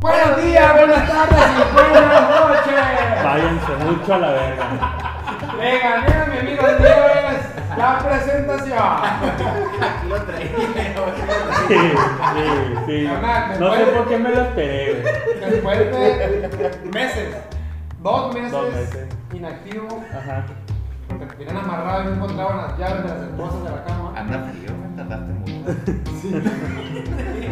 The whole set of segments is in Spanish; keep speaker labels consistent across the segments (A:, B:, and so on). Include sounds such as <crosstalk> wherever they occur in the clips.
A: Buenos días, buenas tardes y buenas noches.
B: Váyanse mucho a la verga.
A: Le gané a mi amigo Nieves la presentación.
C: Aquí lo traí.
B: Sí, sí, sí. No sé por qué me lo esperé, güey.
A: Después de meses, dos meses,
B: Dos meses.
A: inactivo,
B: Ajá.
A: porque me tenían amarrado y no encontraban las llaves de las esposas de la
B: Ah,
A: cama.
C: Anda frío, me tardaste mucho.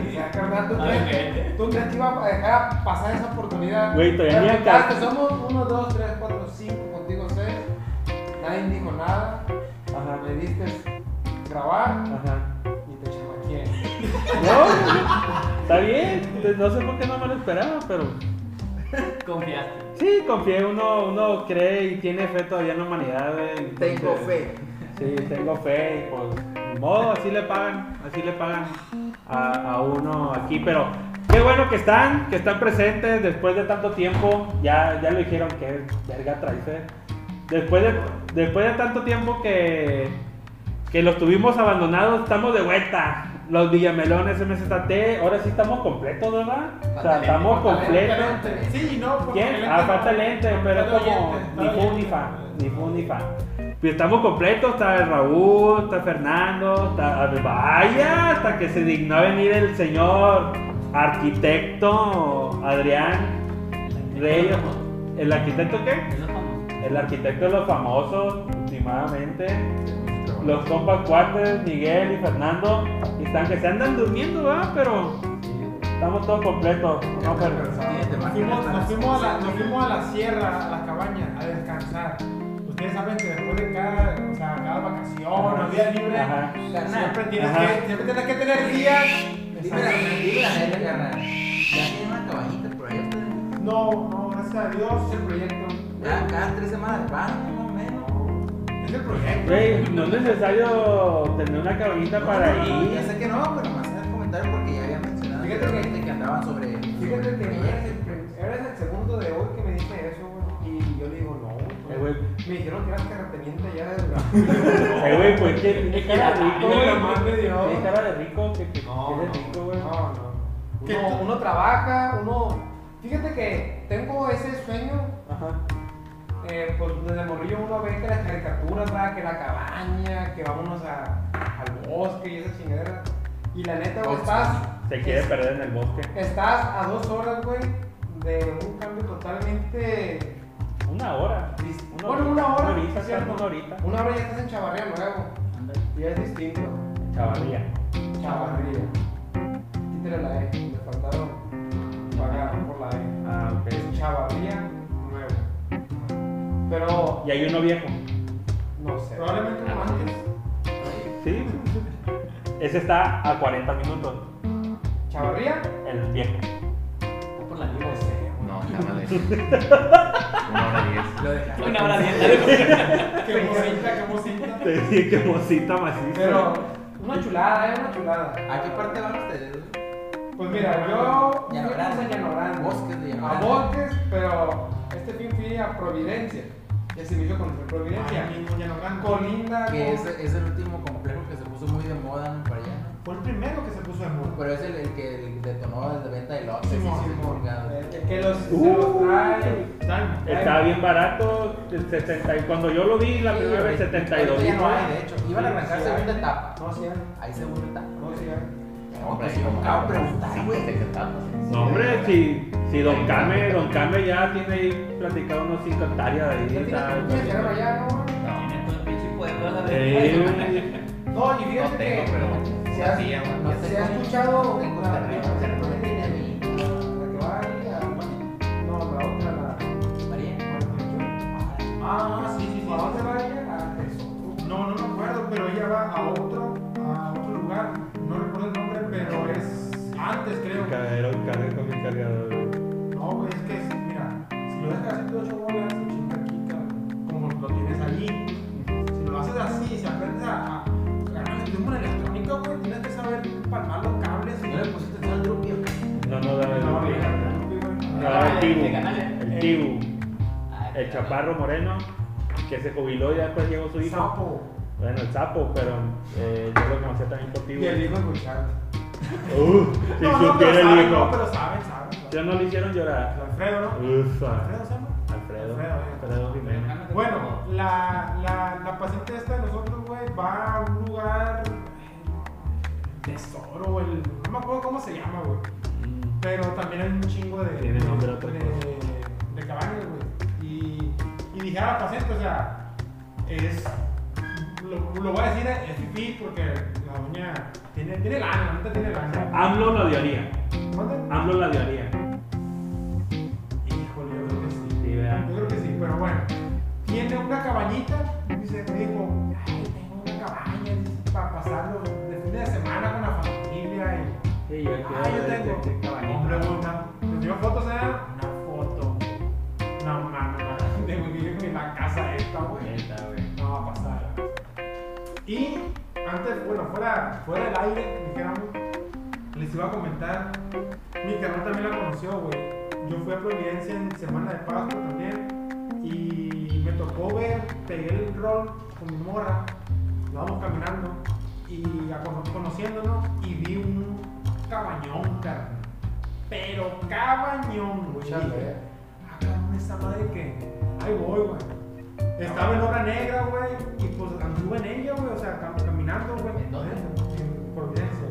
A: Y ya, carnal,
B: Ah,
A: ¿tú crees, tú crees que iba a dejar pasar esa oportunidad?
B: Güey, todavía ni acá.
A: acá. Somos 1, 2, 3, 4, 5, contigo 6. Nadie dijo nada.
B: Ajá.
A: Me diste grabar
B: Ajá.
A: y te chamaqué.
B: No, está bien. No sé por qué no me lo esperaba, pero
D: Confiaste.
B: sí, confié. Uno, uno cree y tiene fe todavía en la humanidad. güey.
C: Tengo
B: Entonces,
C: fe.
B: Sí, tengo fe y pues ni modo, así le pagan, así le pagan a, a uno aquí, pero qué bueno que están, que están presentes después de tanto tiempo, ya, ya lo dijeron que verga trae fe. Después de, después de tanto tiempo que, que los tuvimos abandonados, estamos de vuelta. Los Villamelones MZT, ahora sí estamos completos, ¿verdad? O sea, estamos completos.
A: Sí, no, porque
B: ¿Quién?
A: lente
B: Ah,
A: no-
B: falta lente, pero es
A: Falta
B: como
A: oyente,
B: ni
A: falta
B: fu ni
A: oyente.
B: fa, ni fu ni fa. Pues estamos completos, está el Raúl, está Fernando, está... a ver, Vaya, hasta que se dignó a venir el señor arquitecto Adrián Reyes. ¿El arquitecto qué?
D: Es lo famoso.
B: El arquitecto de los famosos, últimamente. Los compas cuates, Miguel y Fernando, y están que se andan durmiendo, ¿verdad? Pero estamos todos completos. No, pero-
A: Nos fuimos, nos fuimos a la, nos fuimos a la sierra, a la cabaña, a descansar. Ustedes saben que después de cada, o sea, cada vacación o día libre,
B: Ajá.
A: siempre, tienes
B: Ajá.
A: que, siempre tienes que tener días.
C: Dime la dime la neta, carnal. eh, Ya tiene una cabañita por ahí. ustedes.
A: No, no, gracias a Dios, el proyecto.
C: Ya cada tres semanas van, más o menos.
A: Es el proyecto.
B: Güey, no es necesario tener una cabinita para
C: No, no, no, Ya
B: ir.
C: sé que no, pero más en el comentario porque ya había mencionado
A: Fíjate
C: que
A: que-
C: gente que andaban sobre. sobre
A: Fíjate que eres
C: ella.
A: el, prim- eres el segundo de hoy que me dice eso, güey, y yo le digo no.
B: Eh, güey.
A: Me dijeron que eras terrateniente ya de verdad.
B: Eh, güey, pues que tiene cara de rico,
A: Ay,
B: güey.
A: la madre de Dios.
B: Tiene cara de rico, que, que,
A: No,
B: que
A: no,
B: es rico, güey.
A: No, no. Uno, uno trabaja, uno. Fíjate que tengo ese sueño.
B: Ajá.
A: eh, pues desde morrillo uno ve que las caricaturas, ¿verdad? que la cabaña, que vámonos a- al bosque y esa chingadera. Y la neta, güey, estás,
B: Se quiere perder en el bosque.
A: estás a dos horas, güey, de un cambio totalmente.
B: Una hora.
A: dis-
B: Una
A: bueno,
B: horita,
A: una hora,
B: una horita,
A: ¿cierto?
B: carnal, una horita.
A: Una hora ya estás en Chavarría nuevo. Y es distinto.
B: Chavarría.
A: Chavarría. Quítale la E, le faltaron pagar por la E.
B: Ah, ok.
A: es Chavarría nuevo. Pero
B: Y hay uno viejo.
A: no sé. Probablemente no antes.
B: Sí. Ese está a 40 minutos.
A: Chavarría,
B: El viejo.
D: Por la
A: no <laughs> sé.
C: No, jamás
E: <laughs>
C: de eso. Una hora diez. Lo dejaron.
D: Una
B: <laughs>
D: hora diez.
A: Qué mocita, qué mocita.
B: Te dije que mocita maciza.
A: Pero una chulada, eh, una chulada.
C: ¿A qué parte van ustedes?
A: Pues mira, yo
C: Llano
A: fui
C: Grande.
A: a Llano Grande.
C: Bosques de Llano
A: A
C: Grande.
A: Bosques, pero este fin fui a Providencia. Y así me hizo conocer Providencia. Colinda.
C: Que es,
A: con-
C: es el último complejo que se puso muy de moda ¿no? para allá. ¿no?
F: Fue el primero que se puso de moda.
C: Pero es el, el que el que detonó desde venta de lotes. y
A: Simón,
C: sus
A: Simón.
C: pulgadas.
A: Eh, Que los, se los
B: Uh.
A: trae.
B: Estaba bien barato. el 70 y cuando yo lo vi la
C: Sí,
B: primera vez,
C: ahorita
B: 72
C: ya no hay, de hecho. Iban a arrancar
A: Sí, sí,
C: segunda
A: hay.
C: etapa.
A: No, sí, hay,
C: Ahí segunda etapa.
A: no, sí. hay.
C: No, pues yo me acabo de preguntar, güey.
B: No, hombre, si, si Don Came, Don Came ya tiene ahí platicado unos 5 hectáreas de ahí. está-
D: Tiene todo el pinche pueblo a la vez.
B: Eh,
A: No, y fíjate
C: No
A: que
C: tengo, pero-
A: se ha,
C: Sí, ya,
A: se
C: no
A: ha
C: sé cómo-
A: escuchado
C: tengo
A: la,
C: terreno,
A: la-
C: pero no
A: la
C: tiene
A: que-
C: ahí.
A: la que va ahí a- no, la otra, la
C: María.
A: 48.
F: Ah, sí, sí, sí.
A: ¿A dónde va ella? A Texcoco.
F: No, no me acuerdo, pero ella va a otro, a otro lugar. No recuerdo el nombre, pero es antes, creo.
B: Cargadero, cargue con mi cargador.
F: No, güey, es que, sí, mira, si lo dejas así, 8 bolas, se chinga aquí, cabrón. Como lo tienes allí. Si lo haces así, si aprendes a. a ganar el tiempo en electrónica, güey, tienes que saber palmar los cables.
C: ¿No le pusiste todo el drupio?
B: No, no, dame
F: No, güey,
B: el
D: Ah,
B: El
D: de-
B: Tibu.
D: de canales.
B: El Tibu. El chaparro moreno que se jubiló y después llegó su hijo.
F: Sapo.
B: Bueno, el sapo, pero eh, yo lo conocía también por Tibu.
A: Y el hijo escuchando.
B: Uh, si
F: No, no, pero
B: supiera el
F: saben, no,
B: hijo.
F: pero saben, saben.
B: Si ¿Sí o no le hicieron llorar?
A: Alfredo, ¿no?
B: Ufa.
A: ¿Alfredo se llama?
B: Alfredo.
A: Alfredo, eh.
B: Alfredo Jiménez.
A: Bueno, la, la, la paciente esta de nosotros, güey, va a un lugar. eh, Tesoro, el, no me acuerdo cómo se llama, güey.
B: Mm.
A: Pero también hay un chingo de.
B: Tiene nombre pues. otra
A: de,
B: cosa.
A: de, cabañas, güey. Y, y dije a la paciente, o sea, es. Lo, lo voy a decir, es fifí, porque la doña tiene, tiene lana, la neta tiene lana.
B: AMLO la odiaría.
A: ¿Mande?
B: AMLO la odiaría.
A: Híjole, yo creo que sí.
B: Sí, ¿verdad?
A: Yo creo que sí, pero bueno. Tiene una cabañita, dice, dijo, ay, tengo una cabaña dice, para pasarlo de fin de semana con la familia y.
B: Sí, yo
A: Ah, yo tengo. Hombre, una. ¿Te dio fotos era? Una foto. No mames, tengo que ir en la casa esta, güey. No va a pasar. Y antes, bueno, fuera, fuera del aire, dijéramos, les iba a comentar. Mi carnal también la conoció, güey. Yo fui a Providencia en Semana de Pascua también. Y me tocó ver, pegué el rol con mi morra. Lo vamos caminando y a- cono- conociéndonos. Y vi un cabañón, carnal. Pero cabañón, güey.
E: Muchas
A: Dije,
E: veces.
A: Ah, cabrón, esa madre que. Ahí voy, güey. Estaba en obra negra, güey. Y pues anduve en ella, güey. O sea, cam- caminando, güey.
C: ¿En dónde?
A: En Providencia,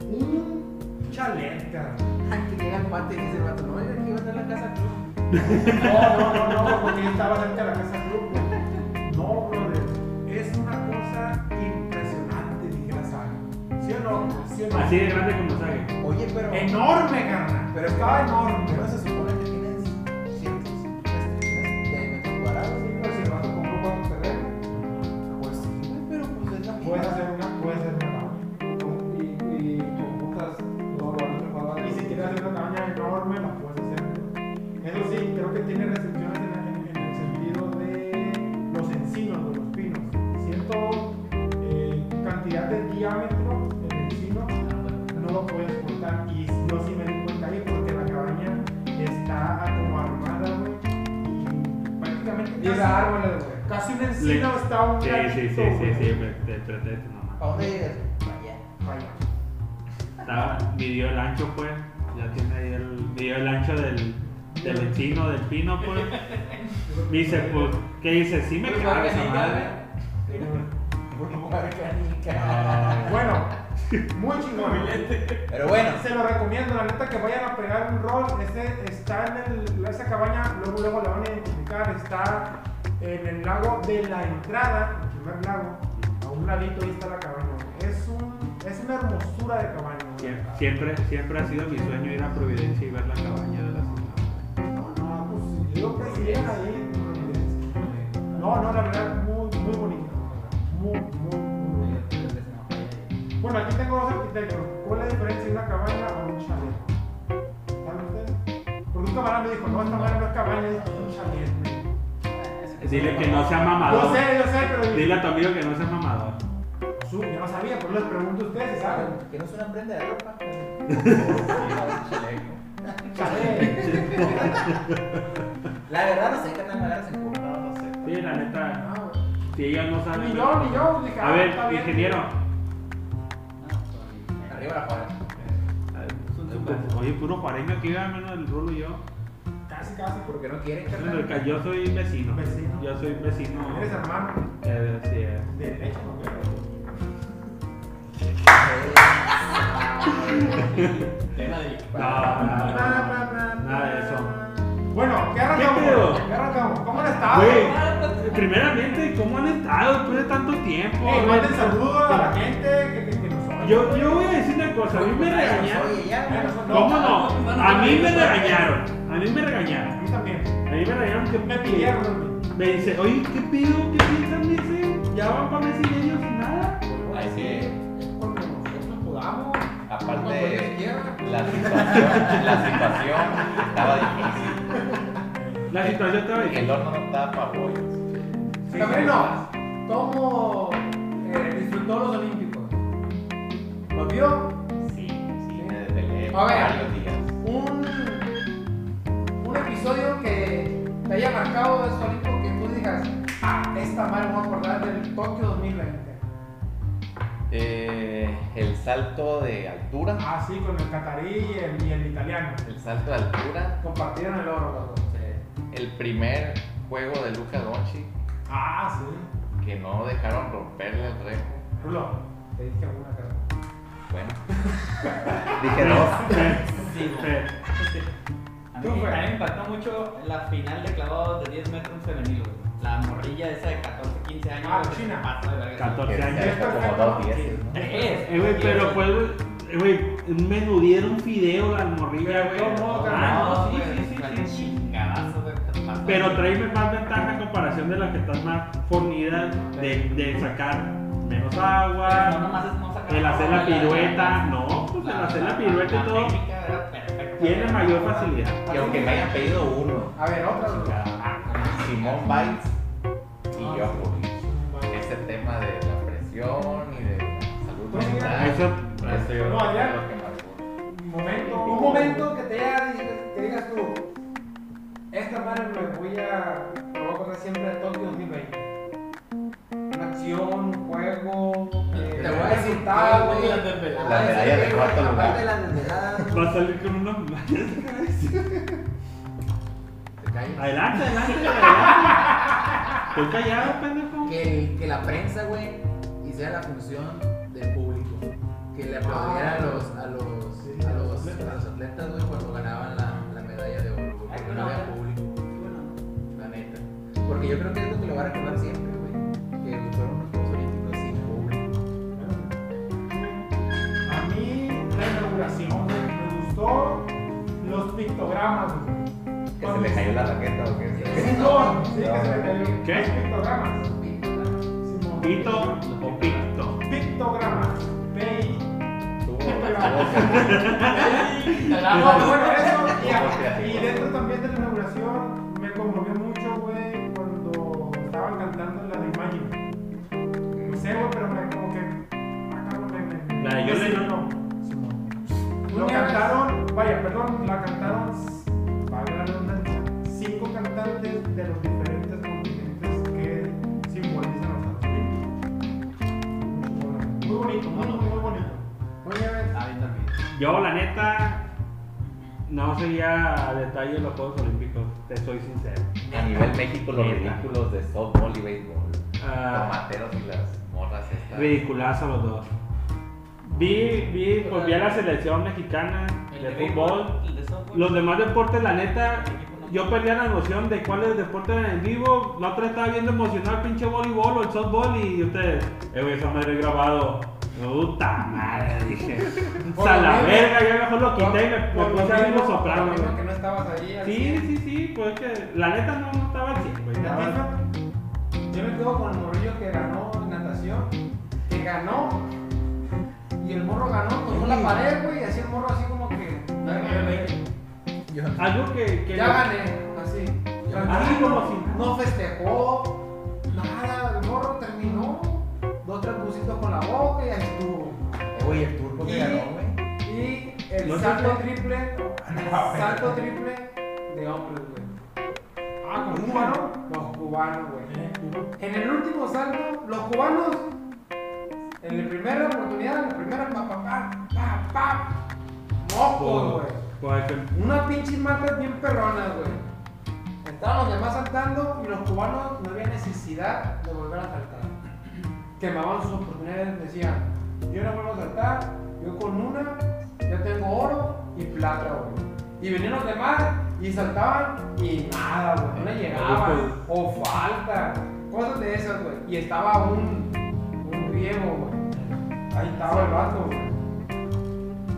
A: güey. Un chalet, carnal.
C: Ay, que llega el cuate y dice el vato, no, yo aquí voy a estar en la casa club.
A: No, no, no, no, porque yo estaba cerca de la casa club. güey. No, brother, es una cosa impresionante, dije la saga. ¿Sí o no? ¿Sí o no?
B: Así de grande como sale.
C: Oye, pero.
A: Enorme, carnal. Pero estaba enorme.
C: Pero se supone que tienes ciertos restricciones de metros cuadrados.
A: Sí, pero si vas a comprar cuatro terrenos,
C: Pues sí, güey, pero pues es la
A: puedes
C: misma.
A: hacer una, puedes hacer una cabaña.
E: Y, y juntas todos los metros cuadrados.
A: Y si quieres hacer una cabaña enorme, la puedes hacer. Eso sí, creo que tiene restricciones en, el- en el sentido de los encinos, de los pinos. Cierto eh, cantidad de diámetro del encino no lo puedes cortar. Y yo sí me di cuenta ahí porque la cabaña está como armada, güey. Y prácticamente
E: Diez
A: casi,
E: árboles, güey.
A: casi un encino
B: Le-
A: está un
B: Sí, sí, sí,
A: granito,
B: sí,
A: güey.
B: sí, me- te traté de tu mamá.
C: ¿Para dónde llegas? Para allá.
A: Vaya.
B: Estaba, midió el ancho, pues. Ya tiene ahí el. Midió el ancho del. Del encino, del pino, pues. Dice, pues, ¿qué dice? Sí
A: Pues,
B: me cabe esa madre.
C: ¿eh? Burbuja mecánica.
B: Ah,
A: Bueno, muy chingón.
C: Pero bueno,
A: Se lo recomiendo, la neta que vayan a pegar un rol. Este está en el- esa cabaña, luego luego la van a identificar. Está en el lago de la entrada, el primer lago. A un ladito ahí está la cabaña. Es, un, es una hermosura de cabaña. güey.
B: sie- Siempre, siempre ha sido mi sueño ir a Providencia y ver la cabaña de la señora.
A: No, no, pues, yo creo que si llegan ahí. No, no, la verdad, muy, muy bonito. Muy, muy, muy bonito. Bueno, aquí tengo dos arquitectos. ¿Cuál es la diferencia de una cabaña a un chalet? ¿Saben ustedes? Porque un camarada me dijo, no, esta madre no es cabaña, es un chalet.
B: Dile que Ah, no sea mamador.
A: Yo sé, yo sé, pero
B: Dile a tu amigo que no sea mamador.
A: Su, yo no sabía, pero les pregunto a ustedes, si ¿saben?
C: que no es una prenda de ropa.
B: <laughs>
A: Chalet.
C: La verdad no sé qué tan agarras en curva.
B: Sí, la neta.
A: Ah, güey.
B: Si ella no sabe.
A: Ni yo, ni yo, dije,
B: A
A: ah, está
B: ver,
A: bien.
B: ingeniero.
C: Arriba la joven.
B: Oye, puro juareño aquí, vea, menos el rulo y yo.
A: Casi, casi, porque
C: Porque no quieren que
B: Bueno, acá Yo soy vecino.
A: Vecino.
B: Yo soy vecino.
A: eres hermano
B: Eh, sí, eh.
A: de derecha, ¿no?
B: No, no, no,
A: Bla,
B: no.
A: bla, bla, bla.
B: Nada de eso.
A: Bueno, ¿qué
B: pedo?
A: arrancamos? ¿Qué arrancamos? ¿Cómo han estado? Eh,
B: Güey, primeramente, ¿cómo han estado después de tanto tiempo?
A: Ey, manden saludos a la gente que, que, que nos oye.
B: Yo, yo voy a decir una cosa, a mí me regañaron.
C: Oye, ya,
A: Ya,
C: güey.
A: nosotros-
B: ¿Cómo no? A mí me regañaron. A mí me
A: A
B: regañaron.
A: mí también.
B: A mí me regañaron que
A: Me pidieron.
B: Me dice, oye, ¿qué pido? ¿Qué piensan? Dice, ya van para mes y medio sin nada.
G: Ay, sí.
A: Cuando nosotros podamos.
G: Aparte, la situación, la situación estaba difícil.
B: La situación estaba
G: El
B: difícil.
G: horno no estaba para bollos.
A: También no.
E: ¿Cómo eh, disfrutó los Olímpicos? ¿Lo vio?
G: Sí, sí, me desvelé
E: A ver.
G: varios días.
E: Un, un episodio que te haya marcado de esos Olímpicos que tú digas, ah, esta madre me voy a acordar del Tokio 2020.
G: Eh, el salto de altura.
F: Ah, sí, con el catarí y el, y el italiano.
G: El salto de altura.
F: Compartieron el oro, los dos.
G: El primer juego de Luca Doncic
F: Ah, sí.
G: que no dejaron romperle el récord.
F: Rulo, te dije una cara.
E: <laughs>
G: Bueno. Dije dos.
D: Sí, güey. A mí,
F: Tú, güey.
D: a mí me impactó mucho la final de clavados de 10 metros femenil, güey. La morrilla esa de 14, 15 años.
F: Ah,
D: güey,
F: China.
D: se pasó de verga.
B: 14
G: Que
B: años.
G: se hizo como dos dieces, ¿no?
D: Tres.
B: Eh, güey, pero pues, güey, eh, güey, me nudieron fideo la morrilla, güey.
F: Pero cómo,
B: Ah,
D: No,
B: no, sí,
D: güey,
B: sí,
D: fue
B: sí,
D: un
B: sí.
D: chingadazo, güey, se pasó.
B: Pero traeme más ventaja en comparación de la que estás más fornida de, de sacar menos agua.
D: No, nomás es no sacar
B: El hacer la
D: bola,
B: pirueta, no, pues el hacer la pirueta y
D: la
B: todo
D: técnica era perfecta.
B: tiene mayor facilidad.
G: Y aunque me hayan pedido uno,
F: A ver, otra. Rulo.
G: Simón Biles y
E: Ah,
G: Djokovic.
C: pues.
G: Ese este tema de la presión y de la salud
F: Pues mira,
G: mental.
B: Ah, Eso, pues.
G: Eso yo
F: No,
G: creo que
F: ya.
G: es lo que más gusta.
F: momento, un momento que te haya- que digas tú, esta madre me voy a, me voy a acordar siempre de Tokio 2020. Una acción, un juego, eh,
C: Te voy a decir,
A: Ah,
F: resultado,
C: güey,
F: güey.
C: Te voy
G: La
C: a decir,
G: medalla de
C: güey,
G: cuarto lugar.
C: aparte de la desvelada,
B: va a salir con una.
C: te callas.
B: Adelante, adelante, adelante. Estoy callado, pendejo.
C: que, que la prensa, güey, hiciera la función del público. Que le aplaudiera a los, a los, a los, a los atletas, güey, cuando ganaban la, la medalla de oro, güey,
D: Ay,
C: porque
D: qué
C: no había
D: bueno.
C: público, la neta. Porque yo creo que es lo que lo van a recordar siempre, güey. Que fueron los Juegos Olímpicos sin público.
F: A mí la inauguración, güey, me gustó los pictogramas. güey.
G: Que se le cayó la raqueta o que
F: Sí, no, sí, que se le cayó.
B: ¿Qué?
F: Los pictogramas. Simón.
B: Pito o picto.
F: Pictogramas.
G: <laughs>
F: P.I..
G: Tuvo- tuvo-
F: Ah, bueno, eso, y, y dentro también de la inauguración me conmovió mucho, güey, cuando estaban cantando la de Imagine. No sé, güey, pero me como que. ah, cabrón, me- me-
B: La de Yo
F: me
B: le-
F: sirvió. Lo cantaron, vaya, perdón, la cantaron, valga la redundancia, cinco cantantes de los diferentes continentes que simbolizan los Estados Unidos. Muy bonito, muy, muy, muy bonito.
D: A mí también.
B: Yo, la neta, no seguía a detalle los Juegos Olímpicos, te soy sincero.
G: A nivel México, los ridículos de softball y béisbol. Los
B: Ah,
G: materos y las morras estas.
B: ridiculazo los dos. Vi, vi, pues vi a la selección mexicana
D: El
B: de
D: béisbol,
B: fútbol.
D: el de softball.
B: Los demás deportes, la neta, yo perdía la noción de cuáles deportes eran en vivo. La otra estaba viendo emocionado el pinche voleibol o el softball y ustedes, eh, güey, esa madre es grabado. Puta madre,
A: <laughs>
B: dije.
A: Por
B: A
A: lo
B: la
A: mismo-
B: verga, yo mejor lo quité y pues, me, me
A: Por lo
B: puse a ver
A: mismo-
B: los
A: por
B: sopranos.
A: lo mismo
B: güey.
A: que no estabas ahí. al
B: Sí,
A: cien.
B: sí, sí, pues es que la neta no, no estaba así, güey.
F: La
B: estaba-
F: neta,
A: Yo me quedo con el morrillo que ganó en natación, que ganó, y el morro ganó, tocó la pared, güey, y así el morro así como que.
C: Yo,
B: Algo que. que
A: Ya gané, así.
B: Así como si.
A: No festejó, nada, el morro terminó, dos, tres busitos con la boca y ahí estuvo.
C: eh, güey, el turco que
A: Y-
C: ganó, güey.
A: Y el
B: No sé
A: salto
B: qué.
A: triple, el salto triple de hombres, güey.
F: Ah, con Cuba, ¿no?
A: Los cubanos, güey. En el último salto, los cubanos, en la primera oportunidad, en la primera, pa, pa, pa, pa, pa, mocos,
B: Por,
A: güey.
B: por que-
A: Una pinche marca bien perrona, güey. Estaban los demás saltando y los cubanos no había necesidad de volver a saltar. Quemaban sus oportunidades, decían, yo no vuelvo a saltar, yo con una, ya tengo oro y plata, güey. Y venían los demás y saltaban y nada, güey, no le llegaban. O falta, cosas de esas, güey. Y estaba un, un griego, güey. Ahí estaba el vato, güey.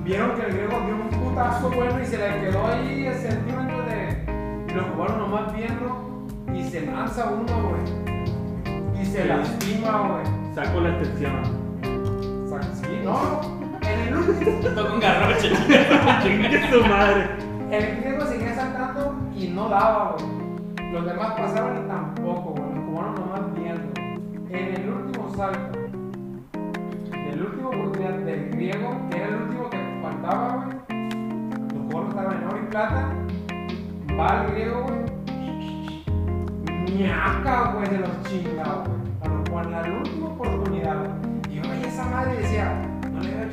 A: Vieron que el griego dio un putazo bueno y se le quedó ahí el centímetro de. Y los cubanos nomás viendo y se lanza uno, güey. Y se
B: Sí.
A: lastima, güey.
B: saco la extensión. <laughs>
A: O sea, sí, no. En el <laughs> último,
D: Tocó un garroche.
B: Chingue su madre.
A: el griego seguía saltando y no daba, güey. Los demás pasaban y tampoco, güey. Los cubanos nomás viendo. En el último salto, el último oportunidad del griego, que era el último que faltaba, güey. Los cubanos estaban en oro y plata. Va el griego, güey. Ñaca, güey, de los chingados, güey. A lo cual, la última oportunidad, güey. Y yo veía esa madre y decía, no le veo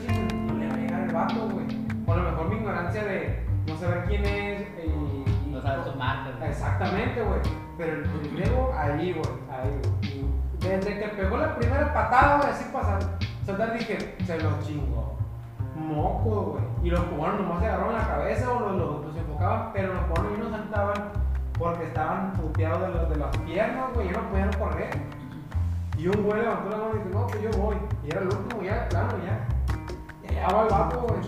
H: vato, güey. O a lo mejor mi ignorancia de no saber quién es
A: eh,
H: y. y-
I: No sabes tu marca, güey.
H: Exactamente, güey. Pero el primero ahí, güey. Ahí, güey. Y Desde que pegó la primera patada, güey, así pasando. Saltar dije, se los chingó. Moco, güey. Y los cubanos nomás se agarraron la cabeza o los, los- los enfocaban, pero los cubanos ya no saltaban porque estaban puteados de, los, de las piernas, güey. Ya no podían correr. Y un güey levantó la mano y dijo, no, que yo voy. Y era el último, ya, claro, ya. Y allá va el vato, güey.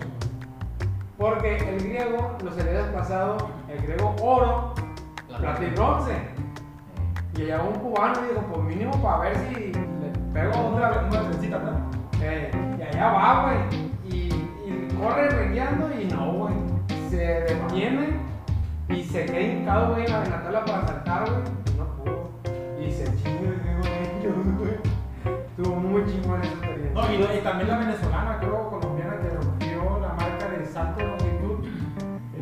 H: Porque el griego, los herederos pasados, el griego oro, plata y bronce. Y allá va un cubano y digo, pues mínimo para ver si le pego otra vez.
A: Una trencita, ¿no?
H: Eh, y allá va, güey. Y, y corre rengueando y no, güey. Se detiene y se queda hincado, güey, en la en la tabla para saltar, güey. y No pudo. Y se chinga, güey, yo, güey. Estuvo muy chingón esa experiencia.
A: No, y, y también la venezolana, creo, colombiana, que rompió la marca del salto de longitud,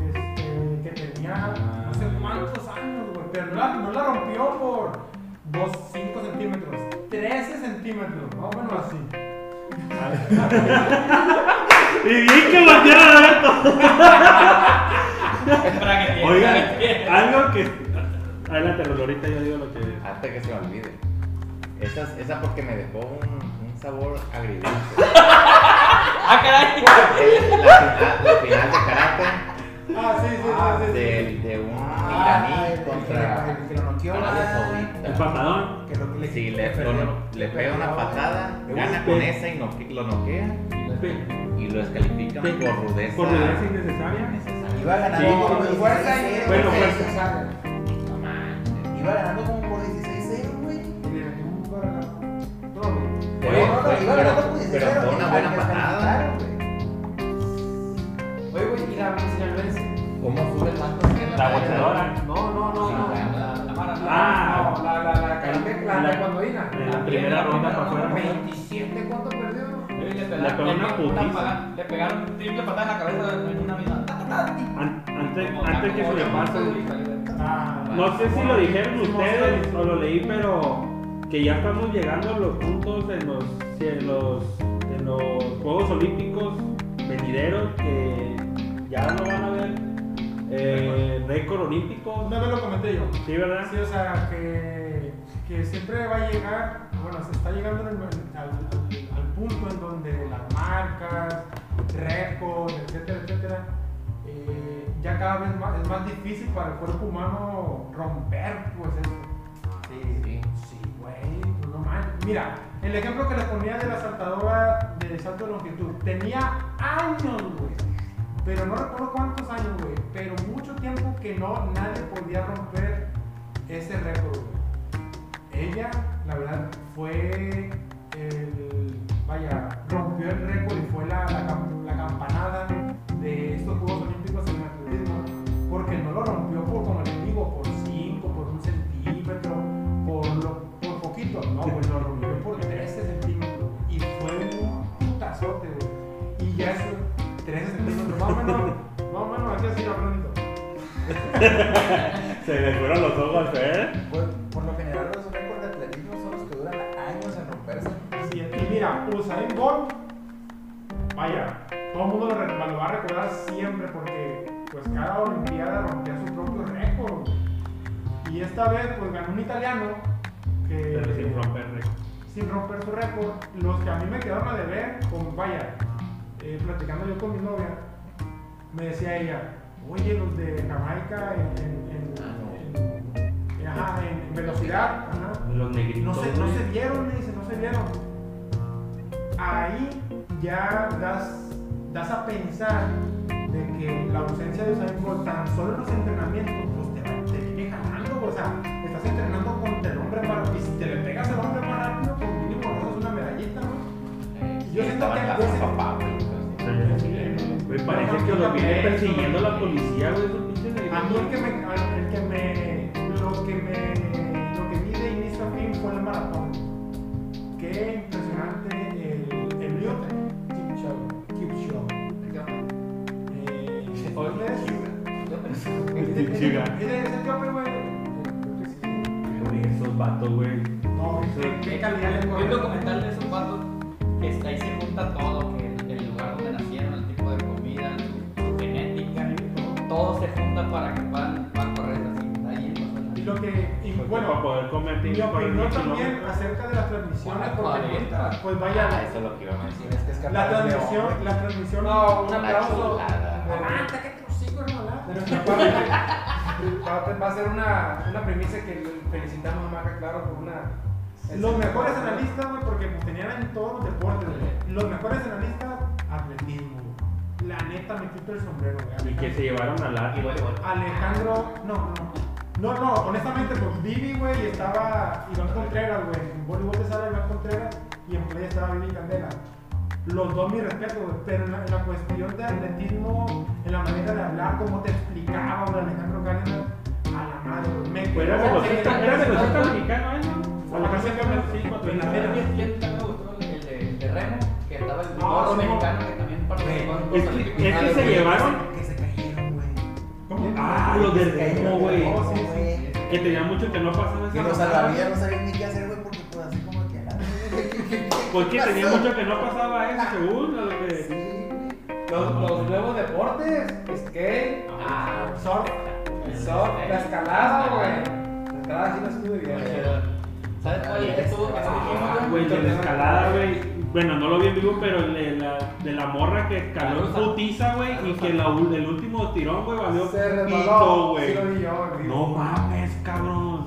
A: este, que tenía
C: Ah.
A: no sé cuántos años, güey, pero no la, no la rompió por 2, 5 centímetros, 13 centímetros, más o menos así.
B: Y bien que voltearon a ver todo.
I: Para
B: <laughs>
I: que tiene,
B: Oigan,
I: para que tiene.
B: algo que. Adelante, Lolo, ahorita yo digo lo que.
G: Antes que se me olvide. Esa, esa porque me dejó un, un sabor agridulce.
I: Ah,
G: <laughs>
I: caray.
G: El- la, final- la final de karate
A: Ah, sí, sí, sí, sí, sí.
G: de, de un
C: Ah,
G: iraní
C: el
G: contra
C: que- el que lo noqueó,
G: Arabia
C: ah,
G: Saudita.
B: El patadón.
C: que lo que
G: Si
C: que
G: le,
C: perdió,
G: lo- le
C: que
G: pega una
C: perdió,
G: patada,
B: güey.
G: gana con esa y noque- lo noquea y lo descalifican
B: Pe-
G: por rudeza.
B: Por rudeza innecesaria.
C: Iba ganando
B: Sí,
C: como
B: con
C: 16
H: fuerza y-
B: Bueno,
C: güey.
B: fuerza.
G: No manches.
C: Iba ganando como por 16-0, güey.
H: Y le metió un vergazo. No, güey.
G: Pero-
C: No, no, no, iba ganando por
G: pero-
C: 16-0.
G: pero fue una buena patada.
H: Oye, güey, y la sinaloense.
G: ¿Cómo sube el vato?
B: La boteadora.
H: No, no, no, no.
B: Ah.
H: no, la, la, la, caribe- la, la ecuadoína.
B: En la primera ronda para afuera.
H: 27, ¿cuánto perdió?
B: La pegó una putiza.
I: Le pegaron triple patada en la cabeza en una misma. Ta, ta, ta, ti.
B: An- Antes,
I: Como
B: antes que se
I: Nakamura,
B: le pase.
I: güey, salió de-
A: Ah,
B: No sé si lo dijeron ustedes o lo leí, pero que ya estamos llegando a los puntos de los, de los, de los Juegos Olímpicos venideros que ya no van a haber eh, récord olímpico.
A: Una vez lo comenté yo.
B: Sí, ¿verdad?
A: Sí, o sea, que, que siempre va a llegar, bueno, se está llegando en el- al, al- al punto en donde las marcas, récords, etcétera, etcétera, eh, ya cada vez más, es más difícil para el cuerpo humano romper, pues eso.
G: Sí.
A: Sí, güey, pues no manches. Mira, el ejemplo que le ponía de la saltadora de salto de longitud, tenía años, güey. Pero no recuerdo cuántos años, güey. Pero mucho tiempo que no, nadie podía romper ese récord, güey. Ella, la verdad, fue el. Vaya, rompió el récord y fue la, la cam- la campanada de estos Juegos Olímpicos en atletismo. Porque no lo rompió por, como les digo, por 5, por un centímetro, por, lo- por poquito. No, güey, lo rompió por 13 centímetros. Y fue un putazote, güey. Y ya es 13 centímetros. Más o menos, más o menos, aquí así lo aprendí.
B: Se le fueron los ojos, ¿eh?
C: Por, por lo general, los récords de atletismo son los que duran años en romperse.
A: Sí, Y mira, Usain Bolt, vaya, todo el mundo lo, re- lo va a recordar siempre porque pues cada olimpiada rompía su propio récord. Y esta vez pues ganó un italiano que
B: Pero sin romper récord.
A: sin romper su récord, los que a mí me quedaron a deber, con vaya, eh, platicando yo con mi novia, me decía ella, oye, los de Jamaica en, en-
G: Ah,
A: en- en- ajá, en- en velocidad, ajá,
B: Los
A: no
B: negritos.
A: se, no
B: güey.
A: se vieron, me dice, no se vieron. Ahí ya das, das a pensar de que la ausencia de Usain Bolt tan solo en los entrenamientos, pues te, va- te viene ganando, o sea, estás entrenando contra el hombre más y si te le pegas al hombre más rápido, pues mínimo rozas una medallita, ¿no?
G: Eh,
A: Yo siento que- yo siento-
G: papá, güey.
A: Eh,
B: Güey, Pues, parece que los viene persiguiendo la policía, güey, esos pinches
A: A mí el
B: negritos.
A: que me, al- el que me, lo que me, lo que vi de inicio a fin fue el maratón. Qué impresionante el, el Lyote. Kipchoge. Eh, ¿Oles?
B: Chiga.
A: ¿Ese es el Joker, güey? Creo que sí.
B: Güey, Esos vatos, güey.
A: No, ¿qué, qué calidad le
I: Hay
A: corre?
I: un documental de esos vatos que está ahí se junta todo, que el, el lugar donde nacieron, el tipo de comida,
C: pues,
B: convertir
J: Y
B: por el
J: opinó
B: Michi López.
J: también acerca de las transmisiones
G: Ah,
J: porque
G: vale.
J: ahorita, pues
G: Ah,
J: vaya,
G: eso es lo que iba a
C: Pues,
G: mencionar.
K: Tienes que escapar
J: la
K: de hombre.
J: transmisión, la transmisión, un
G: Una
J: aplauso
C: ah,
G: chulada.
J: Aguanta, que te hocico, hermana. de nuestra parte va, va a ser una, una premisa que le felicitamos a Maca, claro, por una...
A: Los mejores analistas, güey, porque pues, tenían en todos los deportes, güey. Los mejores analistas, atletismo, güey. La neta, me quito el sombrero, güey.
B: Y que se llevaron al
C: Y
B: Atlas.
C: voleibol.
A: Alejandro, no, no, no. No, no, honestamente, pues Vivi, güey, y estaba Iván Contreras, güey. En voleibol te sale Iván Contreras y en playa estaba Vivi Candela. Los dos mis respetos, güey, pero en la, en la cuestión de atletismo, en la manera de hablar, cómo te explicaba, güey, Alejandro Cárdenas, a la madre, güey. Me
B: Pero Pues era
A: quedó-
B: velocista, era velocista mexicano, ¿eh? ¿no?
A: A la casa de Carmen, sí,
C: Pero la
A: cuatro mil.
C: serie bien también me gustó el de, el de Remo, que estaba el
A: No,
C: gordo
A: sí, no.
C: mexicano que también participó en
B: Es
C: los
B: que- Ah,
C: Olímpicos.
B: es que se llevaron.
K: Que se cayeron, güey.
A: ¿Cómo?
B: Ah, los de Remo, güey.
A: Oh, sí, sí,
B: Que tenía mucho que no pasaba
K: Y
B: esa
K: los
B: mamada.
K: salvavidas no sabían ni qué hacer, güey, porque pues así como que. ah, güey, ¿qué- qué- qué-
B: Pues que
K: qué
J: <laughs>
B: tenía
K: pasó?
B: mucho que no pasaba eso, según lo de-
K: Sí, güey.
J: Los, los nuevos deportes, skate,
C: Ah,
J: surf, el surf, la escalada, güey. La escalada sí la estuve bien.
C: Pero, ¿Sabes cuál es? Estuvo
K: este,
C: que se
B: Ah,
C: dijimos,
B: güey, de la escalada, güey. Bueno, no lo vi en vivo, pero el de la, de la morra que escaló en putiza, güey, y que la ul- el último tirón, güey, valió
J: Se
B: pito,
J: resbaló, sí
B: güey.
J: lo vi yo, güey.
B: No mames, cabrón.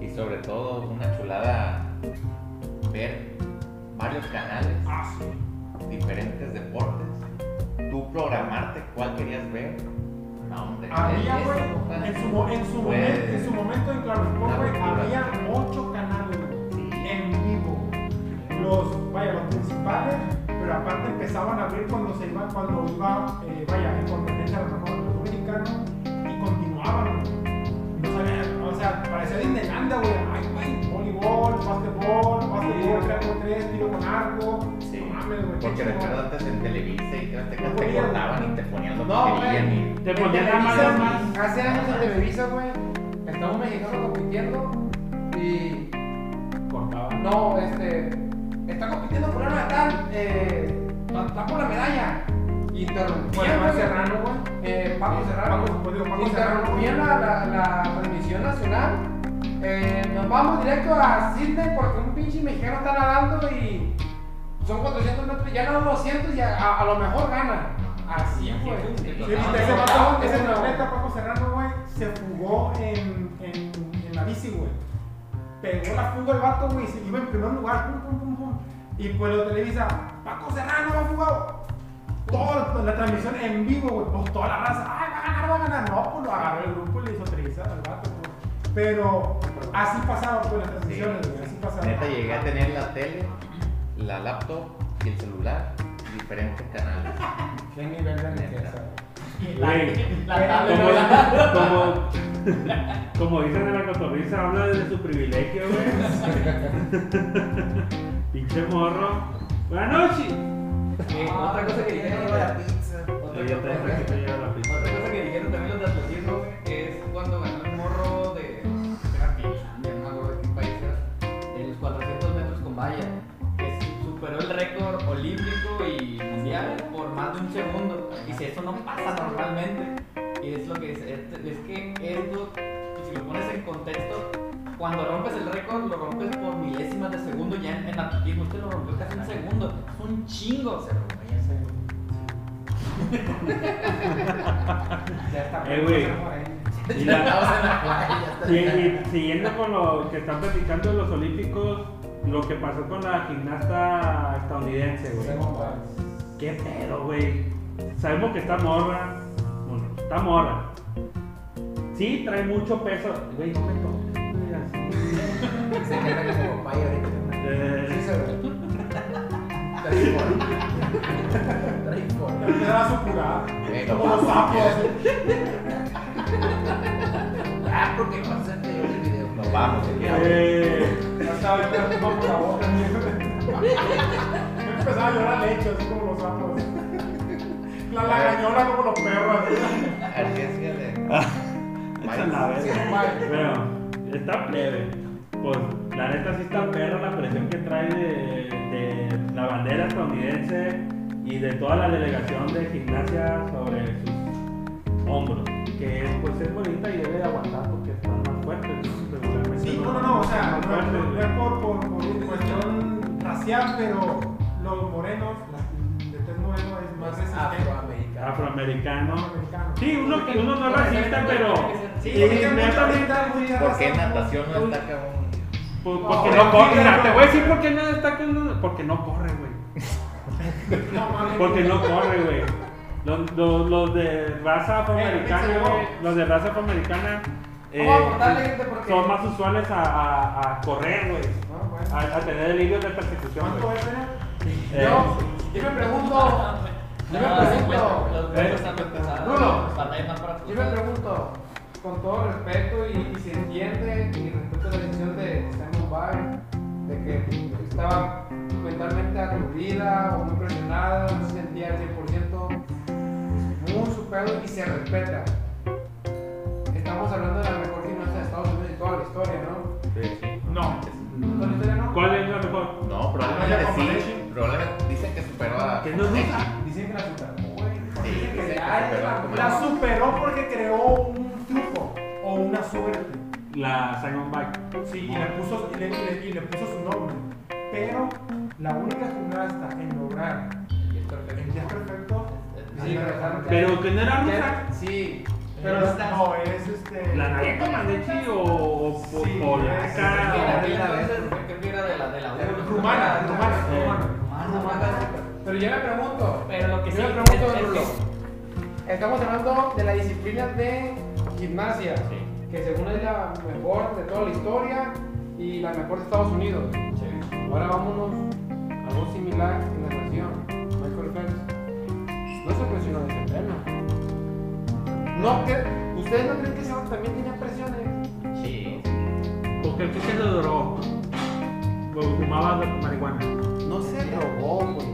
G: Y sobre todo, una chulada ver varios canales, diferentes deportes, tú programarte cuál querías ver. No, hombre.
A: Había,
G: es-
A: güey,
G: es-
A: en su, mo- en su,
G: Güey.
A: momento, en su momento en Claro Sport, güey, había ocho canales güey, en vivo. Los, vaya, los principales, pero aparte empezaban a abrir cuando se iba, cuando iba, eh, vaya, en competencia a lo mejor del fútbol mexicano y continuaban. güey. No sabía, o sea, parecía Disneylanda, güey. Ay, güey, voleibol, básquetbol, básquetbol, 3 x 3, tiro con arco.
G: Sí,
A: No mames, güey, qué
G: porque
A: chingón.
G: recuerdo antes en Televisa y te,
A: No
G: te
A: podían.
G: cortaban y te ponían lo
J: No,
G: que
J: güey.
G: querían. y-
B: Te
J: En
B: ponían la
J: Televisa,
B: mano más.
J: Hace años en Televisa, güey, estaba un mexicano compitiendo y
B: Cortaban.
J: no, este, está compitiendo fulano de tal, eh, está por la medalla. Interrumpían,
A: Bueno, Juan
J: güey.
A: Serrano, güey.
J: Eh, Paco Serrano.
A: Paco, pues, digo, Paco
J: Interrumpían
A: Serrano.
J: la, la, la transmisión nacional. Eh, nos vamos directo a Sydney porque un pinche mexicano está nadando y son 400 metros, ya ganó 200 y a, a- a lo mejor gana. Así fue.
A: Sí, Ah,
C: Sí,
A: viste, ese vato, ese atleta Paco Serrano, güey, se fugó en, en, en la bici, güey. Pegó la fuga el vato, güey, y se iba en primer lugar, pum, pum, pum, pum. Y pues lo televisa, Paco Serrano va fugado. Todo, pues, la transmisión en vivo, güey, pues toda la raza, ay, va a ganar, va a ganar. No, pues lo agarró el grupo y le hizo televisa al vato, güey. Pero así pasaba, pues, las
G: Sí.
A: transmisiones, güey, así pasaba.
G: Neta, llegué a tener la tele, la laptop y el celular, diferentes canales.
J: ¿Qué nivel de riqueza?
B: Güey,
C: La tabla,
B: como,
C: ¿no?
B: como, <laughs> como dicen en la cotorriza, habla de su privilegio, güey. <laughs> Pinche morro. Buenas noches.
C: Eh, Otra cosa que dijeron,
K: Llegó la pizza.
C: otra
B: Yo ya te
C: cosa-
B: dije que llegara la pizza.
C: Otra cosa que dijeron también los de atletismo güey, es cuando ganó el morro de. Era Finlandia, no me acuerdo de qué país era. De los 400 metros con valla. Que su- superó el récord olímpico y mundial por más de un segundo. Dice, eso no pasa normalmente. Y es lo que dice. Es, es que esto, si lo pones en contexto. Cuando rompes el récord, lo rompes por milésimas de segundo ya en, en atletismo. Usted lo rompió casi un segundo. Es un chingo.
K: Se robó ya se-
C: <laughs>
J: Ya está.
A: pues,
B: Eh, güey. Y la-
K: Estamos en la playa,
B: Sí,
K: ya está.
B: y siguiendo con lo que están platicando de los olímpicos, lo que pasó con la gimnasta estadounidense, güey. ¿Qué pedo, güey? Sabemos que está morra. Bueno, está morra. Sí, trae mucho peso. Güey, no me toques, güey, así.
K: Se queda como papaya ahorita. Sí,
B: Eh,
K: se ve. Trae cola. Trae cola.
A: Le da su jugada.
G: Pero
A: Como los sapos.
K: Ah, porque no se enteró el video.
G: Nos vamos, si quieres.
B: eh,
A: Ya estaba ahorita mismo por la boca, mierda. Yo empezaba a llorar leche, así como los sapos. La lagañola como los perros. así.
G: Arriesgale.
B: Ah, esa es la verga. Bueno, está plebe. Pues la neta sí está perra la presión que trae de, de la bandera estadounidense y de toda la delegación de gimnasia sobre sus hombros. Que pues es bonita y debe de aguantar porque están más fuertes, ¿no? Regularmente
A: Sí,
F: no, no, no, o sea, no,
B: Aparte.
F: no es por, por, por cuestión racial, pero los morenos, la- de tez moreno es más resistente
B: Ah.
L: afroamericano.
B: Afroamericano.
F: afroamericano.
B: Sí, uno, que- uno no es racista, pero.
A: Sí,
B: y
F: porque
B: netamente,
F: mucha- mucha
G: ¿Por qué
F: raza-
G: natación no ataca a un
B: pues,
F: No,
B: porque
F: pero
B: no corre.
F: sí,
B: Mira,
F: no.
B: Te voy a decir por qué no destaca uno. Porque no corre, güey.
F: <laughs> No mames.
B: Porque no corre, güey. Los, los, los de raza afroamericana,
F: piensa yo.
B: güey. Los de raza afroamericana. eh,
A: Vamos a aportarle, gente, porque-
B: Son más usuales a, a, a correr, güey.
F: No, bueno.
B: A, a tener delirios de persecución.
F: Ah, ¿Cuánto
B: güey.
F: es, Elena?
B: Eh,
A: Yo, yo me pregunto, yo me pregunto,
B: ¿Eh?
A: Rulo. yo me
C: Rulo.
A: pregunto, con todo respeto y, y se entiende y respeto la decisión de Sam Mumbai, de que estaba mentalmente aturdida o muy presionada, no se sentía al 100%, muy su pedo y se respeta. Estamos hablando de la mejor gimnasia de Estados Unidos de toda la historia, ¿no?
F: No.
G: Mm.
A: ¿Toda la historia no?
B: ¿Cuál es la mejor?
G: No,
F: Ah, ya
G: probablemente
F: como leche.
G: sí. Probablemente dicen que superó a.
B: Que no es rusa.
F: Dicen que la superó,
G: Sí,
F: güey.
G: dicen que
F: Ya,
G: superó
F: la-
G: como
F: La
G: leche.
F: superó porque creó un truco o una suerte.
B: La Simon Bike.
F: Sí, y le puso, y le, y le- y le puso su nombre. Pero la única gimnasta en lograr el día perfecto es
A: Sí,
F: la
A: pero-
F: Alejandra.
B: Pero que no era rusa.
A: Sí,
F: Pero no, es este.
B: ¿La nariz Comaneci o, o po-
F: Sí,
A: que era
B: polaca?
A: aquella entonces, creo que era de la de la
F: Rumana, rumana, rumana,
B: Eh.
F: rumana.
A: Pero yo me pregunto,
C: Pero lo que
A: yo
C: sí
A: me pregunto,
C: es- es
A: Rulo, estamos hablando de la disciplina de gimnasia, que según es la mejor de toda la historia y la mejor de Estados Unidos. Ahora vámonos a algo similar en la nación, Michael Phelps. No se presionó de ese pleno. No, que, ¿Ustedes no creen que ese vato también tenía presiones?
G: Sí.
B: Porque el que se lo duró. Porque fumaba marihuana.
G: No se drogó, güey.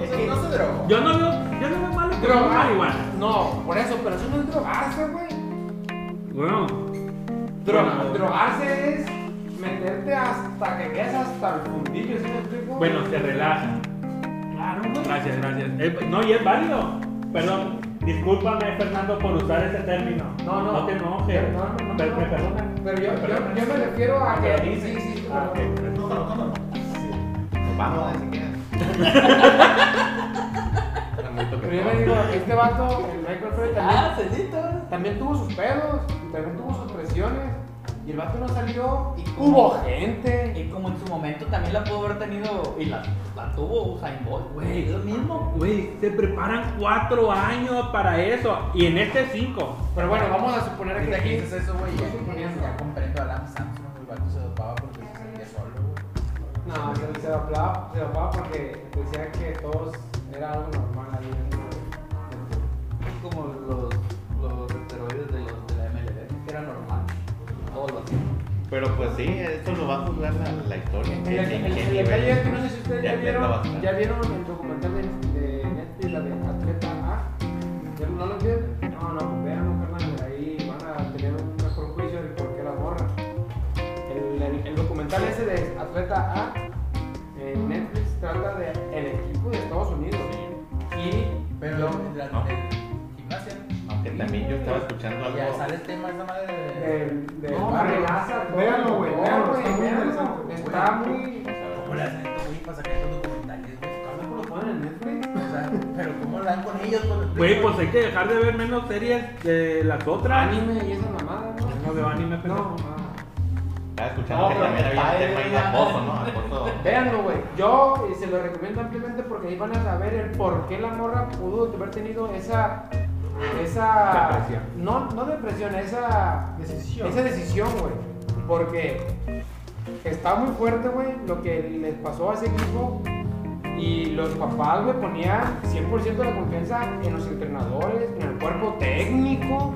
A: Es que-
G: No se drogó.
B: Yo no veo, yo no veo malo que
A: Droga.
B: fumar marihuana.
A: No, por eso, pero eso no es drogarse, güey.
B: Bueno,
A: Dro- drogarse es meterte hasta que quedes hasta el fundillo, ¿sí me explico?
B: bueno, se relaja. Claro. Gracias, gracias. Eh, no, y es válido. Perdón, discúlpame Fernando por usar ese término.
A: No, no.
B: No te enojes.
A: No, no, no,
B: Per-
A: no.
B: ¿Me perdonas?
A: Pero yo, yo,
B: Perdón.
A: yo me refiero a
B: ¿Me
A: que.
B: lo
A: Sí,
B: dices?
A: sí, sí,
B: Ah,
A: pero-
B: ok.
F: No, no, no, no.
G: Vamos, ni siquiera. Está muy toque.
A: Pero yo me digo, este vato, el Michael Fred, también,
C: Ah, celitos.
A: también tuvo sus pedos y también tuvo sus presiones. Y el vato no salió. Y hubo gente.
C: Y Eh, como en su momento también la pudo haber tenido y la, la tuvo Usain Bolt, güey, es lo mismo.
B: Güey, se preparan cuatro años para eso. Y en este cinco.
A: Pero bueno, vamos a suponer que
L: Ahorita que
A: aquí.
L: dices eso, güey,
A: Estoy suponiendo.
L: ya- ya comprendo a Lam Samsung, el vato se dopaba porque se sentía solo, güey.
A: No, se, se hablaba, se hablaba porque decía que todos era algo normal ahí dentro de-
C: Es como los, los esteroides de, los, de la MLB, que era normal. Todo lo hacían.
G: Pero pues sí, esto lo va a juzgar la, la historia.
A: El, el, el, el detalle es que no sé si ustedes ya vieron, ya vieron el documental de, de Netflix, la de Atleta A. ¿Ya ¿No lo vieron? No, no, vean, carnal, ahí van a tener un mejor juicio de por qué la borra. El, el- el documental ese de Atleta A en Netflix trata de el equipo de Estados Unidos. Y
L: Pero la,
G: No.
L: el gimnasia,
G: Aunque también yo estaba escuchando
L: ya
G: algo.
L: sale el tema esa madre
C: Eh.
L: de.
A: del, del
F: No,
A: barrio
F: güey.
A: Gaza, todo,
F: Véanlo, güey,
A: todo,
F: véanlo,
A: güey,
F: está muy
A: véanlo.
F: interesante.
A: Está muy.
L: ¿Cómo le hacen estos güey para sacar estos documentales, güey?
A: ¿Cómo lo ponen en Netflix?
L: O sea, pero ¿cómo la dan con ellos?
B: Güey, pues hay que dejar de ver menos series de las otras.
A: Anime y esa mamada, ¿no?
B: No veo anime, pero.
A: No, ah.
G: Estaba escuchando que
A: No,
G: también
L: pero
G: había un
L: padre,
G: tema ahí de
L: ya.
G: acoso, ¿no? Acoso.
A: Véanlo, güey. Yo eh, se lo recomiendo ampliamente porque ahí van a saber el por qué la morra pudo haber tenido esa. Esa.
B: Depresión.
A: No, no depresión, esa.
F: Decisión.
A: Esa decisión, güey. Porque está muy fuerte, güey, lo que les pasó a ese equipo. Y los papás, güey, ponían 100% de la confianza en los entrenadores, en el cuerpo técnico.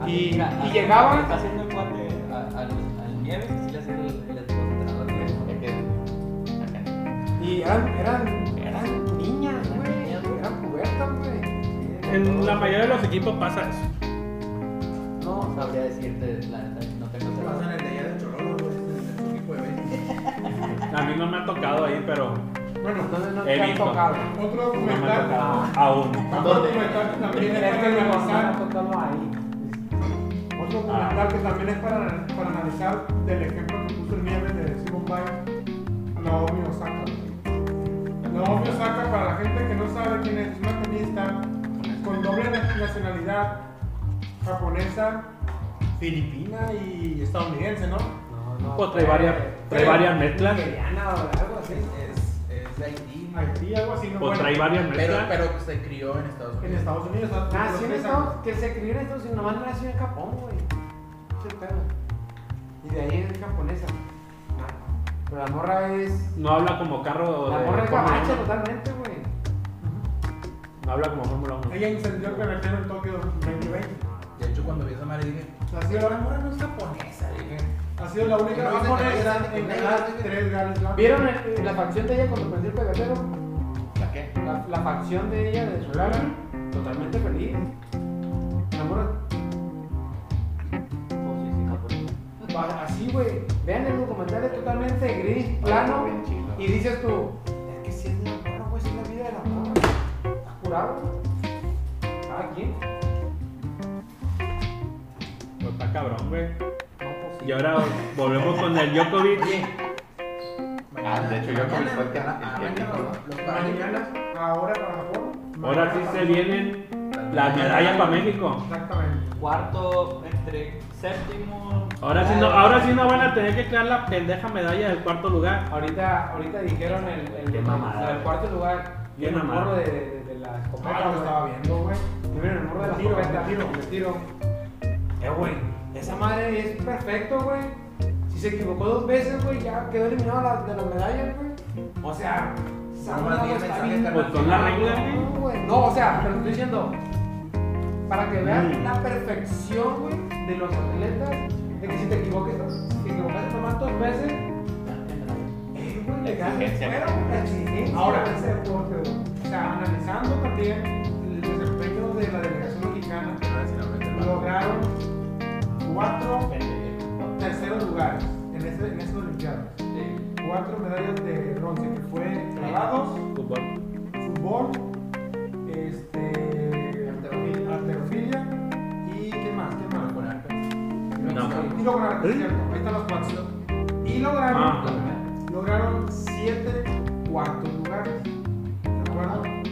G: Ah,
A: Y- y llegaban-
C: Está haciendo el cuate a- al, al nieve, y le hacen el, el entrenador.
G: Es que- acá.
A: Y eran, eran, eran niñas, güey. Eran pubertas, güey.
B: En la mayoría de los equipos pasa eso.
C: No sabría decirte, la neta, no tengo
L: Pasa en
C: certeza.
L: el de allá de Chololo, güey, en el equipo de béisbol.
B: A mí no me ha tocado ahí, pero
A: Bueno, entonces no
B: He
A: te han
B: visto.
A: tocado.
F: Otro
B: no me ha
F: documental.
A: Ah.
B: tocado aún.
F: Otro documental que también
A: Tienes
F: es
A: que
F: para
A: me van
F: analizar.
A: a tocarlo ahí.
F: Otro famoso documental que también es para, para analizar del ejemplo que puso el meme de Simon Biles, Naomi Osaka. Naomi Osaka, para la gente que no sabe quién es, es una tenista con doble nacionalidad japonesa, filipina y estadounidense, ¿no?
B: No, no, pues trae varias, trae varias mezclas.
D: Nigeriana o algo así.
G: Es, es de Haití, ma.
F: Haití, algo así, ¿no?
B: Pues trae
F: Bueno,
B: varias
G: pero,
B: mezclas.
G: pero se crió en Estados
F: en
G: Unidos.
F: Estados Unidos. o sea,
A: Nació en
F: esa-
A: Estados Ah, que se crió en Estados Unidos, nomás no nació en Japón, güey. Ese es el pedo. Y de ahí es japonesa. Nah, Pero la morra es.
B: No habla como carro
A: La
B: de
A: morra es
B: Fórmula
A: gabacha
B: Uno.
A: totalmente, güey.
B: No habla como Fórmula 1.
F: Ella incendió el carretero en Tokio 2020.
G: De hecho, cuando vi esa madre dije,
F: Ha sido,
G: la morra no es japonesa, dije.
F: ha sido la única
G: Pero
F: japonesa
G: no
F: en
G: se
F: ganar
G: te-
F: tres Gales Slam.
A: ¿Vieron el- la facción de ella cuando perdió el pegatero?
G: ¿La qué?
A: La, la facción de ella de Solana, totalmente feliz. La morra, va- así, güey. Vean el documental, es totalmente gris, plano.
G: Bien chido.
A: Y dices tú, es que si es la morra, güey, si es la vida de la morra. ¿Estás curado? ¿Cada quien?
B: Pues está cabrón, güey. Y ahora volvemos con el Djokovic.
G: Ah, de hecho, yo
C: Mañana,
G: fue el que-
C: ah,
G: el que
C: mañana,
G: dijo,
C: los-
G: ¿no?
C: los
F: Mañana, ahora para Japón.
B: Ahora sí se vienen las medallas para México.
F: Exactamente.
M: Cuarto, entre séptimo.
B: Ahora sí, no,
C: Ah,
B: ahora sí no van a tener que crear la pendeja medalla del cuarto lugar.
A: Ahorita, ahorita dijeron el, el,
B: Qué
A: el-
B: mamada.
A: el cuarto lugar.
B: Qué
A: el
B: mamada.
A: morro de, de, de la escopeta.
F: Ah, yo lo
A: güey.
F: estaba viendo, güey.
A: Miren, el morro de la
F: Tiro,
A: escopeta.
F: tiro.
A: el tiro. Eh, güey, esa madre es perfecto, güey. Si se equivocó dos veces, güey, ya quedó eliminado la- de las medallas, güey. O sea, esa
G: No,
A: madre
G: más bien
A: está
G: mensaje
A: bien
B: Pues son las reglas, güey.
A: no, güey. No, o sea, te lo estoy diciendo. Para que vean
B: Mm.
A: la perfección, güey, de los atletas. De que si te equivoques, si te equivocas nomás dos veces. eh, güey, le ganas.
G: Exigencia.
A: Pero, la exigencia
F: Ahora.
A: de ese deporte, güey.
F: O sea, analizando también el desempeño de la delegación mexicana, lograron cuatro terceros lugares en, ese, en esas Olimpiadas. Cuatro medallas de bronce, que fue clavados,
B: Fútbol.
F: fútbol, este,
A: Halterofilia.
F: halterofilia y ¿qué más? ¿Qué más?
B: No.
F: Y lograron, es cierto, ahí están los cuatro. Y lograron,
B: Ah.
F: lograron siete cuartos lugares. ¿De acuerdo? ¿Eh?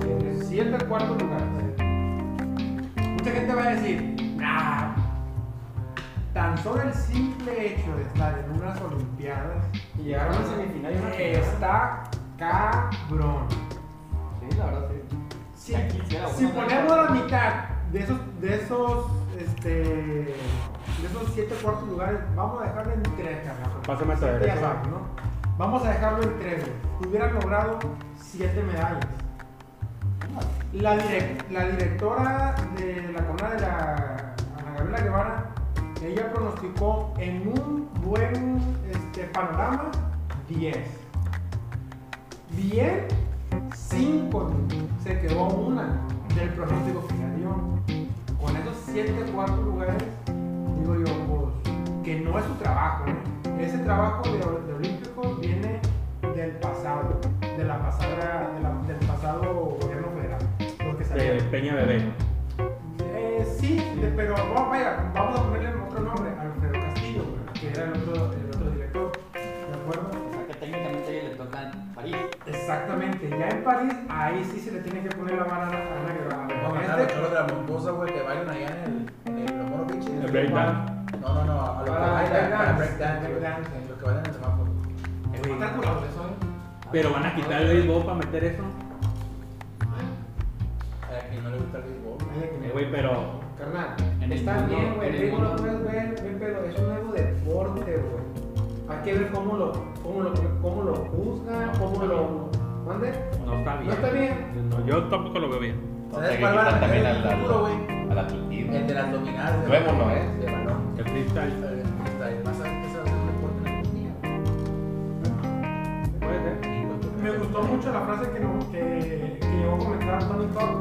F: Siete, siete cuartos lugares. Mucha gente va a decir, nah, tan solo el simple hecho de estar en unas olimpiadas
A: Y llegaron a semifinal y una final.
F: está cabrón.
M: Sí, la verdad sí.
F: Si,
M: Ya quisiera
F: si
M: uno.
F: ponemos la mitad de esos, de esos, este, de esos siete cuartos lugares, vamos a dejarlo en tres, cabrón.
B: Pásame esa
F: Siete ya
B: derecha.
F: sabes, ¿no? Vamos a dejarlo en tres, güey. Hubieran logrado siete medallas. La, direc- la directora de la cona de la Ana Gabriela Guevara, ella pronosticó en un buen este, panorama 10. Bien, 5 se quedó una del pronóstico que ya dio. Con esos 7 cuartos lugares, digo yo, pues, que no es su trabajo. ¿eh? Ese trabajo de, de olímpico viene del pasado, de la pasada, de la- del pasado gobierno federal. Lo que salió.
B: De Peña Bebé.
F: Eh, sí, de- pero vamos, vaya, vamos a ponerle otro nombre, Alfredo Castillo, güey, que era el otro, el otro director, ¿de acuerdo?
M: O sea que técnicamente a ella le tocan París.
F: Exactamente, ya en París, ahí sí se le tiene que poner la mano a la Ana Guevara.
G: Vamos a
F: Este-
G: ganar los choros de la Montuosa, güey, que bailan allá en el, en el los moros bichis.
B: El breakdown.
G: No, no, no, a los que
F: Ah,
G: bailan,
F: breakdance.
G: a breakdance, güey.
F: Breakdance.
G: Los que bailan en el semáforo.
F: Está curado eso, ¿eh?
B: Pero van a quitar el béisbol para meter eso.
G: A quien no le gusta el béisbol.
F: Ay, que me-
B: Eh, güey, pero.
A: Carnal,
M: En el
A: está
M: mundo,
A: bien, güey.
M: en
A: El
M: el
A: béisbol lo
M: mundo.
A: puedes ver, güey, pero es un nuevo deporte, güey. Hay que ver cómo lo, cómo lo, cómo lo juzgan, cómo lo. ¿Mande?
B: No está bien.
A: No está bien.
B: No, yo tampoco lo veo bien.
G: ¿Sabes
C: Entonces,
G: cuál
C: que
G: van a
C: quitan
G: meter
C: también
G: en el
C: al-
G: futuro, güey?
C: A la pintina.
G: El de las dominadas. de-
C: Nuevo no es.
G: De balón.
B: El freestyle.
G: El freestyle. Vas a ver que se va a hacer un deporte en algún día, güey.
B: Puede ser.
F: Me gustó mucho la frase que, no- que, que llegó a comentar Tony Todd,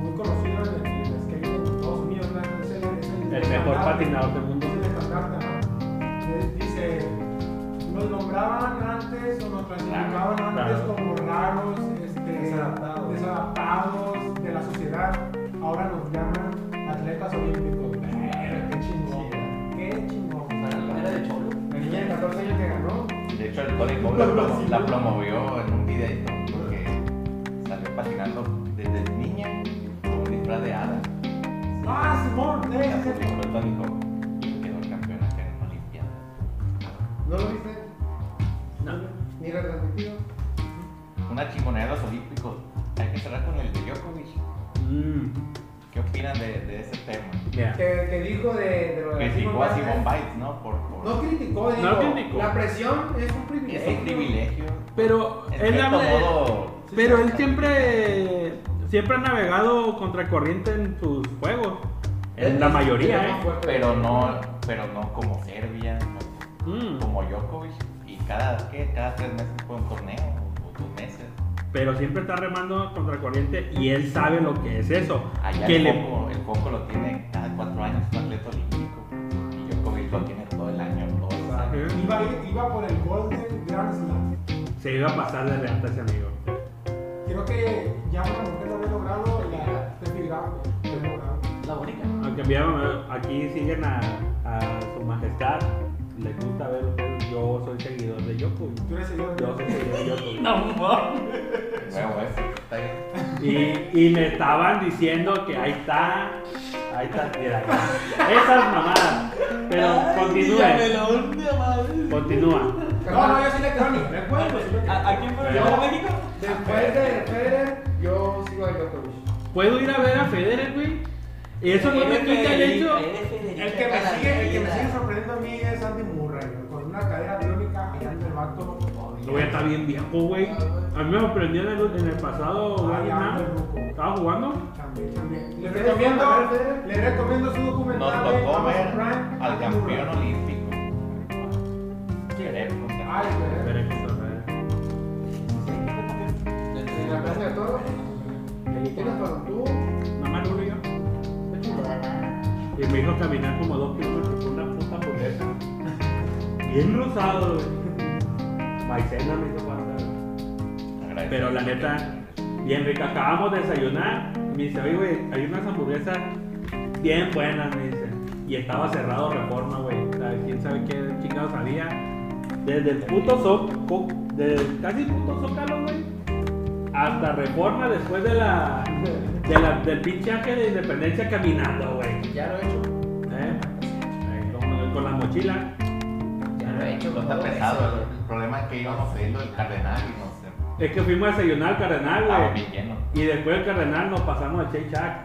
F: muy conocido en el, en el skate en Estados Unidos, ¿no? Es el- es
B: El mejor patinador del mundo.
F: Entonces, esta carta, ¿no? Eh, Dice, nos nombraban antes o nos clasificaban antes
B: claro.
F: como raros, este, desadaptados. de la sociedad. Ahora nos llaman atletas olímpicos.
B: ¿eh?
G: la, promo- la promovió en un videito porque salió patinando desde niña con un disfraz de hada.
F: Ah, Simón,
G: Se
F: eh,
G: la
F: jefe.
G: publicó Tony Hawk y quedó campeona acá en una Olimpiada.
A: ¿No lo viste?
B: No.
A: Ni retransmitido.
G: Una chingonera de los Olímpicos. Hay que cerrar con el de Djokovic.
B: Mm,
G: ¿Qué opinan de, de ese tema?
B: ya.
A: Que, que dijo de, de lo de
G: Criticó a
A: Simon
G: Simon
A: Biles.
G: Bites, ¿no? Por, por-
A: No criticó, dijo.
B: No criticó.
A: La presión es un privilegio.
G: Es un privilegio.
B: Pero
G: En
B: él
G: cierto
B: habla-
G: modo,
B: Pero él siempre siempre ha navegado contracorriente en sus juegos. En la
A: Es
B: mayoría,
A: más
B: ¿eh?
A: fuerte.
G: pero no, pero no como Serbia, no
B: Mm,
G: como Djokovic. Y cada, ¿qué? cada tres meses fue un torneo, o dos meses.
B: Pero siempre está remando contracorriente y él sabe lo que es eso.
G: Allá
B: Que
G: el,
B: le-
G: coco, el coco lo tiene cada cuatro años, un atleta olímpico. Y Djokovic lo tiene todo el año, todo el año.
B: Ajá.
F: Iba, iba por el Golden Grand Slam.
B: Se iba a pasar de reata ese amigo.
F: Creo que ya una mujer lo había logrado y la desfigurado.
M: La única.
B: Aunque mira, aquí siguen a, a su majestad. Les gusta ver ustedes. Yo soy seguidor de Djokovic.
F: Tú eres el
B: Yo soy seguidor de Djokovic.
G: Nuevo ¿eh? eso, está bien.
B: Y, y me estaban diciendo que ahí está, ahí está, mira, esas mamadas. Pero continúe, continúa.
A: No, no, yo sí le creo. Me acuerdo. sí le
C: Ah,
A: creo.
M: ¿A, a quién fue?
B: Pero-
M: ¿Llegó México?
A: Después de Federer, yo sigo a Djokovic.
B: ¿Puedo ir a ver a Federer, güey? Y eso fue lo que te han hecho.
F: El que me sigue, el que me sigue sorprendiendo a mí es Andy Murray, güey, con una cadera biónica allá en el vato.
B: Lo voy a estar bien viejo, güey. A mí me sorprendió en el, en el pasado,
F: Ah,
B: Grand
F: ya,
B: Slam.
F: el ruco.
B: Estaba jugando.
F: También, también. Les
A: ¿Ustedes
F: recomiendo,
A: fueron a ver Federer?
F: les recomiendo su
G: Nos
F: documental de
G: tocó ver
F: Amazon Prime,
G: al
F: Andy
G: campeón
F: Murray.
G: olímpico. Queremos.
F: Ay, güey.
B: Espera, que esto, eh.
A: En la plaza de todos. ¿Quién nos pasó? ¿Tú?
B: Mamá no yo.
A: Qué chulada.
B: Y me hizo caminar como dos kilómetros con una puta hamburguesa. Bien rosado, güey. Maicena me hizo pasar.
G: Agradecemos.
B: Pero la neta, bien rica. Acabamos de desayunar. y Me dice, oye, güey, hay unas hamburguesas bien buenas, me dice. Y estaba cerrado Reforma, güey. O sea, ¿Quién sabe qué chingados había? Desde el puto zócalo, desde casi el puto zócalo, güey. Hasta Reforma después de la, de la- del pinchaje de Independencia caminando, güey.
M: Ya lo he hecho.
B: ¿Eh? Eh, Con, con la mochila.
M: Ya lo he hecho.
G: No está
M: todo
G: pesado.
M: eso.
G: El problema es que íbamos a irlo del cardenal y no sé.
A: Eh,
B: Es que fuimos a desayunar al Cardenal, güey.
G: Estaba bien lleno.
B: Y después del Cardenal nos pasamos a Shake Shack.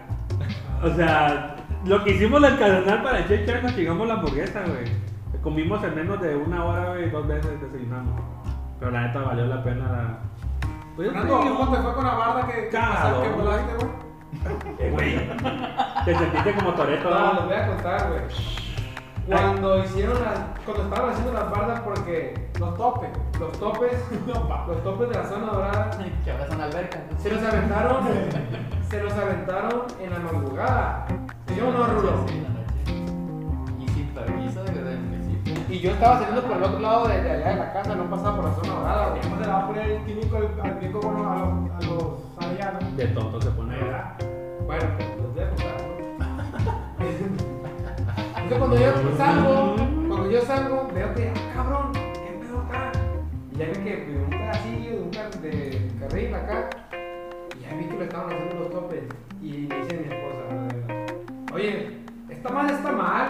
B: O sea, lo que hicimos del Cardenal para el Shake Shack nos chingamos la hamburguesa, güey. Comimos en menos de una hora, güey, dos veces desayunamos. Pero la neta valió la pena la... Pues,
F: Fernando, ¿cómo te fue con la barda que, que,
B: Cagado,
F: que volaste, güey?
B: <laughs> Eh, güey. Te sentiste como Toreto,
A: No, les Ah, voy a contar, güey. Cuando hicieron las, cuando estaban haciendo las bardas porque los topes, los topes, los topes de la zona dorada,
M: Que ahora son albercas.
A: se los aventaron, se los aventaron en la madrugada. ¿Sí o no, Rulo?
M: Sí, en la noche. Y sin permiso de del municipio.
A: Y yo estaba saliendo por el otro lado de, de allá de la casa, no pasaba por la zona dorada, güey.
F: Además, se la va a poner el químico al, al viejo bueno a los, a los aliados.
B: De tonto se pone, ¿verdad?
A: Bueno, pues los dejo, claro. Entonces cuando yo salgo, cuando yo salgo, veo que, ah, cabrón, ¿qué pedo acá? Y ya vi que vi un pedacillo de un car- de carril acá, y ya vi que le estaban haciendo los topes. Y me dice mi esposa, la verdad, oye, ¿está mal, está mal?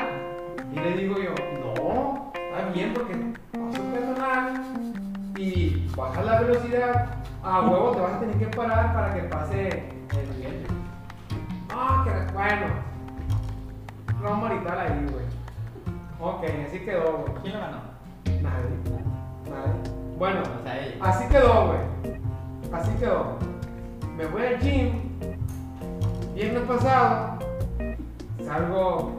A: Y le digo yo, no, está bien porque pasó personal y bajas la velocidad, a huevo te vas a tener que parar para que pase el cliente. Ah, que bueno. No marital ahí, güey. Ok, así quedó, güey.
M: ¿Quién lo ganó?
A: Nadie. Nadie. Bueno,
M: O sea, ella.
A: así quedó, güey. Así quedó. Me voy al gym. Viernes pasado. Salgo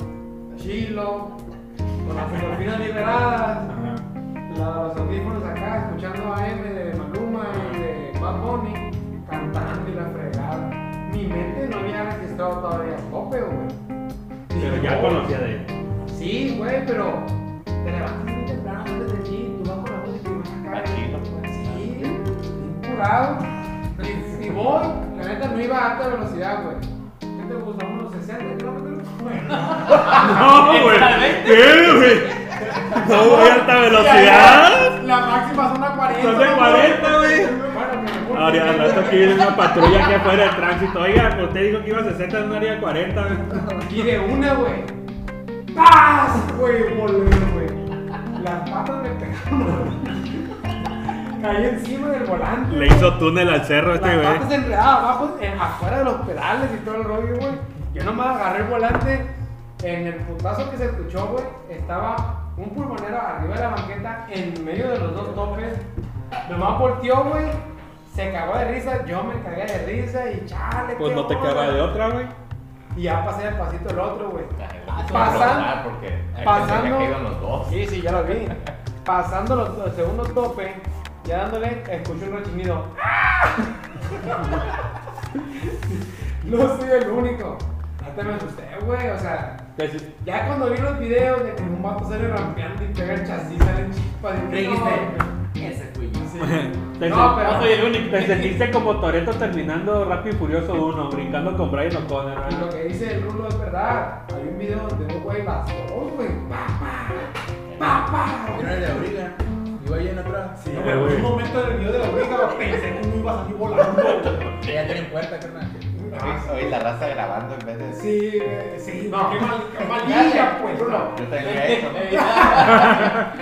A: chilo. Con las endorfinas liberadas. La- Los audífonos acá, escuchando a M de Maluma y de Bad Bunny, cantando y la fregada. Mi mente no había registrado todavía el tope, güey.
B: Pero ya conocía de él.
A: Sí, güey, pero te levantas muy temprano antes de ti, tú vas con la música y vas acá.
G: Tranquilo,
A: Sí, bien curado. Y, y voy, la neta no iba a alta velocidad, güey. ¿Qué te gusta? ¿Unos 60 kilómetros?
B: No, güey. ¿Qué, güey? No voy a alta velocidad.
F: La máxima son a 40.
B: Son de
F: ¿no?
B: 40, güey.
F: Bueno, que mejor.
B: Ahora, al rato que viene una patrulla aquí afuera de tránsito. Oiga, pues te dijo que iba a 60 en un área de 40, güey.
A: Y de una, güey. ¡Paz! Güey, boludo, güey. Las patas me pegaron. Caí encima del volante.
B: Le hizo túnel al cerro
A: Las
B: este, güey.
A: patas enredadas abajo, en- afuera de los pedales y todo el rollo, güey. Yo nomás agarré el volante. En el putazo que se escuchó, güey, estaba un pulmonero arriba de la banqueta, en medio de los dos topes. Nomás volteó, güey. Se cagó de risa, yo me cagué de risa y chale.
B: Pues
A: qué
B: no te
A: onda.
B: queda de otra, güey.
A: Y ya pasé el pasito el otro, güey.
G: Pasan. Porque
A: pasando-
G: Que los dos.
A: Sí, sí, ya lo vi. Pasando los, el segundo tope, ya dándole, escuché un rechinido. ¡Ah! <laughs> no soy el único. Hasta me asusté, güey. O sea,
B: Pues,
A: ya cuando vi los videos de que un vato sale rampeando y pega el chasis, salen chispas. y dije,
D: Dijiste,
A: "No,
D: ese fui yo. <laughs>
A: güey".
B: <laughs> Te
A: No,
B: sen-
A: pero-
B: no soy el único. Te sentiste como Toreto terminando Rápido y Furioso 1, brincando con Brian O'Connor,
A: Y lo
B: güey.
A: que dice el Rulo es verdad. Hay un video donde un güey bastón, güey. Pa, pa, pa, pa.
C: Yo no le abriga. Iba lleno atrás.
F: Sí,
B: Eh,
F: güey,
B: güey.
F: en un momento del video de la obliga pensé que no ibas a salir volando. güey.
C: Ya tienen puerta, carnal.
G: Oye, la raza grabando en vez de.
A: Sí, güey, sí, no, qué mal, qué malilla,
D: Dale,
A: pues.
G: Yo tendría eso.
A: eh,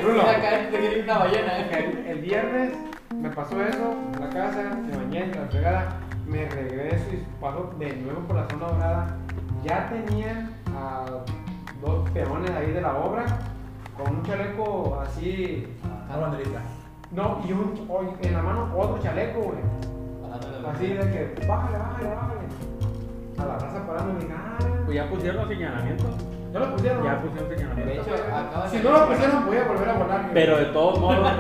G: ¿no?
A: Rulo.
D: Acá te viene una ballena, eh.
A: El, el viernes me pasó eso, la casa, me bañé, la fregada, me regreso y paso de nuevo por la zona dorada. Ya tenían a dos peones ahí de la obra con un chaleco así,
C: Ah, banderita.
A: no, y un, ch- o- en la mano otro chaleco, güey. Así
D: ¿eh?
A: de que, bájale, bájale, bájale. A la raza parando, me dije, ah,
B: Pues ya pusieron los señalamientos.
A: ya lo pusieron.
B: Ya pusieron
D: De
B: señalamientos.
D: hecho, acaba
A: si
D: de-
A: no lo pusieron, voy a volver a volar. güey.
B: Pero de todos modos,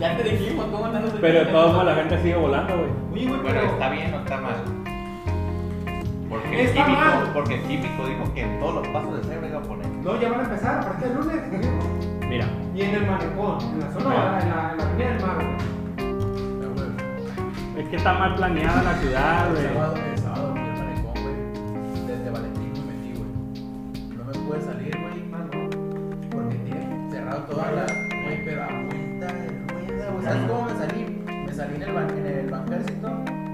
D: Ya te dijimos cómo andamos.
B: pero de todos modos la gente sigue volando, güey.
F: Oye, güey,
G: Bueno,
F: pero.
G: ¿está bien o está mal? Porque el
A: Está
G: químico,
A: mal.
G: porque el químico dijo que en todos los pasos de cebra iba a poner.
A: No, ya van a empezar, a partir del lunes.
B: Mira,
A: Y en el malecón, en la zona, dorada, en la, en la avenida del mar, güey.
M: Ah,
C: No, güey.
B: es que está mal planeada la ciudad,
C: El
B: güey.
C: sábado, el sábado fui al malecón, güey. Desde Valentín me metí, güey. No me pude salir, güey, mano. Porque tiene cerrado toda la. Güey, pero a vuelta de rueda, güey. ¿Sabes cómo me salí? Me salí en el, ban- en el bancárcito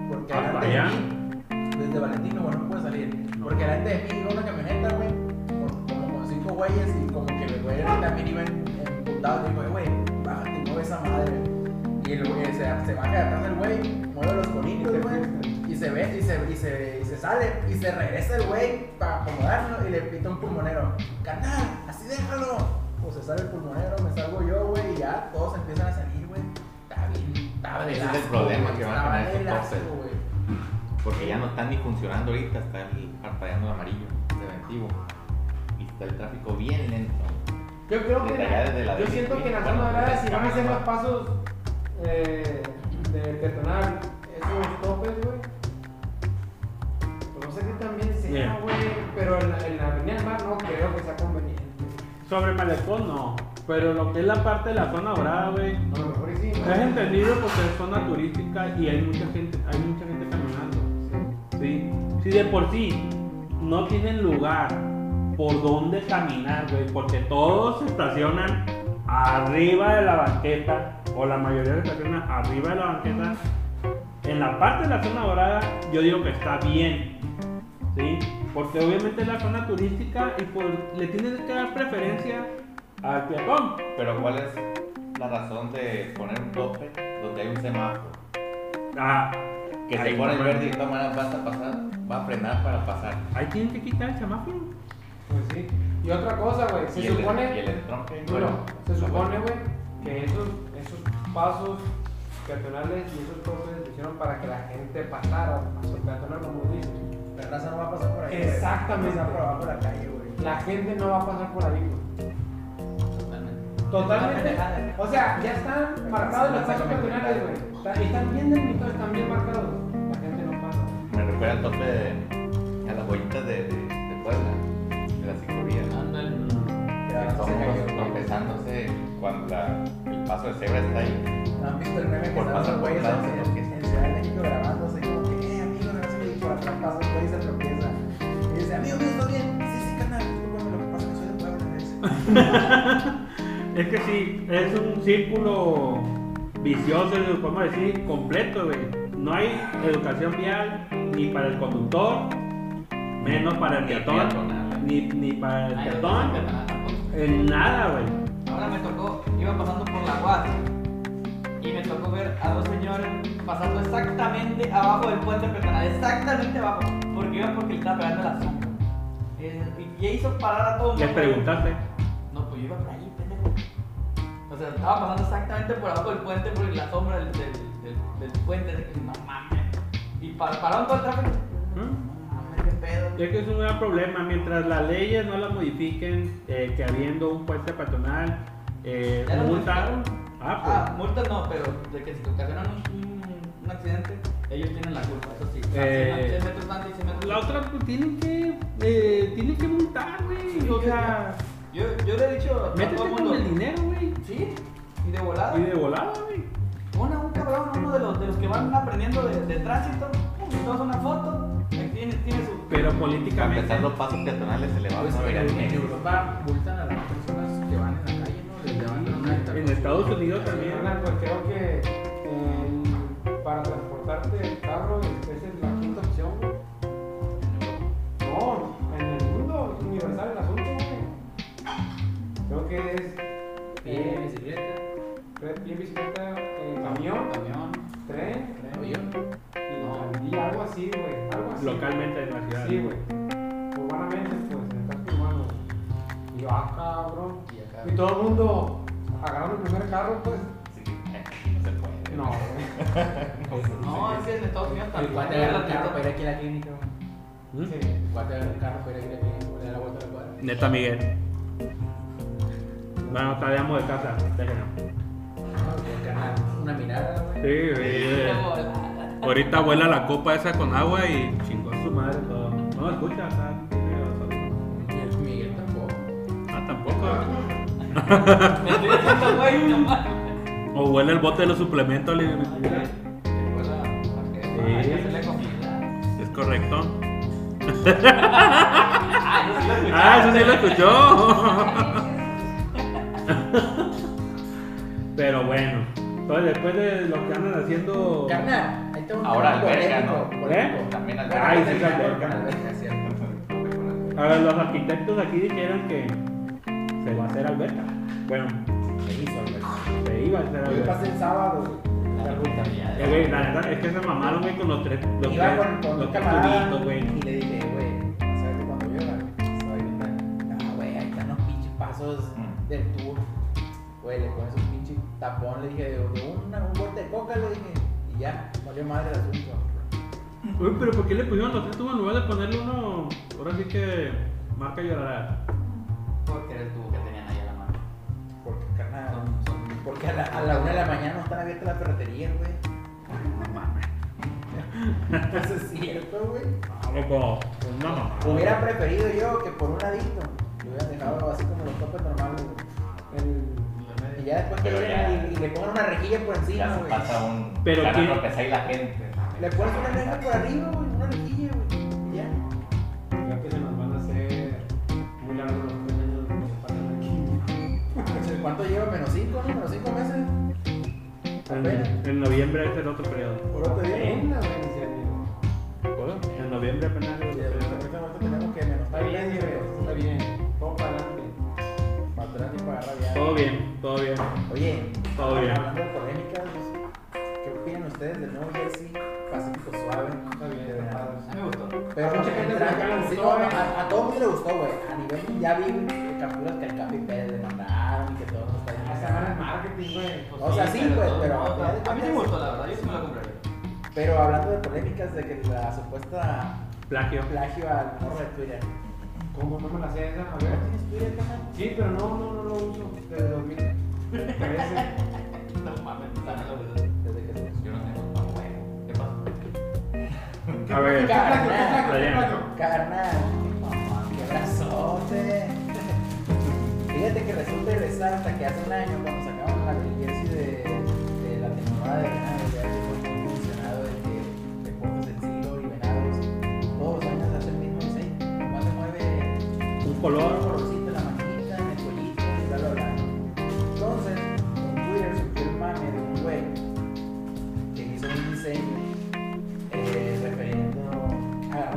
C: porque
B: Ah,
C: delante
B: para
C: de
B: allá.
C: mí, desde Valentín, no, güey, no pude salir. Porque delante de mí iba una camioneta, güey, con- como con cinco güeyes y como que el güey también iba en- emputado. Digo, "Eh, güey, bájate, mueve esa madre. Y el güey se, se baja de atrás del güey, mueve los conitos, güey, y se ve, y se, y se, y se sale, y se regresa el güey para acomodarlo y le pita un pulmonero. ¡Carnal, así déjalo! Pues se sale el pulmonero, me salgo yo, güey, y ya todos empiezan a salir, güey. Está bien, está
G: Ese es el
C: velasco,
G: problema
C: güey,
G: que van a
C: está
G: tener que
C: velasco,
G: torcer.
C: güey.
G: Porque ya no están ni funcionando ahorita, está el parpadeando de amarillo preventivo. Y está el tráfico bien lento.
A: Yo creo que,
G: Desde allá, desde la
A: yo
G: de-
A: siento que en la
G: bueno,
A: zona dorada,
G: desde
A: si van a hacer
G: Panamá.
A: los pasos eh, de detonar esos topes, güey. pues No sé qué también sea,
B: Bien.
A: güey, pero en la, en la avenida del mar no creo que sea conveniente.
B: Sobre malecón, no. Pero lo que es la parte de la zona dorada, güey.
A: A lo mejor y sí, ¿no?
B: Es entendido porque es zona turística y hay mucha gente, hay mucha gente caminando. Sí. Si de por sí no tienen lugar por donde caminar, güey, porque todos se estacionan arriba de la banqueta, o la mayoría se estacionan arriba de la banqueta. En la parte de la zona dorada, yo digo que está bien, ¿sí? Porque obviamente es la zona turística y pues le tienen que dar preferencia al peatón.
G: Pero ¿cuál es la razón de poner un tope donde hay un semáforo?
B: Ah,
G: Que
B: ahí
G: se pone el
B: toman-
G: verde y toma la vas a pasar, va a frenar para pasar.
B: Ahí tienen que quitar el semáforo.
A: Pues sí. Y otra cosa, güey, se
G: y el,
A: supone.
G: y el entronque,
A: Bueno,
G: bueno,
A: se
G: la
A: supone,
G: vuelta.
A: güey, que esos, esos pasos peatonales y esos topes se hicieron para que la gente pasara, paso peatonal como dicen.
C: La raza no va a pasar por ahí. güey.
A: Exactamente.
C: Va a probar por la calle, güey.
A: La gente no va a pasar por ahí, güey.
C: Totalmente.
A: Totalmente. O sea, ya están marcados los pasos peatonales, güey. Está- Están bien delimitados, están bien marcados. La gente no pasa.
G: Me recuerda al tope de, a las bollitas de, de, de Puebla, de la ciclovía.
D: Ándale.
C: Ya,
G: Estamos
C: se cayó.
G: tropezándose cuando la- el paso de cebra está ahí.
C: ¿Han visto el meme que
G: Por
C: están
G: pasar
C: los
G: por
C: güeyes
G: lados
C: en,
G: de los
C: en,
G: que
C: en Ciudad de México grabándose? Como que, eh, amigo, no sé qué, y por atrás pasa un güey y se tropieza.
B: <laughs>
C: Y dice, amigo, amigo, ¿todo bien? Sí, sí, carnal, discúlpame, lo que pasa es que soy de Puebla.
B: Es que sí, es un círculo vicioso, güey, podemos decir, completo, güey. No hay educación vial ni para el conductor, menos para el
G: Ni el
B: peatón,
G: peatonal, güey.
B: ni, ni para el
D: Ay, no
B: peatón,
D: te nada tampoco.
B: en nada, güey.
D: Ahora me tocó, iba pasando por la UAS y me tocó ver a dos señores pasando exactamente abajo del puente peatonal, exactamente abajo, porque iba porque le estaba pegando la sombra. Eh, y- y hizo parar a todos.
B: Les preguntaste.
D: No, pues yo iba por ahí, pendejo. O sea, estaba pasando exactamente por abajo del puente, por la sombra del, del, del- del puente. de que, No mames. Y pa- pararon todo el tráfico.
B: ¿Mm?
D: No mames, qué pedo.
B: Es que es un gran problema, mientras las leyes no las modifiquen, eh, que habiendo un puente peatonal, eh,
D: ¿Ya lo
B: multa.
D: modificaron?
B: Ah,
D: Ah, multas no, pero de que si te ocasionan un, un- un accidente, ellos tienen la culpa, eso sí. O sea,
B: Eh,
D: 100 metros antes y 100
B: pues.
D: metros
B: La otra, pues tienen que, eh, tienen que multar, güey.
D: Sí,
B: O
D: yo-
B: sea,
D: Yo, yo le he dicho a todo
B: métete
D: el
B: con el
D: mundo.
B: dinero, güey.
D: Sí, y de volada.
B: Y de volada, güey.
D: Una, un cabrón, uno de los, de los que van aprendiendo de, de tránsito, le tomas una foto, ahí tiene, tiene su.
B: Pero
G: Para
B: políticamente.
G: empezar, los pasos peatonales elevados
C: Pues,
G: no deberían
C: en, en
G: tener.
C: Europa multan a las personas que van en la calle, ¿no? Les levantan una alta.
B: En Estados Unidos
A: Sí,
B: también.
A: carnal, pues creo que el- para transportarte el carro este, esa es la quinta opción, güey. No, en el mundo es universal el asunto, güey. Creo que es
C: Pie,
A: eh,
C: bicicleta,
A: red, pie, bicicleta, eh, camión,
M: Camión,
A: tren
C: avión.
A: y, y algo así, güey. Algo así.
B: Localmente en la ciudad.
A: Sí, güey. Urbanamente, pues, en el casco urbano. güey. Y yo, ah, cabrón.
M: y acá.
A: Y todo el mundo agarrando el primer carro, pues.
G: Sí, eh, no se puede.
A: No, güey.
M: <laughs>
D: No, es que en Estados Unidos
C: El
D: también.
C: cuate agarra el carro para ir aquí a la clínica. güey.
B: ¿Mm?
A: Sí.
C: El cuate agarra el carro para ir aquí a la clínica, le da la vuelta al cuadro.
B: Neta, Miguel. Bueno, te amo de casa. Déjenlo.
C: No, güey, carnal, Una mirada, güey.
B: Sí,
D: De
B: güey.
D: volada.
N: Ahorita vuela la copa esa con agua y
B: Con
N: chingón.
B: su madre todo. No escucha, acá.
C: Y el Miguel tampoco.
N: Ah, tampoco.
D: Me estoy haciendo güey, no mames.
N: O huele el bote de los suplementos, Oliver.
M: Que vuela,
B: Sí.
M: porque hay que hacerle comida.
N: Es correcto.
D: Ah, yo
N: Ah, eso
D: sí lo escuché.
N: sí lo escuchó.
B: Pero bueno. Entonces, después de lo que andan haciendo.
C: Carnal, ahí está un
G: Ahora
C: tema
G: alberga,
C: polémico,
G: ¿no?
C: polémico.
B: ¿Eh?
G: También al
B: Ay, sí,
C: terminamos
B: alberga.
C: con alberga, es cierto.
B: A ver, los arquitectos aquí dijeron que se va a hacer alberca. Bueno,
C: Se hizo, alberga.
B: se iba a hacer
A: Yo
B: alberca.
A: pasé el sábado, güey.
D: La responsabilidad.
B: Eh, güey, la verdad es que se mamaron, güey, con los tres. Los
C: Iba
B: tres,
C: con, con
B: los
C: un
B: tres
C: camarada
B: tubitos, güey.
C: y le dije, güey, ¿sabes que cuando llueva? Se va a gritar. No, güey, ahí están los pinches pasos
G: Mm.
C: del tubo. Güey, le pones un pinche tapón, le dije, de una, un bote de coca, le dije, y ya, valió madre el asunto.
B: Uy, pero ¿por qué le pusieron los tres tubos en lugar de ponerle uno? Ahora sí que marca llorará.
D: Porque era el tubo que tenían ahí a la mano.
C: Porque, carnal,
D: Son- son-
C: porque a la, a la una de la mañana no están abiertas las ferreterías, güey. No mames. Eso es cierto, güey.
B: Ah, loco. Pues no, no.
C: Hubiera preferido yo que por un ladito lo hubieran dejado así como los topes normales, güey. Y ya después que
G: Pero
C: lleguen
G: ya-
C: y, y le pongan una rejilla por encima,
G: Ya se
C: güey.
G: pasa un.
B: Pero
G: van a
B: tiene-
G: tropezar y la gente.
C: Le pones una reja por arriba, güey, una rejilla, güey. y Ya.
A: Creo que se nos van a hacer muy largos los tres años que se pasan aquí.
C: Entonces, ¿Cuánto Pues, lleva? Menos cinco, ¿no? Menos cinco meses.
B: En,
C: Apenas.
B: en noviembre este es el otro periodo.
C: Por otro día. ¿no?
A: Venga, güey, en serio.
B: En noviembre apenas es
C: Sí,
B: el
C: de
B: otro
C: verdad,
B: periodo.
C: ahorita- ahorita tenemos que menos
A: Está
C: tres
A: bien,
C: meses,
A: güey, está bien. Todo para adelante.
C: güey, Para atrás y para arriba. ya.
B: Todo bien, todo bien.
C: Oye,
B: Todo bien.
C: hablando de polémicas, ¿qué opinan ustedes del nuevo Jersey Pacífico Suave?
A: Está bien,
C: De
A: está
C: verdad.
A: padre.
D: A mí me gustó.
C: Pero
A: Mucha gente
C: entra-
A: se acaba de
C: sí,
A: gustó,
C: no,
A: eh.
C: a, a todo el mundo le gustó, güey. A nivel ya vi eh, capturas que el Capi Pérez le mandaron y que todo está
A: Ah, se van al marketing, güey.
D: Pues
C: O sea, sí,
D: pero
C: pues,
D: no,
C: pero-
D: no, no. A mí sí me gustó, la verdad, yo sí me lo compraría.
C: Pero hablando de polémicas de que la supuesta
B: Plagio.
C: plagio al morro de Twitter.
A: ¿Cómo no me la sé esa? A
C: ¿No
A: ver.
C: tienes Twitter, carnal?
A: Sí, pero no, no, no lo uso desde 2000. Parece.
C: <laughs>
D: No mames, también lo gustó.
C: Desde que se
G: Yo no tengo pa' huevo. ¿Qué pasó?
B: A ver.
C: Carnal,
B: Adrián.
C: carnal. Qué brazote. Fíjate que resulta y resalta que hace un año cuando sacaron la Jersey de, de la temporada de venados, ya que fue muy mencionado de que deportes del siglo y venados, todos los años hace el mismo diseño. Nomás se mueve
B: Un
C: el
B: color.
C: colorcito, la manita, en el cuellito, y bla, bla, bla.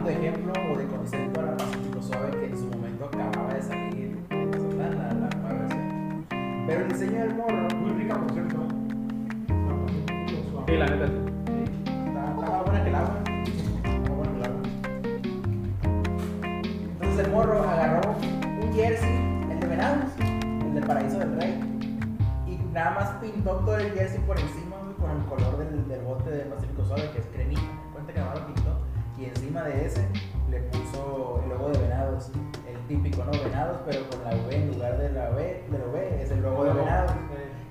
C: ejemplo, o eh, de concepto a la Pacífico Suave que en su momento acababa de salir en Mazatlán, la, la nueva versión. Pero el diseño del morro
F: Muy rica, por cierto. ¿eh? La pasé con suave.
B: Sí, la neta. sí.
C: Estaba estaba buena que el agua. Estaba buena que el agua. Entonces el morro agarró un jersey, el de Venados, el del Paraíso del Rey. Y nada más pintó todo el jersey por encima güey, con el color del, del bote de Pacífico Suave, que es cremita. Cuenta que nada más lo pintó. Y encima de ese le puso el logo de Venados. El típico, ¿no? Venados, pero con la V en lugar de la V, de la V, es el logo de Venados.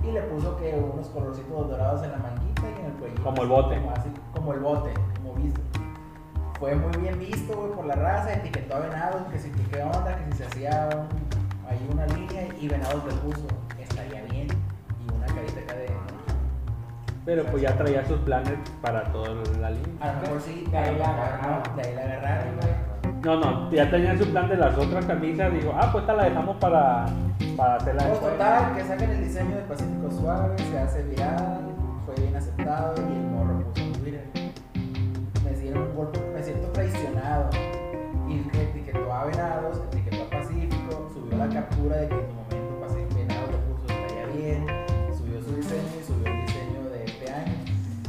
C: Y le puso que unos colorcitos dorados en la manguita y en el cuello.
B: Como el bote.
C: Como, así, como el bote, como visto. Fue muy bien visto, güey, por la raza, etiquetó a Venados, que si que qué onda, que si se hacía un- ahí una línea y Venados le puso, estaría bien. Y una carita acá de.
B: Pero pues ya traía sus planes para toda la línea.
C: A lo mejor sí,
D: De ahí la agarraron.
C: De ahí la agarraron, güey.
B: No, no, ya tenían su plan de las otras camisas. Digo, ah, pues esta la dejamos para, para hacerla
C: Pues
B: después.
C: total, que sacan el diseño de Pacífico Suave, se hace viral, fue bien aceptado y el morro puso en Twitter. Me dieron un golpe, me siento traicionado. Y que etiquetó a Venados, etiquetó a Pacífico, subió la captura de que en su momento Pacífico Venados lo puso estaría bien, subió su diseño y subió el diseño de este año.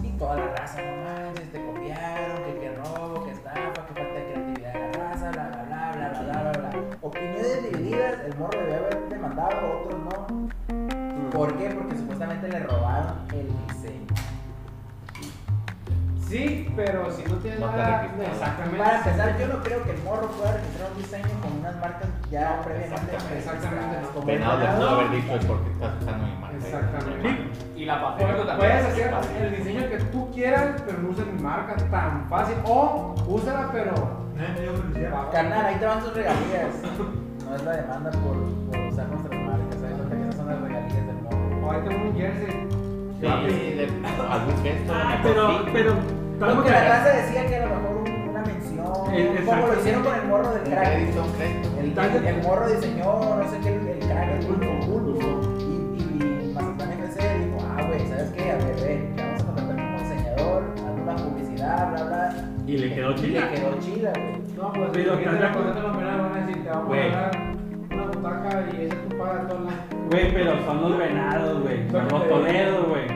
C: Y toda la raza, no mames, te copiaron, que qué robo, que estafa, que falta de creatividad de la raza, bla, bla, bla, bla, bla, bla, bla, bla. Opiniones divididas, el morro debe haber demandado, otros no.
A: Mm.
C: ¿Por qué? Porque supuestamente le robaron el diseño.
A: Sí, pero si no tienes
G: No está
A: nada. pues,
G: registrado.
A: Exactamente.
C: Para empezar, yo no creo que el morro pueda registrar un diseño con unas marcas ya previamente
A: exactamente,
C: registradas,
A: no.
C: como
G: Venado le
C: Venados.
G: pudo haber dicho es porque estás usando mi marca.
A: Exactamente.
D: Y la papel
A: Puedes
D: también.
A: puedes hacer el diseño que tú quieras, pero no uses mi marca tan fácil. O úsala, pero.
F: Nadie me dio felicidad.
C: Carnal, ahí te van tus regalías. No es la demanda por, por usar nuestras marcas, ¿sabes? Lo que esas son las regalías del morro.
A: O ahí tengo un jersey. pues,
G: Sí, de- algún gesto.
B: Ah,
G: mejor
B: pero,
G: sí.
B: pero, estamos
C: Porque la
B: acá.
C: raza decía que a lo mejor un- una mención,
B: Eh,
C: como lo
B: exacto.
C: hicieron con el morro del
G: Un
C: crack.
G: crédito, un crédito.
C: El, el- el morro diseñó, no sé qué, el, el crack, el pulpo, pulpo. Y, y, y Mazatlán FC dijo, ah, güey, ¿sabes qué? A ver, ven, te vamos a contratar como diseñador, haz una publicidad, bla, bla.
B: Y le quedó chila.
C: Y le quedó chila, güey.
A: No, pues si
B: Pero
A: la gente
B: estás de
A: la contrata los penales, van a decir, te vamos
B: Güey.
A: a dar una butaca y ese es tu paga toda la.
B: Güey, pero son los venados, güey. Son los toledos, güey.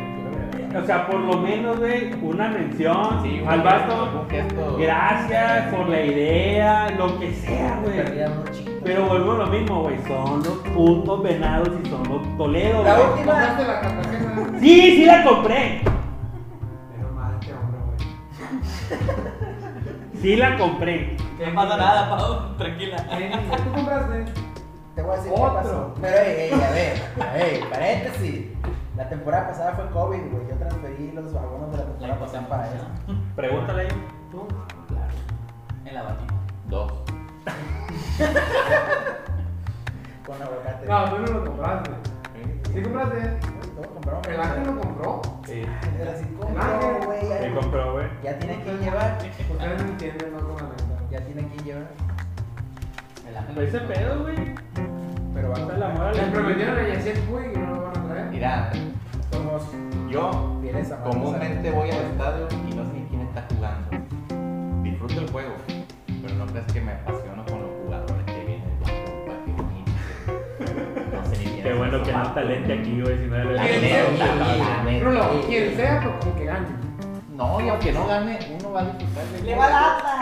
B: O sea, por lo menos, güey, una mención
G: Sí, un
B: al
G: gesto,
B: vato.
G: un gesto.
B: Gracias por la idea, lo que sea, güey.
C: Perdían unos chitos.
B: Pero vuelvo a lo mismo, güey. Son los putos venados y son los toledos,
C: La
B: güey.
C: última.
A: Compraste la cartagena.
B: Sí, sí la compré.
A: Pero mal este hombre, güey.
B: Sí la compré.
M: No pasa nada, Pau, tranquila.
A: ¿Qué tú compraste?
C: Te voy a decir
A: Otro.
C: qué pasó. Pero, ey, ey, a ver, a ver, paréntesis. La temporada pasada fue COVID, güey. Yo transferí los abonos de la temporada pasada para eso.
B: Pregúntale.
A: ¿Tú?
M: Claro. En la batida.
G: Dos.
C: Con aguacate.
A: No, tú no lo compraste. ¿Sí compraste?
C: Todos compraron.
A: ¿El ángel lo compró?
B: Sí.
C: Pero sí
A: El
C: compró,
A: ángel.
C: güey.
B: Me
C: Ya,
B: compró, güey.
C: ya tiene que llevar.
A: Ustedes no entienden, no con la neta.
C: Ya tiene que llevar.
M: El ángel.
B: Ese pedo, güey.
C: Pero va a
B: Hasta la moral.
A: Les prometieron a Yacet Puig y no lo van a traer.
G: Mira,
C: Somos
G: yo
C: fieles amantes.
G: comúnmente voy al estadio y no sé ni quién está jugando. Disfruto el juego, pero no creas que me apasiono con los jugadores que vienen de Europa, que vienen. No sé ni quién
B: Qué
G: es
B: bueno
G: eso,
B: que no
G: vato.
B: está lente aquí, güey. Si no
G: La
B: era
A: ¿Quién
B: lente.
A: es?
G: neta, la neta.
A: Rulo, quien sea, pero como que gane.
G: No, y aunque no gane, uno va a disfrutar del
M: Le
G: juego.
M: va al Atlas.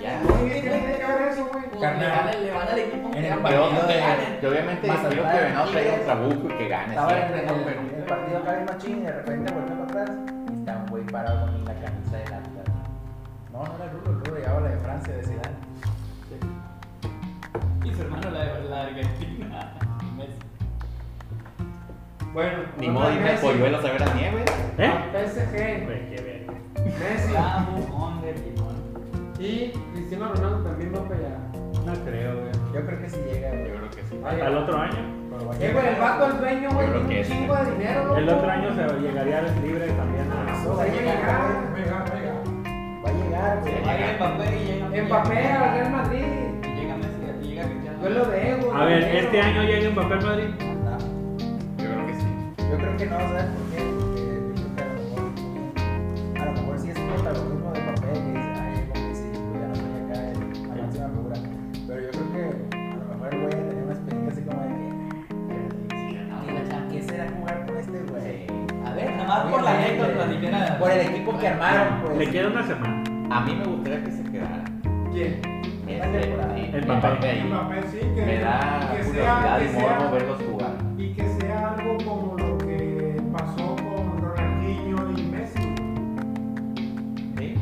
G: Ya.
A: Oye, ¿qué tiene que ver eso, güey?
M: Pues,
C: Carnal.
M: Le van al- le van al equipo
C: En
M: que
C: el
M: gana.
G: Pero
C: partido
G: que
C: de-
G: gane. Yo obviamente
C: Mazatlán,
G: quiero que Venado traiga un
C: Tigres.
G: trabuco y que gane.
C: Estaba en
G: siempre,
C: el,
G: ¿no? Pero-
C: el partido acá bien machín y de repente vuelve para atrás y está un güey parado con la camisa del Atlas. No, no era el Rulo, el Rulo llevaba la de Francia, de Zidane.
F: Ah,
M: Y su hermano la de la de
F: <laughs>
M: Argentina. Messi.
A: Bueno,
G: Ni
A: no
G: modo
A: trae
G: dime
A: Messi.
G: polluelos a ver a nieve.
A: Ah,
B: ¿Eh?
A: PSG,
B: Güey, qué verga.
A: Messi
M: Vamos, hombre, Limón.
A: y Cristiano Ronaldo también va para allá.
B: No creo, güey.
C: Yo creo que si llega,
G: Yo
C: güey.
G: creo que sí.
A: Ahí
B: Hasta el otro año.
C: pero va
A: Eh,
C: a
A: güey, el
C: llegar.
A: vato es dueño, güey,
G: Yo creo
A: tiene un
G: que sí.
A: chingo de dinero, loco.
B: El otro año se llegaría libre también a.
C: Eso va a llegar, güey.
F: Venga, venga.
C: Va a llegar,
M: Va
C: güey.
M: a ir Mbappé y llega
A: Mbappé al Real Madrid.
M: Y llega Messi, y llega Cristiano.
A: Duelo de ego.
B: A ver,
A: dinero.
B: este año llega Mbappé al Madrid.
C: No,
G: Yo creo que sí.
C: Yo creo que no, ¿sabes por qué? Porque yo creo que a lo mejor, a lo mejor sí es protagonismo de papel que dice, ay, llegó Messi, güey, pues, ya no estoy acá, eh, el "Ah, este
G: Pues, eh,
C: equipo que armaron, pues.
B: Le queda una semana.
G: A mí me gustaría que se quedara.
F: ¿Quién?
G: Este, el
B: Mbappé.
G: Mbappé.
F: Mbappé, sí, que,
G: Me da
F: que sea,
G: curiosidad
F: que
G: y
F: sea-
G: morbo verlos jugar.
F: y que sea algo como lo que pasó con Ronaldinho y Messi.
G: ¿Sí?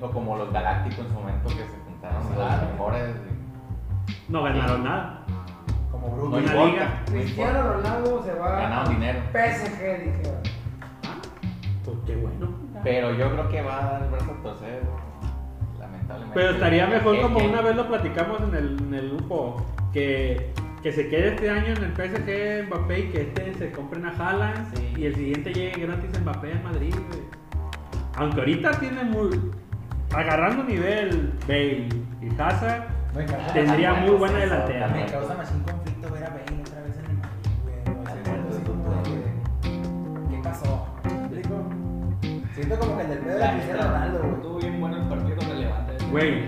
G: O como los Galácticos en su momento que se juntaron
D: Claro.
G: los mejores.
B: No ganaron nada.
C: Como
G: No
C: Bruno.
B: Una
G: importa.
B: liga.
G: no importa.
A: Cristiano Ronaldo se va
G: Ganaron
A: a
G: dinero.
A: PSG, dijeron.
B: Pues qué bueno.
G: Pero yo creo que va a dar el brazo a torcer. Lamentablemente.
B: Pero estaría mejor,
G: Que-
B: como
G: que-
B: una vez lo platicamos en el, en el grupo, que, que se quede este año en el PSG Mbappé y que este se compren a Haaland
G: Sí.
B: y el siguiente llegue gratis Mbappé a Madrid. güey. Aunque ahorita tiene muy. Agarrando nivel Bale y Hazard,
C: Me
G: Ah,
C: causa-
B: tendría muy buena
G: Eso
B: delantera.
C: Me
G: también.
C: causa más un conflicto ver a Bane otra vez en el Madrid, güey. O sea,
G: Alberto,
C: así
G: tú,
C: como de que, ¿Qué pasó? ¿Me explico? Siento como que el del pedo de
D: La
C: Cristiano
D: neta,
C: Ronaldo, güey.
D: Tuvo bien bueno el partido con el Levante.
B: Güey,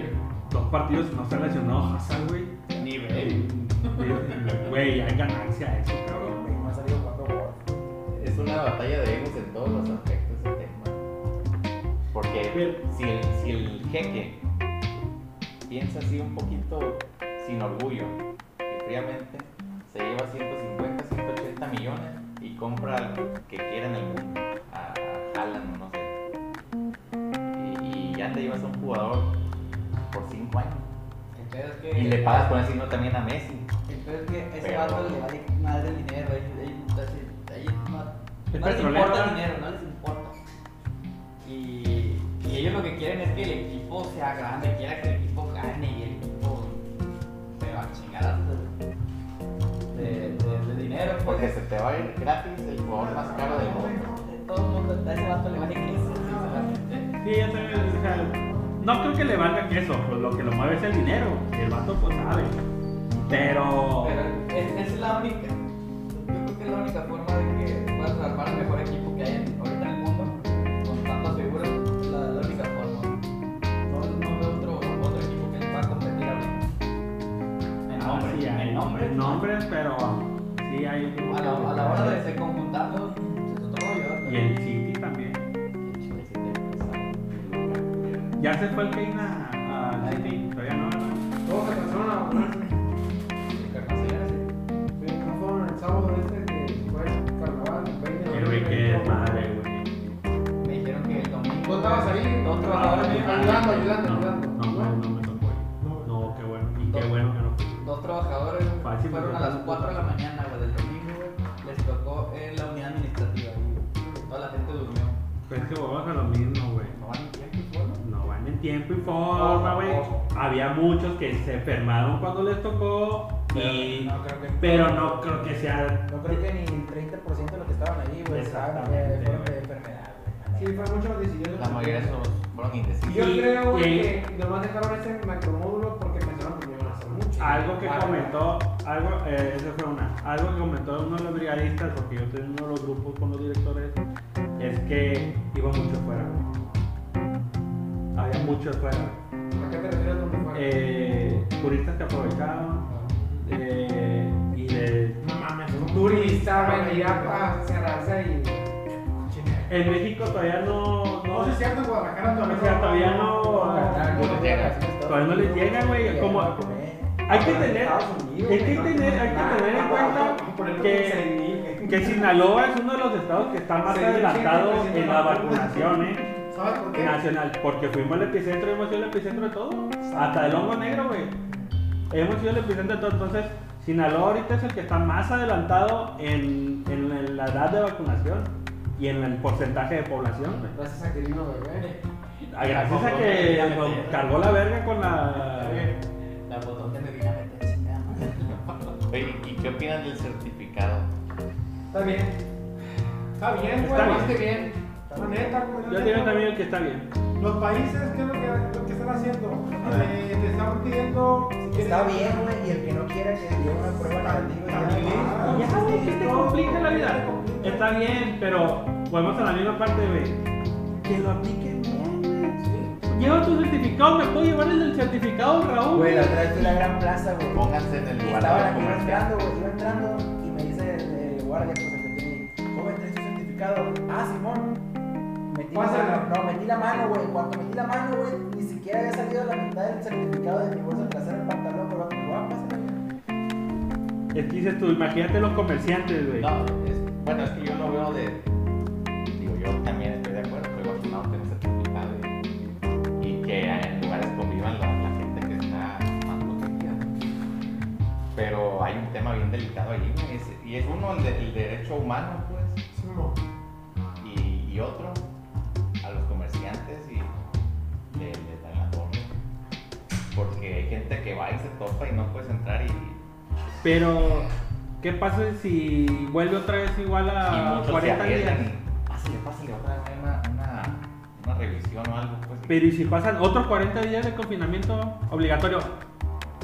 B: dos partidos no se ha lesionado Hazard, güey.
D: Nivel.
B: Güey, hay ganancia eso, cabrón.
C: Bane eh, no ha salido jugando gol.
G: Es una batalla de egos en todos los aspectos del tema. Porque
B: Pero-
G: si el, si el jeque piensa así un poquito sin orgullo y fríamente, se lleva 150, 180 millones y compra al que quiera en el mundo, a a Haaland o no sé. Y, y ya te llevas a un jugador por 5 años.
D: El pedo es que-
G: Y le pagas por encima también a Messi.
D: El pedo es que ese
G: Pero-
D: vato le vale madre el dinero. ahí- ahí- así- ahí
B: Es
D: no, no les
B: petrolero,
D: importa el
B: ¿verdad?
D: dinero, no les importa. Y, y ellos lo que quieren es que el equipo sea grande, quiera que el equipo gane y el equipo se va a chingar hasta de, de- de dinero.
G: Porque se te va a ir gratis el jugador más caro del mundo.
D: todo el mundo, a ese vato le vale queso. sinceramente.
B: Sí, ya también, o sea, no creo que le valga queso, pues lo que lo mueve es el dinero, el vato pues sabe. Pero,
D: Pero es, es la única, yo creo que es la única forma de que puedas armar el mejor equipo que hay en- ahorita en el mundo, con tantas figuras, es la, la única forma. No, no veo otro, otro equipo que va a competir ahorita. En
B: Ah,
D: nombre,
B: sí, hay-
D: en nombre.
B: en nombres, pero sí hay
D: A la, a la hora de, de conjuntarlos, es otro rollo. ¿verdad?
B: Y el City también. Ya se fue el Kane a- al City, todavía no, ¿verdad?
A: Todos se pasaron a vacunarse. Sí, no fueron el sábado este que fue el carnaval, el 20 de
B: Pero güey, qué
A: noviembre.
B: madre, güey.
D: Me dijeron que el domingo.
A: ¿Tú estabas ahí?
D: Dos
A: Ah,
D: trabajadores
A: sí.
D: mexicanos.
A: Ayudando, ayudando,
B: No,
A: ayudando.
B: No, güey, no me tocó. güey. No, qué bueno. Y qué bueno que no fui.
D: Dos trabajadores
B: Fácil,
D: fueron a
B: porque-
D: las 4 de la mañana, güey, del domingo, güey. Les tocó en la unidad administrativa, güey. Toda la gente durmió.
B: Pero Pues es que volvemos a lo mismo, güey.
D: No van ni tiempo, solo.
B: No van en tiempo y forma,
D: Ojo,
B: güey.
D: ojo.
B: Había muchos que se enfermaron cuando les tocó. Y...
C: No creo que.
B: Pero no creo que sea.
C: No creo que ni el 30% de los que estaban ahí, güey, estaban
B: Exactamente,
C: eh, fueron de
B: güey.
C: enfermedad,
A: Sí,
C: güey.
A: fue mucho decidido.
G: La mayoría son, fueron
A: Y
G: indecisos.
A: Yo
B: Y-
A: creo
B: y-
A: güey, que nomás dejaron ese macromódulo porque pensaron que no iban a hacer mucho.
B: Algo que
A: Ah,
B: comentó, algo, eh, esa fue una, algo que comentó uno de los brigadistas, porque yo estoy en uno de los grupos con los directores, es que iba mucho fuera, güey. Había mucho fuera. güey.
A: ¿A qué te refieres con que fue?
B: Eh, turistas que aprovecharon eh, y de
A: No mames, un turista venía para cerrarse ahí.
B: En México todavía no.
A: No,
B: no
A: sí es cierto, en Guadalajara
B: o sea, todavía no.
G: no les llega.
B: Todavía no les llega, güey, como- Hay que tener, hay que tener, hay que tener
A: Ah,
B: en cuenta que Que Sinaloa es uno de los estados que está más
A: Sí, sí,
B: adelantado
A: sí, sí,
B: en la
A: sí, sí, sí.
B: vacunación ¿eh?
A: ¿Sabes por qué?
B: nacional, porque fuimos el epicentro, hemos sido el epicentro de todo, hasta el hongo negro, güey. Hemos sido el epicentro de todo, entonces Sinaloa ahorita es el que está más adelantado en, en la- en la edad de vacunación y en el porcentaje de población, güey.
A: Gracias a que vino bebé.
B: Ah, Gracias a que nos cargó la verga con la...
D: La botón de me vino a meter chingada. madre.
G: Oye, ¿y qué opinan del certificado?
A: Está bien. Está bien,
B: Está
A: güey,
B: bien.
A: más que bien. La neta,
F: pues,
A: güey, la
B: Yo
A: neta.
B: digo también el que está bien.
F: Los países, ¿qué es lo que, lo que están haciendo?
A: Eh,
F: Te, te están pidiendo. si quieres-
C: Está bien, güey, y el que no quiera que dio una prueba negativa, ya,
F: También.
C: ah,
B: Ya, güey, que te complica la vida. Está bien, pero volvemos a la misma parte, güey. Que lo apliquen bien, güey. Lleva tu certificado, me puedo llevar el del certificado, Raúl.
C: Güey, la otra vez fui a la gran plaza, güey.
G: Pónganse en el
C: Y
G: lugar
C: estaba
G: de
C: la
G: los
C: que iba entrando,
G: comerciantes.
C: güey, iba entrando y me dice el, el guardia, pues el que tiene, joven, trae su certificado. Ah, Simón. Metí Digo,
A: Pásala.
C: No, metí la mano, güey. Cuando metí la mano, güey, ni siquiera había salido la mitad del certificado de mi bolsa trasera del pantalón, pero me voy a pasar.
B: Es que dices tú, imagínate los comerciantes, güey.
G: No, es- bueno, es que yo no veo de. Digo, yo también estoy de acuerdo, estoy vacunado, tengo certificado y, y que en lugares convivan la, la gente que está más protegida. Pero hay un tema bien delicado allí, güey, es- y es uno, el, de- el derecho humano, pues,
F: Simón.
G: y, y otro, a los comerciantes y le, le dan la torre. Porque hay gente que va y se topa y no puedes entrar y,
B: Pero, ¿qué pasa si vuelve otra vez igual
G: y
B: a
G: muchos se
B: 40 días?
G: arriesgan y pásale, pásale, otra vez una, una, una revisión o algo, pues. y-
B: Pero, ¿y si pasan otros 40 días de confinamiento obligatorio?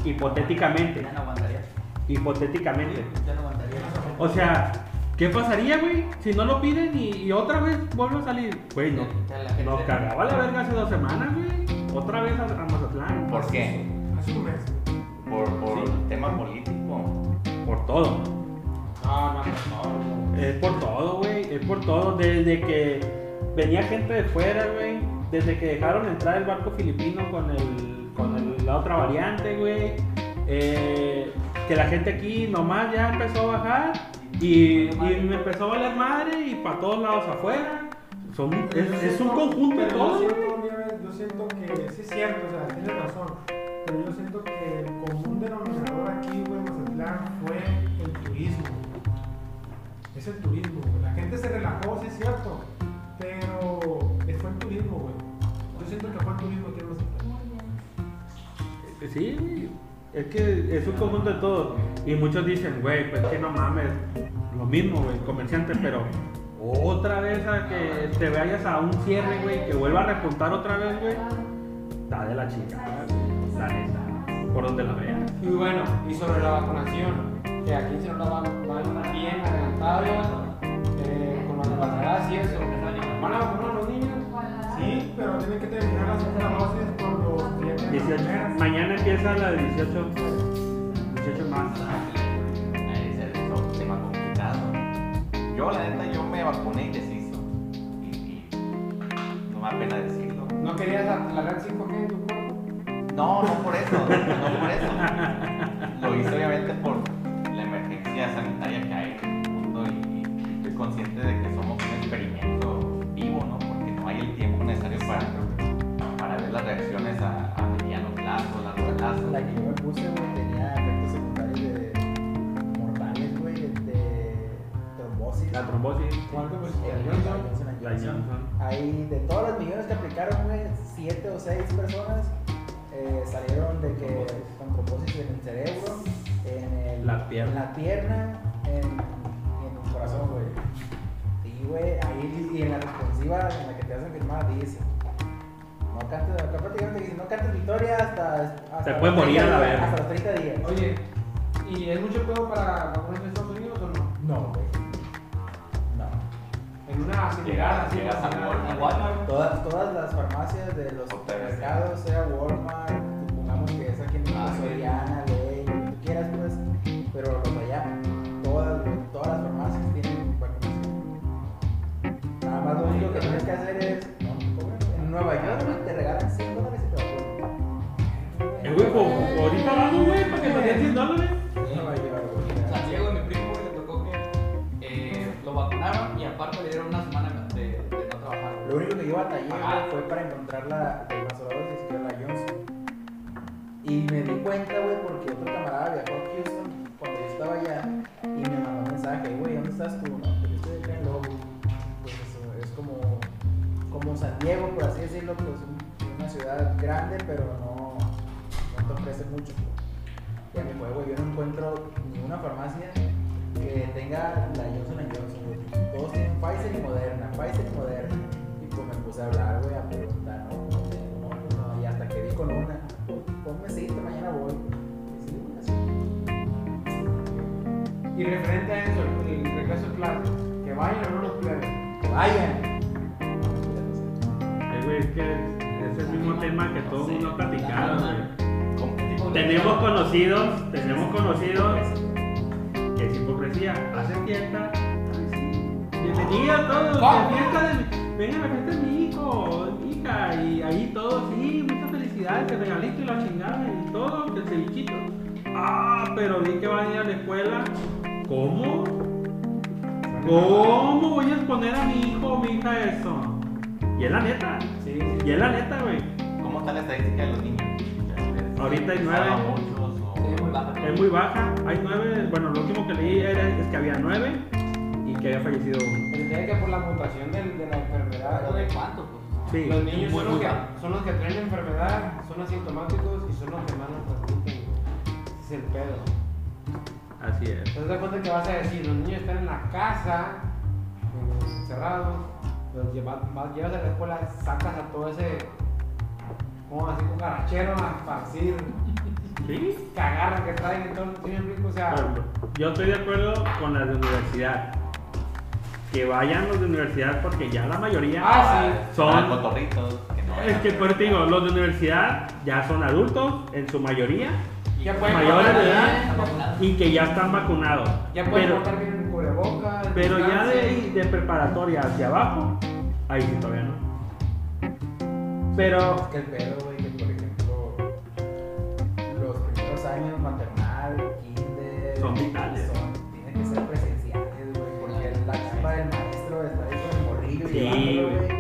B: Hipotéticamente,
D: Ya no aguantaría.
B: hipotéticamente.
D: Ya no aguantaría.
B: O sea, ¿qué pasaría, güey? Si no lo piden y, y otra vez vuelve a salir. Güey, no.
D: Ya la gente-
B: Nos cagaba la verga hace dos semanas, güey. Otra vez a, a Mazatlán.
G: ¿Por qué?
F: Hace un mes.
G: Por, por
B: Sí.
G: tema político.
B: Por todo.
F: No, no, no.
B: Es por todo, güey. Es por todo. Desde que venía gente de fuera, güey. Desde que dejaron entrar el barco filipino con, el, con el- la otra variante, güey. Eh, que la gente aquí nomás ya empezó a bajar. Y, y me empezó a valer madre y para todos lados afuera. Son, es, es un conjunto de
F: Pero
B: todo,
F: Yo
B: güey.
F: siento, Nieves, yo siento que sí es cierto, o sea, tienes razón. Pero yo siento que el común denominador aquí, güey, en Mazatlán, fue el turismo. Es el turismo, güey. La gente se relajó, sí es cierto. Pero fue el turismo, güey. Yo siento que fue el turismo aquí en Mazatlán.
B: Eh, Sí, güey. es que es un conjunto de todo. Y muchos dicen, güey, pues que no mames. Lo mismo, güey, comerciante, pero otra vez a que te vayas a un cierre, güey, que vuelva a repuntar otra vez, güey. Está de la chingada, güey. La neta. Por donde la veas.
A: Y bueno, y sobre la vacunación, que aquí se nos la van, van bien adelantados, eh, con las vacunas y eso. ¿Van a vacunar a los niños?
F: Sí, pero tienen que terminar las segunda dosis con los que ya tienen la
B: 18.
F: primera.
B: Mañana empieza la de 18. 18 más.
G: Ahí se es un tema complicado. Yo, la neta, yo me vacuné indeciso. Y, y no me da pena decirlo.
A: ¿No querías la, la red 5G en tu cuerpo?
G: No, no por eso, no por eso. Lo hice obviamente por la emergencia sanitaria que hay en el mundo y, y estoy consciente de que somos un experimento vivo, ¿no? Porque no hay el tiempo necesario para, para ver las reacciones a, a mediano plazo, largo plazo.
C: La que yo me puse, güey, tenía efectos secundarios de mortales, güey, de, de trombosis.
B: La trombosis.
C: ¿Cuánto me
B: La Johnson.
C: Ahí, de todos los millones que aplicaron, güey, siete o seis personas eh, salieron de que con trombosis en el cerebro, en, el-
B: La pierna.
C: en la pierna, en, en el corazón, güey. Sí, güey, ahí y en la responsiva en la que te hacen firmar dice. No cantes, acá prácticamente dice, no cantes victoria hasta. hasta
B: Te
C: los
B: puedes morir a
C: 30
B: la
C: días,
B: verga.
C: Hasta los 30 días.
A: Oye, ¿y es mucho juego para vacunas en Estados Unidos o no?
C: No, güey. No.
A: En una acelerada,
G: Llegas,
A: así.
G: llegas a
A: acelerada.
G: Walmart, Walmart,
C: Todas, todas las farmacias de los supermercados, sea Walmart, supongamos que es aquí en México,
G: Ah, sí.
C: Soriana, Ley, lo que tú quieras, pues, pero los de allá, todas, todas las farmacias tienen vacunación. Nada más lo único que tienes que hacer es, en Nueva York güey, te regalan 100 dólares y te vacunan.
B: Eh, güey, pues, ahorita vamos, güey, para que nos den 10 dólares.
C: En Nueva York, güey.
D: San Diego, mi primo, le tocó que eh, lo vacunaron y aparte le dieron una semana de, de no trabajar.
C: Lo único que yo batallé güey,
D: Ajá.
C: fue para encontrar la el dosis, que era la Johnson. Y me di cuenta, güey, porque otro camarada viajó a Houston cuando yo estaba allá y me mandó un mensaje, güey, ¿dónde estás tú? No, pues yo estoy acá en Lobo. Pues eso, es como, como San Diego, por así decirlo, pues un- una ciudad grande, pero no, no te ofrece mucho. pues. Y a mi juego yo no encuentro ni una farmacia que tenga la Johnson Johnson, güey. Todos tienen Pfizer y Moderna, Pfizer y Moderna. Y pues me puse a hablar, güey, a preguntar, no, no tengo, no, no, no. Y hasta que di con una, "Pon- ponme cita, mañana voy. Y sí, güey, así.
A: Y referente a eso, el el regreso de clases, que vayan o no los plebes.
C: Vayan.
B: Eh, güey, es que es el mismo tema que todo el mundo ha platicado, güey.
G: competitivo.
B: Tenemos conocidos, tenemos conocidos que es hipocresía. Hacen fiesta. Bienvenida a todos.
A: ¿Cómo?
B: que Fiesta de, vengan a la fiesta de mi hijo, de mi hija, y ahí todos, sí, muchas felicidades, el regalito y la chingada y todo, que el cevichito. Ah, pero vi que van a ir a la escuela. ¿Cómo? ¿Cómo voy a exponer a mi hijo o mi hija a eso? Y es la neta,
G: Sí.
B: y es la neta, güey.
G: ¿Cómo está la estadística de los niños?
B: Ahorita hay nueve.
G: Ah, muchos, o-
D: Sí, muy baja.
B: Es muy baja, hay nueve, bueno, lo último que leí era, es que había nueve y que había fallecido uno.
A: El tema es que por la mutación del- de la enfermedad,
D: ¿Pero de
A: güey,
D: cuánto? Pues?
B: Sí.
A: los niños
D: muy
A: son los, que,
D: baja.
A: son los que traen la enfermedad, son asintomáticos y son los que más nos transmiten. güey. Ese es el pedo.
B: Así es.
A: Entonces, te das cuenta que vas a decir, los niños están en la casa, eh, encerrados, los llevas, vas- llevas a la escuela, sacas a todo ese, como así, cucarachero a esparcir,
B: ¿Sí?
A: cagarra que traen, entonces, ¿sí me explico? O sea,
B: Por ejemplo, Yo estoy de acuerdo con las de universidad. Que vayan los de universidad porque ya la mayoría
A: ah, sí.
B: son...
G: Ah, cotorritos, que no
B: Es que por eso te digo, los de universidad ya son adultos en su mayoría
A: Ya pueden
B: Mayores
A: votar
B: de
A: bien,
B: edad. y que ya están vacunados.
A: Ya pueden
B: pero,
A: portar bien el cubrebocas.
B: pero ya de,
A: distancia.
B: ahí, de preparatoria hacia abajo, ahí sí todavía no. Pero
C: que el pedo, güey, que por ejemplo, los primeros años maternal, kinder,
B: Son vitales.
C: son- tienen que ser presenciales, güey, porque la chamba del maestro está ahí con el morrillo
B: Sí,
C: llevándolo,
B: güey.
C: güey. Muy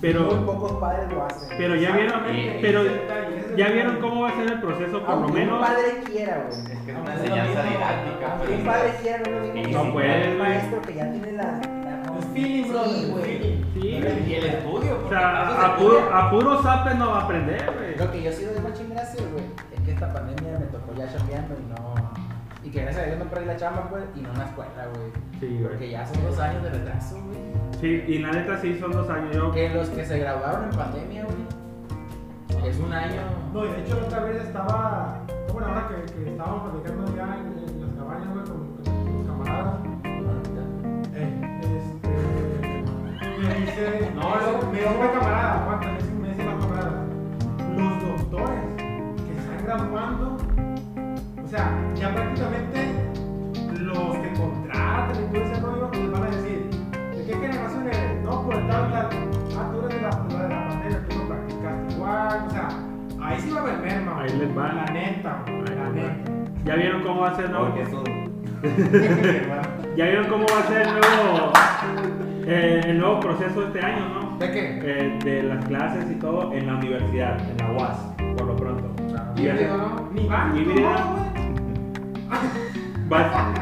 B: pero
C: pocos padres lo hacen.
B: pero ya vieron
G: Sí.
B: pero
F: Ese detalle,
B: ya
F: ese detalle.
B: vieron cómo va a ser el proceso por lo
C: Aunque un
B: menos
C: padre quiera, güey.
G: Es que es una enseñanza didáctica.
C: Aunque
G: pero-
C: un padre quiera, no lo
G: Sí,
C: digo.
B: no puede, güey.
C: maestro que ya tiene la. la-
F: Los feelings,
C: Sí,
F: brother, los
C: güey.
F: feelings.
B: sí
D: Y el estudio,
B: o
D: porque
B: sea
D: tanto se
B: a puro a
D: estudia.
B: puro zape no va a aprender güey
C: Lo que yo sí doy muchas gracias, güey, es que esta pandemia me tocó ya chambeando y no. Y que gracias a Dios no perdí la chamba, güey, y no en la escuela, güey.
B: sí
C: Porque
B: güey
C: ya son dos años de retraso, güey.
B: sí y la neta sí son dos años yo
C: Que los que se graduaron en pandemia, güey, es un año.
F: No, y de hecho otra vez estaba, bueno, ahora que, que estábamos platicando ya en, en las cabañas, güey, con, con los camaradas, eh, este, me dice,
A: No, no.
F: me dice una camarada, aguanta, me dice, me dice la camarada, los doctores que están graduando, o sea, ya prácticamente los que contratan y todo ese rollo, les van a decir, ¿de qué generación eres? No, por tal, tal, ah, tú eres de la, de la pandemia, tú no practicaste igual, o sea, ahí sí va a haber merma,
B: Ahí les va.
F: la neta, güey,
B: Ahí
F: la
B: les va.
F: neta.
B: ya vieron cómo va a ser el nuevo
G: Porque es un-
B: <laughs> ya vieron cómo va a ser el nuevo eh, el nuevo proceso este año no
A: ¿De qué?
B: Eh, de las clases y todo en la universidad en la UAS por lo pronto
A: Y yo digo, no.
F: Ni van,
B: Y
F: ni
B: mira.
F: van, güey.
B: Va-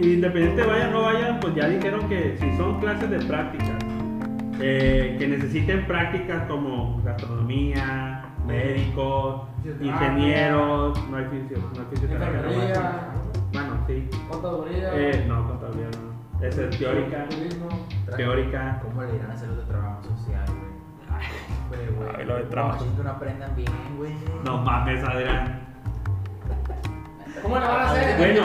B: Independiente vayan o no vayan, pues ya dijeron que si son clases de práctica, eh, que necesiten prácticas como gastronomía, médicos, ingenieros, no hay fisio, no hay fisioterapia, no hay-
A: Enfermería,
B: Bueno, sí.
A: contaduría,
B: Eh, no, contabilidad no. Esa es teórica,
A: turismo.
B: teórica.
C: ¿Cómo le irán a hacer los de trabajo social, güey? Pero,
N: Ay,
C: güey.
N: lo de trabajo.
C: no, que no aprendan bien, güey.
B: No mames, Adrián.
A: ¿Cómo le van a hacer?
B: Bueno,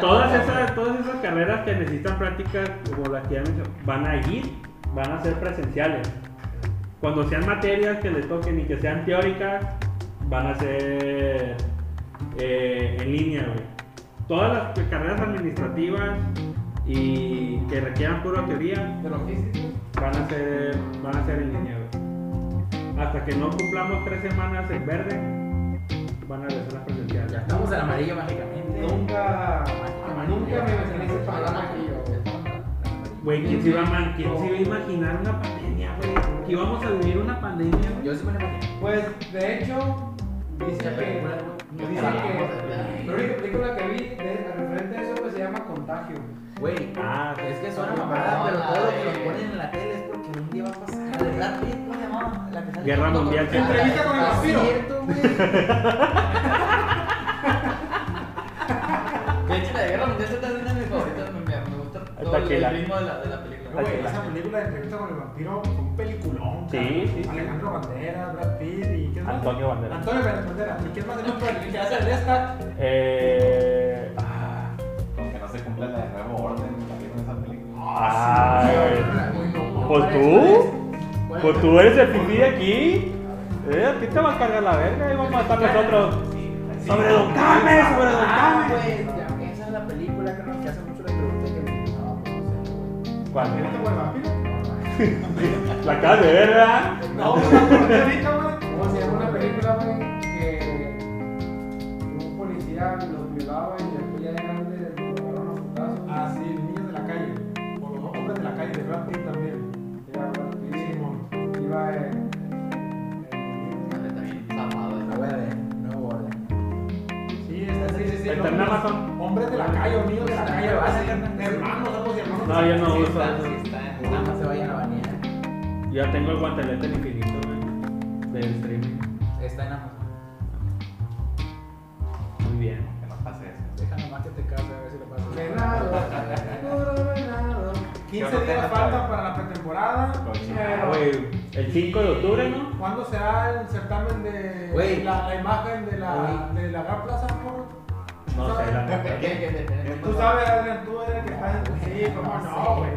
B: todas esas, todas esas carreras que necesitan prácticas, como las que ya mencioné, van a ir, van a ser presenciales. Cuando sean materias que les toquen y que sean teóricas, van a ser eh, en línea, güey. Todas las que- carreras administrativas y que requieran pura teoría
A: De logística.
B: van a ser, van a ser en línea, güey. Hasta que no cumplamos tres semanas en verde, van a ser las presenciales.
C: Ya estamos en amarillo mágicamente.
A: Nunca, nunca me imaginé ese programa aquí, güey.
D: yo.
B: Güey, ¿quién se iba a, man- quién se iba a imaginar una pandemia, güey? Que íbamos a vivir una pandemia, güey.
C: Yo sí me lo imagino.
A: Pues, de hecho, dice que... Dice que... La única película que vi de, al referente a eso, güey, se llama Contagio.
C: Güey,
B: Ah,
C: es que suena
D: Ah,
C: mamada, pero
D: la
C: todo lo
D: de-
C: que nos ponen en la tele es porque un día va a pasar. ¿Verdad? güey? ¿Cómo se llamaba? La que sale-
B: Guerra Mundial Z.
F: Entrevista con el
C: Ah,
F: vampiro.
C: cierto, güey.
D: De hecho, la de Guerra Mundial Z es una de mis favoritas. Me, me- me gusta todo el,
B: Tequila.
D: ritmo de la, de la película.
F: Güey, esa película de entrevista con el vampiro fue un peliculón.
B: Sí,
F: cabrón.
B: sí, sí.
F: Alejandro Banderas, Brad Pitt y ¿quién más?
B: Antonio Banderas.
F: Antonio Banderas. ¿Y quién más? No, pero el que hace el de esta.
B: eh. Ah,
G: Con que no se cumpla la de nuevo orden también en esa película.
B: ah,
C: No,
B: Pues
C: para
B: tú.
C: eso es-
B: pues tú eres el pipí de aquí. Eh, a ti te va a cargar la verga y vamos a estar nosotros. Sobre Don Carmen, sobre Don
C: Ah,
B: Carmen.
C: güey, ya, esa es la película que nos que hace mucho la pregunta que me no, pues no sé, güey.
B: ¿Cuál?
F: ¿Entrevista con el vampiro?
C: No, no,
B: La acabas de ver, ¿verdad?
A: No, una película, güey. O sea, una película, güey, que un policía los violaba y después ya de grande los agarraron a putazos.
F: Ah, sí, niños de la calle. O los hombres de la calle, de Brad Pitt también.
A: Era rapidísimo. Iba eh, en. en-
D: Está bien zafado,
C: La
D: ¿eh?
C: wea de Nuevo Orden.
F: Sí, está, sí, sí, sí.
B: Está en
F: hombres-
B: Amazon.
F: Hombres de
A: pues,
F: la calle, o niños de la
C: Está en
F: calle,
C: Amazon.
F: ¿verdad? Hermanos, somos hermanos.
B: No, yo no
G: Sí
B: uso.
G: está, sí
B: eso.
G: está.
C: Nada más se vayan a banear.
B: Yo tengo el guantelete al infinito, güey. Del streaming.
C: Está en Amazon.
B: Muy bien.
G: Que no pase eso.
C: Deja nomás que te case a ver si lo
A: pues,
C: pasas.
A: Venado, puro venado.
F: 15 días falta para la pretemporada. eh,
A: Pero-
B: ah, Güey, el 5 de octubre, ¿no?
F: ¿Cuándo será el certamen de
C: Güey.
F: la, la imagen de la, de la Gran Plaza? amor?
B: No sé, la
D: Tiene
B: neta.
D: que tener
F: Tú sabes, Adrián, tú eres el que está en. Sí, cómo no, güey.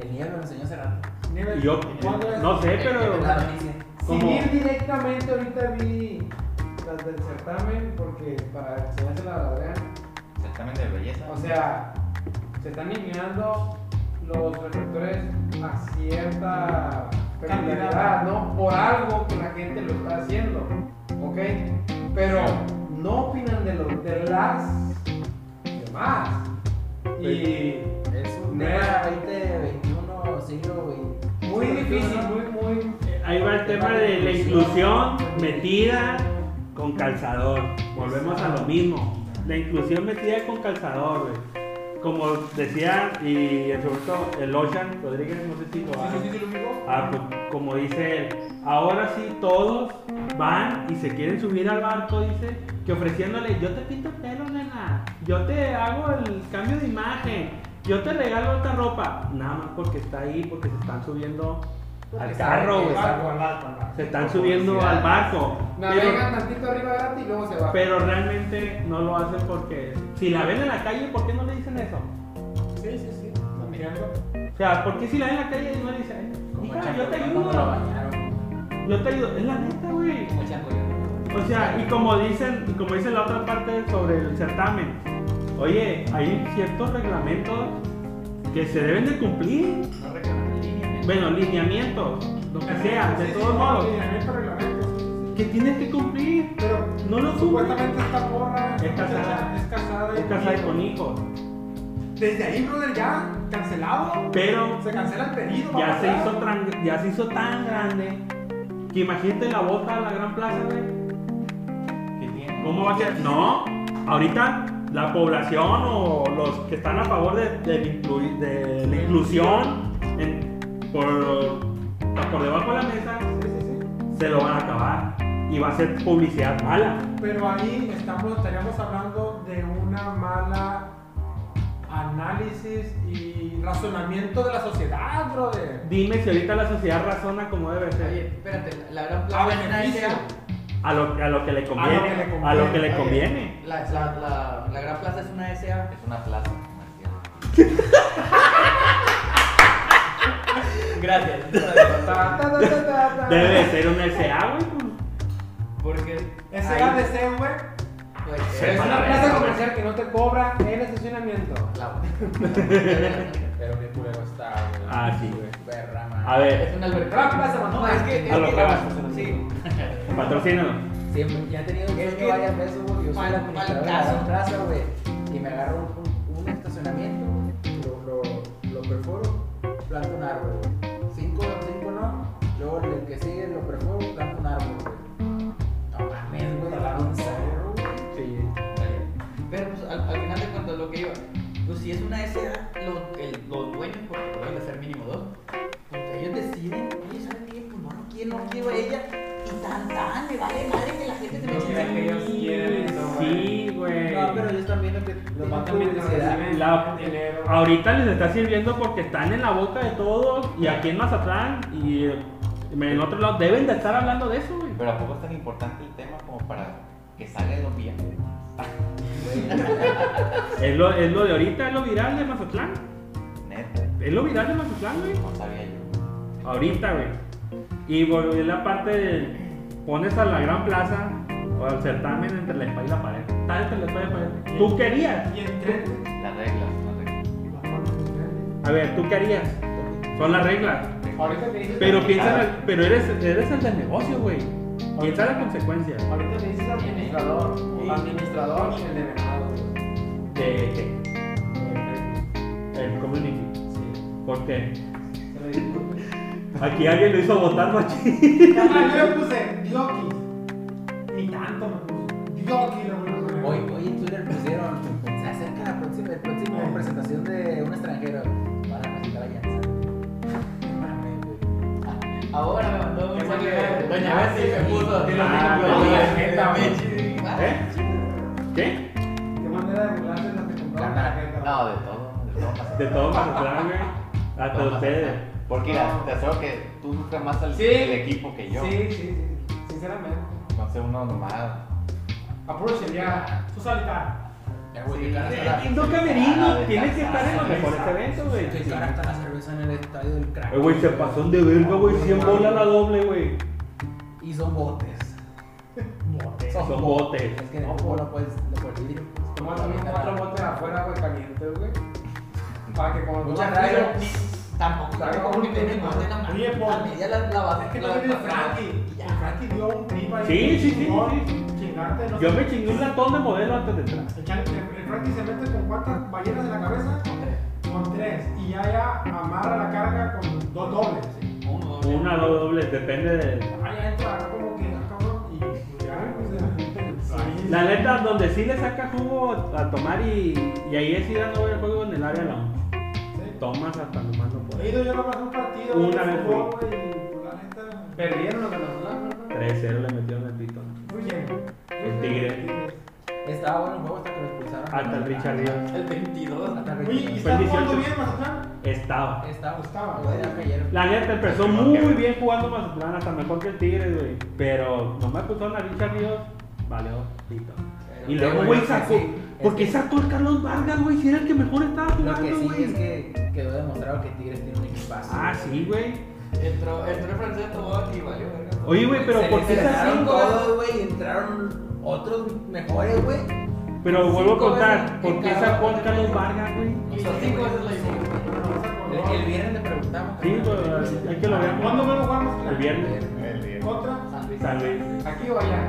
C: El niño lo enseñó hace rato.
F: Nieves,
B: Yo
F: ¿cuándo es?
B: no sé,
C: La
B: pero.
C: noticia.
A: Sin
B: ¿Cómo?
A: ir directamente, ahorita vi las del certamen porque para enseñársela a Adrián.
G: Certamen de belleza.
A: O sea, se están eliminando los reflectores a cierta cantidad, ¿no? Por algo que la gente lo está haciendo, ¿ok? Pero no opinan de, los, de las demás.
B: pues,
A: Y
C: Es un tema
A: Neta.
C: 2021, siglo XX.
A: muy difícil, muy, muy...
B: Ahí va el tema de la inclusión metida con calzador. Volvemos a lo mismo. La inclusión metida con calzador, güey. Como decía, y sobre todo el Ocean Rodríguez, no sé si lo ha-
F: Sí, sí, sí, lo único.
B: Ah, pues, como dice él, ahora sí todos van y se quieren subir al barco, dice, que ofreciéndole, yo te pinto el pelo, nena, yo te hago el cambio de imagen, yo te regalo esta ropa, nada más porque está ahí, porque se están subiendo al carro,
D: Pues,
B: güey.
F: Barco, al barco, al barco.
B: Se están subiendo al barco.
A: Navegan
B: Pero,
A: tantito arriba gratis y luego se bajan.
B: pero realmente no lo hacen porque, si la ven en la calle, ¿por qué no le dicen eso?
F: Sí, sí, sí. lo entiendo.
B: O sea, ¿por qué si la ven en la calle no le dicen, hija, yo te
C: Cuando lo
B: ayudo?
C: bañaron.
B: Yo te ayudo, es la neta, güey.
D: como chango, yo.
B: O sea, y como dicen, y como dice la otra parte sobre el certamen, oye, hay ciertos reglamentos que se deben de cumplir.
D: No reclamar en línea, ¿eh?
B: Bueno, lineamientos, lo que sea, de
F: Sí, sí,
B: todos
F: sí,
B: modos,
F: lineamiento, reglamento, sí, sí, sí.
B: que tienes que cumplir.
F: Pero
B: No lo cumples.
F: supuestamente esta morra
B: Es casada.
F: Es casada. y
B: Es casada
F: tiene-
B: con hijos.
F: Desde ahí, brother, ya cancelado.
B: Pero
F: Se cancela el pedido.
B: ya
F: papá.
B: se hizo tan, ya se hizo tan grande que imagínate la bota de la gran plaza, güey.
G: ¿Qué tiene?
B: ¿Cómo va a ser? No, ahorita la población o los que están a favor de, de la inclu- de la inclusión en- por, por debajo de la mesa
F: Sí, sí, sí.
B: se lo van a acabar y va a ser publicidad mala.
F: Pero ahí estamos, estaríamos hablando de una mala análisis y razonamiento de la sociedad, brother.
B: Dime si ahorita la sociedad razona como debe
D: Oye,
B: ser,
D: espérate, la gran
F: A
C: Ah,
D: plaza es una
F: beneficio.
D: idea.
B: a lo, a lo que le
F: que le
B: conviene,
F: conviene,
B: a lo que le
D: Oye,
B: conviene.
D: La, la, la, la Gran Plaza es una SA.
G: Es una plaza comercial.
D: Gracias.
G: <laughs>
A: Ta, ta, ta, ta, ta,
D: <laughs>
A: ta.
B: Debe de ser un SA, güey. pues.
D: Porque.
F: Ese
D: ahí,
F: era de ser, güey.
D: pues,
B: Se
D: es
A: Es
B: para
A: una
B: la
A: plaza
B: verga,
A: comercial que no te cobra el estacionamiento.
B: <laughs>
D: la-
C: Pero qué culero está, güey.
B: Ah, sí, güey.
C: Perra,
B: A
C: man.
B: ver,
D: Es una alberca.
A: Gran plaza, mamá.
D: No, es que. Es
B: A lo
D: que
B: que vas.
D: sí.
B: patrocínanos.
C: Siempre, ya he tenido el
F: Es
C: sueño
F: que-
C: varias veces, güey. Yo soy
D: Pal-
C: el administrador de
D: palcazo.
C: la plaza, güey. Y me agarro un, un- un estacionamiento, güey, lo, lo, lo perforo, planto un árbol, güey. Cinco, cinco no. Luego el que sigue lo perforo, planto un árbol, güey. No mames,
D: pues,
C: güey. Un cerro, güey.
D: Pero pues, al, al final de cuentas lo que iba, pues si es una SA, lo- el- los dueños, porque pueden hacer mínimo dos, pues ellos deciden, oye, ¿saben qué? Pues no, no quiero, no quiero a ella, y tan tan, me vale madre que la gente se me eche encima.
A: ellos quieren eso,
B: Sí, güey.
C: No, pero ellos también lo que
A: Los
C: tienen
A: matan mientras
C: publicidad.
A: reciben
B: La-
A: dinero.
B: Ahorita les está sirviendo porque están en la boca de todos y aquí en Mazatlán y en otro lado deben de estar hablando de eso, güey.
G: Pero ¿a poco es tan importante el tema como para que salga de los viejos?
B: Es lo, es lo de ahorita, es lo viral de Mazatlán.
G: Neta,
B: Es lo viral de Mazatlán, güey.
G: no sabía yo.
B: Ahorita, güey. Y volví a la parte de. Pones a la gran plaza o al certamen entre la espalda y la pared. Está entre la espalda y la pared. ¿Tú querías?
F: Y entreten.
G: Las reglas, las reglas.
B: A ver, ¿tú querías? Son las reglas.
A: Ahorita que dices.
B: Pero piensa, en el- pero eres, eres el del negocio, güey. Piensa en las consecuencias.
A: Ahorita le dices administrador. Administrador y el de venado, güey.
B: De, de- el community. Porque
A: Se le disculpe.
B: aquí alguien lo hizo votar, machín.
F: <laughs>
A: Ah, yo le puse Diokis. Ni tanto me puso. Diokis lo voy a poner.
C: Hoy, hoy en Twitter pusieron, se acerca la próxima, el próximo
A: Sí.
C: presentación de un extranjero. Van a presentar a Yansa. Mames, güey.
D: Ahora me mandó un mensaje
A: bueno.
D: Doña Betty y me puso.
A: Que lo
B: Ah,
D: "Ay,
A: diga,
B: güey,
D: güey,
A: la
D: la
A: neta, güey.
D: neta,
B: ¿Eh? ¿Qué?
A: Qué manera de burlarse de los que compraron la tarjeta.
G: No, de todo, de todo pasa.
B: De todo Mazatlán, güey. Hasta
G: Todo
B: ustedes.
G: Mazatlán. Porque mira, te aseguro que tú buscas más al
A: Sí.
G: el equipo que yo.
A: Sí, sí, sí. Sinceramente.
G: No sé, uno nomás.
A: Aprochen ya. Su salita.
C: Ya, güey,
G: Sí,
C: qué cara
G: de-
C: está la-
B: Siendo camerino, tienes que estar en los mejores eventos,
C: qué cara
B: güey.
C: está la cerveza en el estadio del crack.
B: Eh, Güey, se pasó de verga, güey. 100 bolas la doble, güey.
C: Y son botes. Botes.
B: Son botes.
C: Es que no, pues, lo puedes, lo puedes vivir.
A: Toma también cuatro botes afuera, güey, calientes, güey. Para que como
C: Muchas
A: tomas frío,
C: gracias.
D: Tampoco
A: Claro,
D: tampoco
A: ¿cómo
D: ni
A: que
D: tiene
A: no?
D: más de la mano.
A: Oye, por-
D: A media la- la base
F: Es que
D: la-
F: no viene
D: la-
F: el Frankie. El Frankie dio un trip ahí.
B: Sí, sí, sí,
F: chingón,
B: sí,
F: Chingarte, no
B: Yo
F: sé.
B: me chingué un latón de modelo antes de entrar.
F: El Chan- el- el Frankie se mete con cuántas ballenas en la cabeza? Con tres. Y ya ya amarra la carga con dos dobles.
D: Uno, dos,
B: Una o doble, depende de.
F: Ah, ya entra acá como que, ah, cabrón, y pues, ya, pues, ahí-
B: La neta, donde sí le saca jugo a tomar y, y ahí es ir dando el juego en el área lounge.
F: Sí.
B: Tomas hasta nomás no
F: He
B: poder.
F: ido yo nomás a un partido.
B: Una
F: de
B: vez
F: fútbol, güey, y, pues, la neta,
A: Perdieron los de Mazatlán, ¿verdad?
B: 3-0 le metieron el pito.
F: muy bien.
B: El tigre.
C: Estaba bueno el juego hasta que lo expulsaron.
B: Hasta el Richard Ríos.
D: El 22.
C: Hasta el
F: Oye, ¿y
C: Richard.
F: está
B: Fue el
F: jugando
B: 18.
F: bien Mazatlán?
B: Estaba.
C: Estaba,
F: Estaba.
C: Todavía cayeron.
B: La neta empezó muy bien jugando Mazatlán, hasta mejor que el Tigres, güey. Pero nomás pusieron a Richard Ríos, valió pito. Y luego, güey, sacó. ¿Por qué sacó el Carlos Vargas, güey? Si era el que mejor estaba
C: Lo que
B: jugando,
C: sí
B: güey.
C: es que quedó demostrado que Tigres tiene un equipazo.
B: Ah, sí, güey.
D: Entró, entró el francés, tomó y valió. verga.
B: Oye, güey, pero ¿por qué
C: se
B: es así?
C: lesionaron todos, güey, y entraron otros mejores, güey.
B: Pero vuelvo a
C: Cinco
B: contar,
C: veces
B: ¿por qué
C: en
B: sacó
C: cada-
B: el Carlos Vargas, güey?
D: O sea, cinco veces la hicimos.
C: El, el viernes le preguntamos.
B: Sí, güey, hay que lo veamos.
F: ¿Cuándo me lo jugamos?
B: El viernes.
F: ¿Otra?
D: San Luis.
B: San Luis.
A: Aquí o allá.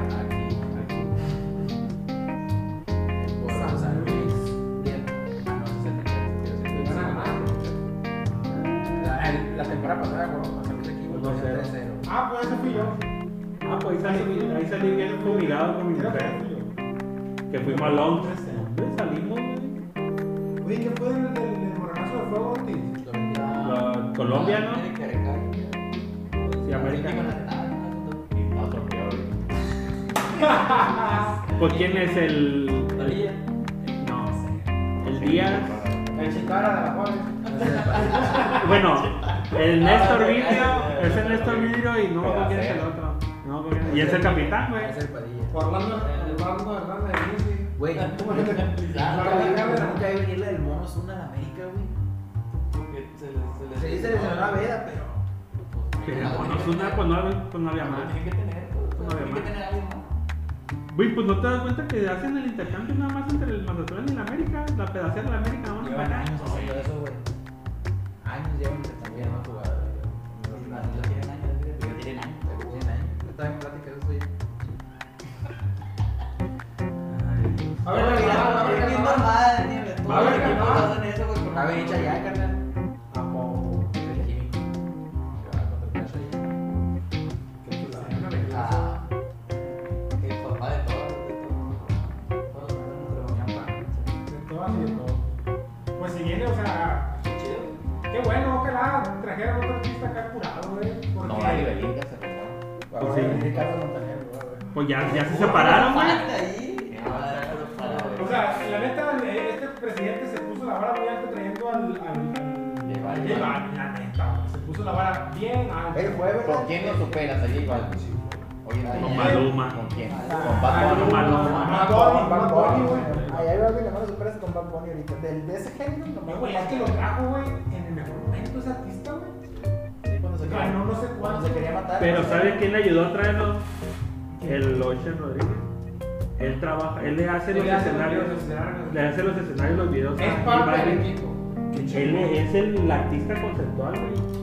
C: Por San Luis. Bien. Ah, no, ese es el tercero, ese es
A: Van a
C: el
A: ganar.
C: tercero. La, el- la temporada pasada, güey, San Luis aquí, güey,
B: Uno Pues cero.
C: 3-0.
F: Ah, pues ese fui yo.
B: Ah, pues ahí salí, ahí salí bien fumigado con mi
F: Creo que
B: mujer,
F: fui yo.
B: que fuimos a Londres. ¿Dónde salimos, güey?
F: Oye, ¿qué fue del, del, del morronazo de fuego, Ortiz?
C: Lo vendieron.
B: La- Colombia, ¿no?
C: Ah,
D: América de Cali.
B: Sí, América.
D: Nacional.
G: Y otro peor. güey.
B: Pues quién es el.
D: Torilla.
B: No, el Díaz.
A: El Chitara de la Juárez.
B: Bueno, el Néstor
D: Ah,
B: Vidrio,
D: ya, ya,
B: es
D: ya,
B: el Néstor
G: ya, ya.
B: Vidrio y no me acuerdo quién es el otro. No, me acuerdo quién es. y es el capitán, güey.
C: Es el Padilla.
A: Orlando, Orlando Hernández de Vinci.
C: Güey,
A: ¿Cómo es que-
C: Ah,
A: Claro,
C: güey,
A: claro,
C: pues
A: claro.
C: nunca vi venir la del mono Zuna a la América, güey.
D: Porque se le-
C: Se dice
D: lesionó.
C: de la veda, pero.
B: Pero bueno, es una, pues no había, pues no había más.
D: Tiene que tener, pues,
B: No había
D: tiene que
B: más.
D: tener algo más.
B: Güey, pues no te das cuenta que hacen el intercambio nada más entre el Mazatlán y la América, la pedacera de la América, vamos
C: Llevan
B: para acá.
C: años haciendo eso, güey. Años llevan intercambiando jugadores.
D: Sí, no, no tienen años, no tienen años.
C: Estaba en plática eso, güey.
A: A ver,
D: No,
A: a ver,
D: mira,
A: a ver,
D: es bien
A: a ver.
D: normal, ni de todo.
A: A ver,
D: Los equipos
A: carnal.
D: hacen eso, güey, por
C: A ver,
D: un-
C: echa ya, carnal.
A: ¿A poco?
C: El químico. Se va contra el Chayaca.
A: Qué chulada, una belleza.
D: Ah, el papá de todos, de todos. Todos los hermanos trabajan.
F: De todo así, de todo. Pues si viene, o sea,
D: Qué chido.
F: qué bueno, ojalá trajeran otro artista acá curado, güey. Porque
G: No vale, Belinda se robó.
B: Pues sí.
C: Ricardo Montaner, güey, güey.
B: Pues ya, ya se separaron, güey.
D: Falta ahí.
F: O sea, la neta, el- este presidente se puso la vara muy alta trayendo al. al.
G: J
F: al
G: Balvin.
F: J Balvin, la neta, güey. Se puso la vara bien alta.
C: Él fue, ¿verdad?
G: ¿Con quién lo superas allí, Balvin? Oye,
B: Con
G: ¿quién?
B: Maluma.
G: ¿Con quién?
D: Ah,
G: Con Bad Bunny.
B: Maluma.
F: Bad
C: Bad
F: Bunny, Bad
C: Bunny,
F: Bunny,
C: güey.
F: güey.
C: Ahí hay algo que no me superas con Bad Bunny ahorita. Del, de ese género,
F: No,
C: nomás.
F: güey, es que lo trajo, güey, en el mejor momento ese artista, güey.
C: Cuando se quería,
F: Ganó no sé
C: cuando se
F: cuánto.
C: quería matar.
B: Pero
C: no sé.
B: ¿sabe quién le ayudó a traerlo? El Ocean Rodríguez. Él trabaja, él le hace los
A: Él hace los
B: escenarios,
A: videos, los escenarios.
B: le hace los escenarios, los videos. a
A: Es
B: J
A: parte del
B: Balvin.
A: equipo.
B: Él es el artista conceptual, güey.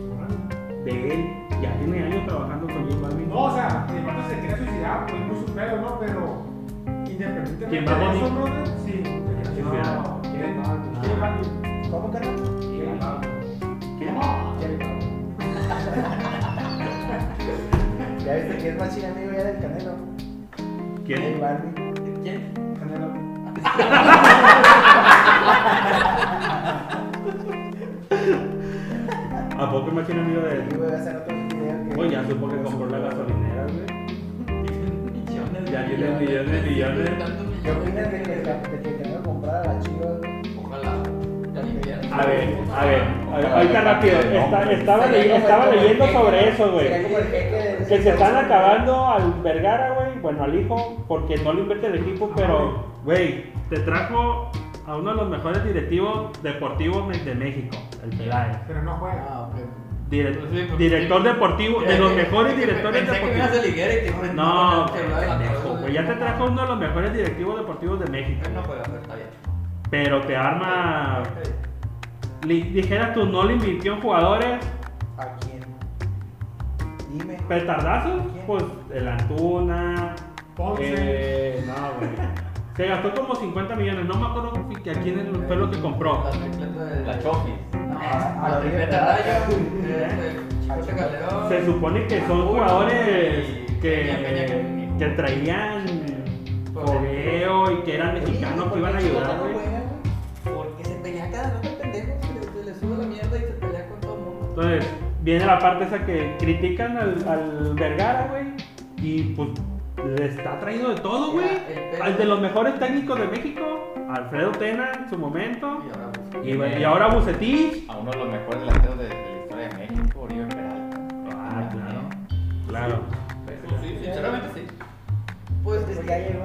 B: de él. Ya tiene años trabajando con J Balvin.
F: No, o sea, de pronto se quería suicidar, pues muy su pedo, ¿no? Pero independientemente
B: ¿Quién, Bad
F: de eso,
B: Bunny?
F: brother, sí.
B: ¿Quién
F: No,
B: fue?
F: no, ¿quién?
B: Ah.
F: ¿Quién, Bad
C: ¿Cómo que no?
B: ¿Quién?
A: ah,
C: Ya viste que es más chile amigo ya del Canelo. J
B: ¿Quién?
C: Balvin.
D: ¿Quién?
F: Bunny? Canelo.
B: ¿A poco me tiene amigo de
C: Y
B: él?
C: voy a hacer otro video que.
B: Pues ya supo que compró la gasolinera, güey.
D: Millones de
B: Ya tiene millones de millones.
D: Tantos
C: ¿Qué
D: millones
C: opinas de que, de que Canelo comprara la chivas? güey?
D: Ojalá. Ya limpiaron.
B: A ver, a ver, a ver, ahorita rápido. Está- estaba,
C: Sería
B: leyendo,
C: como
B: estaba
C: el- como el
B: leyendo
C: jeque,
B: sobre eso, güey.
C: sería como el jeque del-
B: Que se están acabando al Vergara, güey. Bueno, al hijo, porque no le invierte el equipo, pero, Ah, güey, te trajo a uno de los mejores directivos deportivos me- de México, el Peláez.
F: Pero no juega.
D: Ah, ok.
B: Dire-
D: Pues sí, porque-
B: director deportivo, de los mejores directores
D: Pensé que me ibas
B: deportivos.
D: a liguer y que
B: No,
D: que hablaba de la
B: pendejo,
D: cabeza.
B: güey. Ya te trajo uno de los mejores directivos deportivos de México.
D: No juega, pero pues, está bien.
B: Pero te arma. li- Dijeras tú, no le invirtió en jugadores
C: ¿A quién? Dime.
B: petardazos. Pues el Antuna.
F: Ponce.
B: eh, no, güey. Se gastó como 50 millones. No me acuerdo que- que a quién fue lo que compró.
D: La tripleta de.
G: La Chofis.
D: No,
C: Ah,
D: la
C: la
D: tripleta
C: tripleta.
D: Rayo. este, Chicote Calderón.
B: Se supone que son
D: Angulo
B: jugadores
D: y Peña, Peña,
B: que,
D: Peña.
B: que traían fogueo y que eran mexicanos que iban a ayudar, güey.
D: Porque se pelea cada rato el pendejo, se le, se le sube la mierda y se pelea con todo el mundo.
B: Entonces, viene la parte esa que critican al, al Vergara, güey. Y pues le está traído de todo, güey.
D: Mira, el
B: Al de los mejores técnicos de México, Alfredo Tena en su momento.
D: Y ahora pues,
B: Y, y ahora Bucetich.
G: A uno de los mejores delanteros de, de la historia de México, Oribe Peralta.
B: Ah, claro. Claro.
D: pues sí, sinceramente sí. Pues
C: Pues
D: es
C: ya
D: que
C: llegó.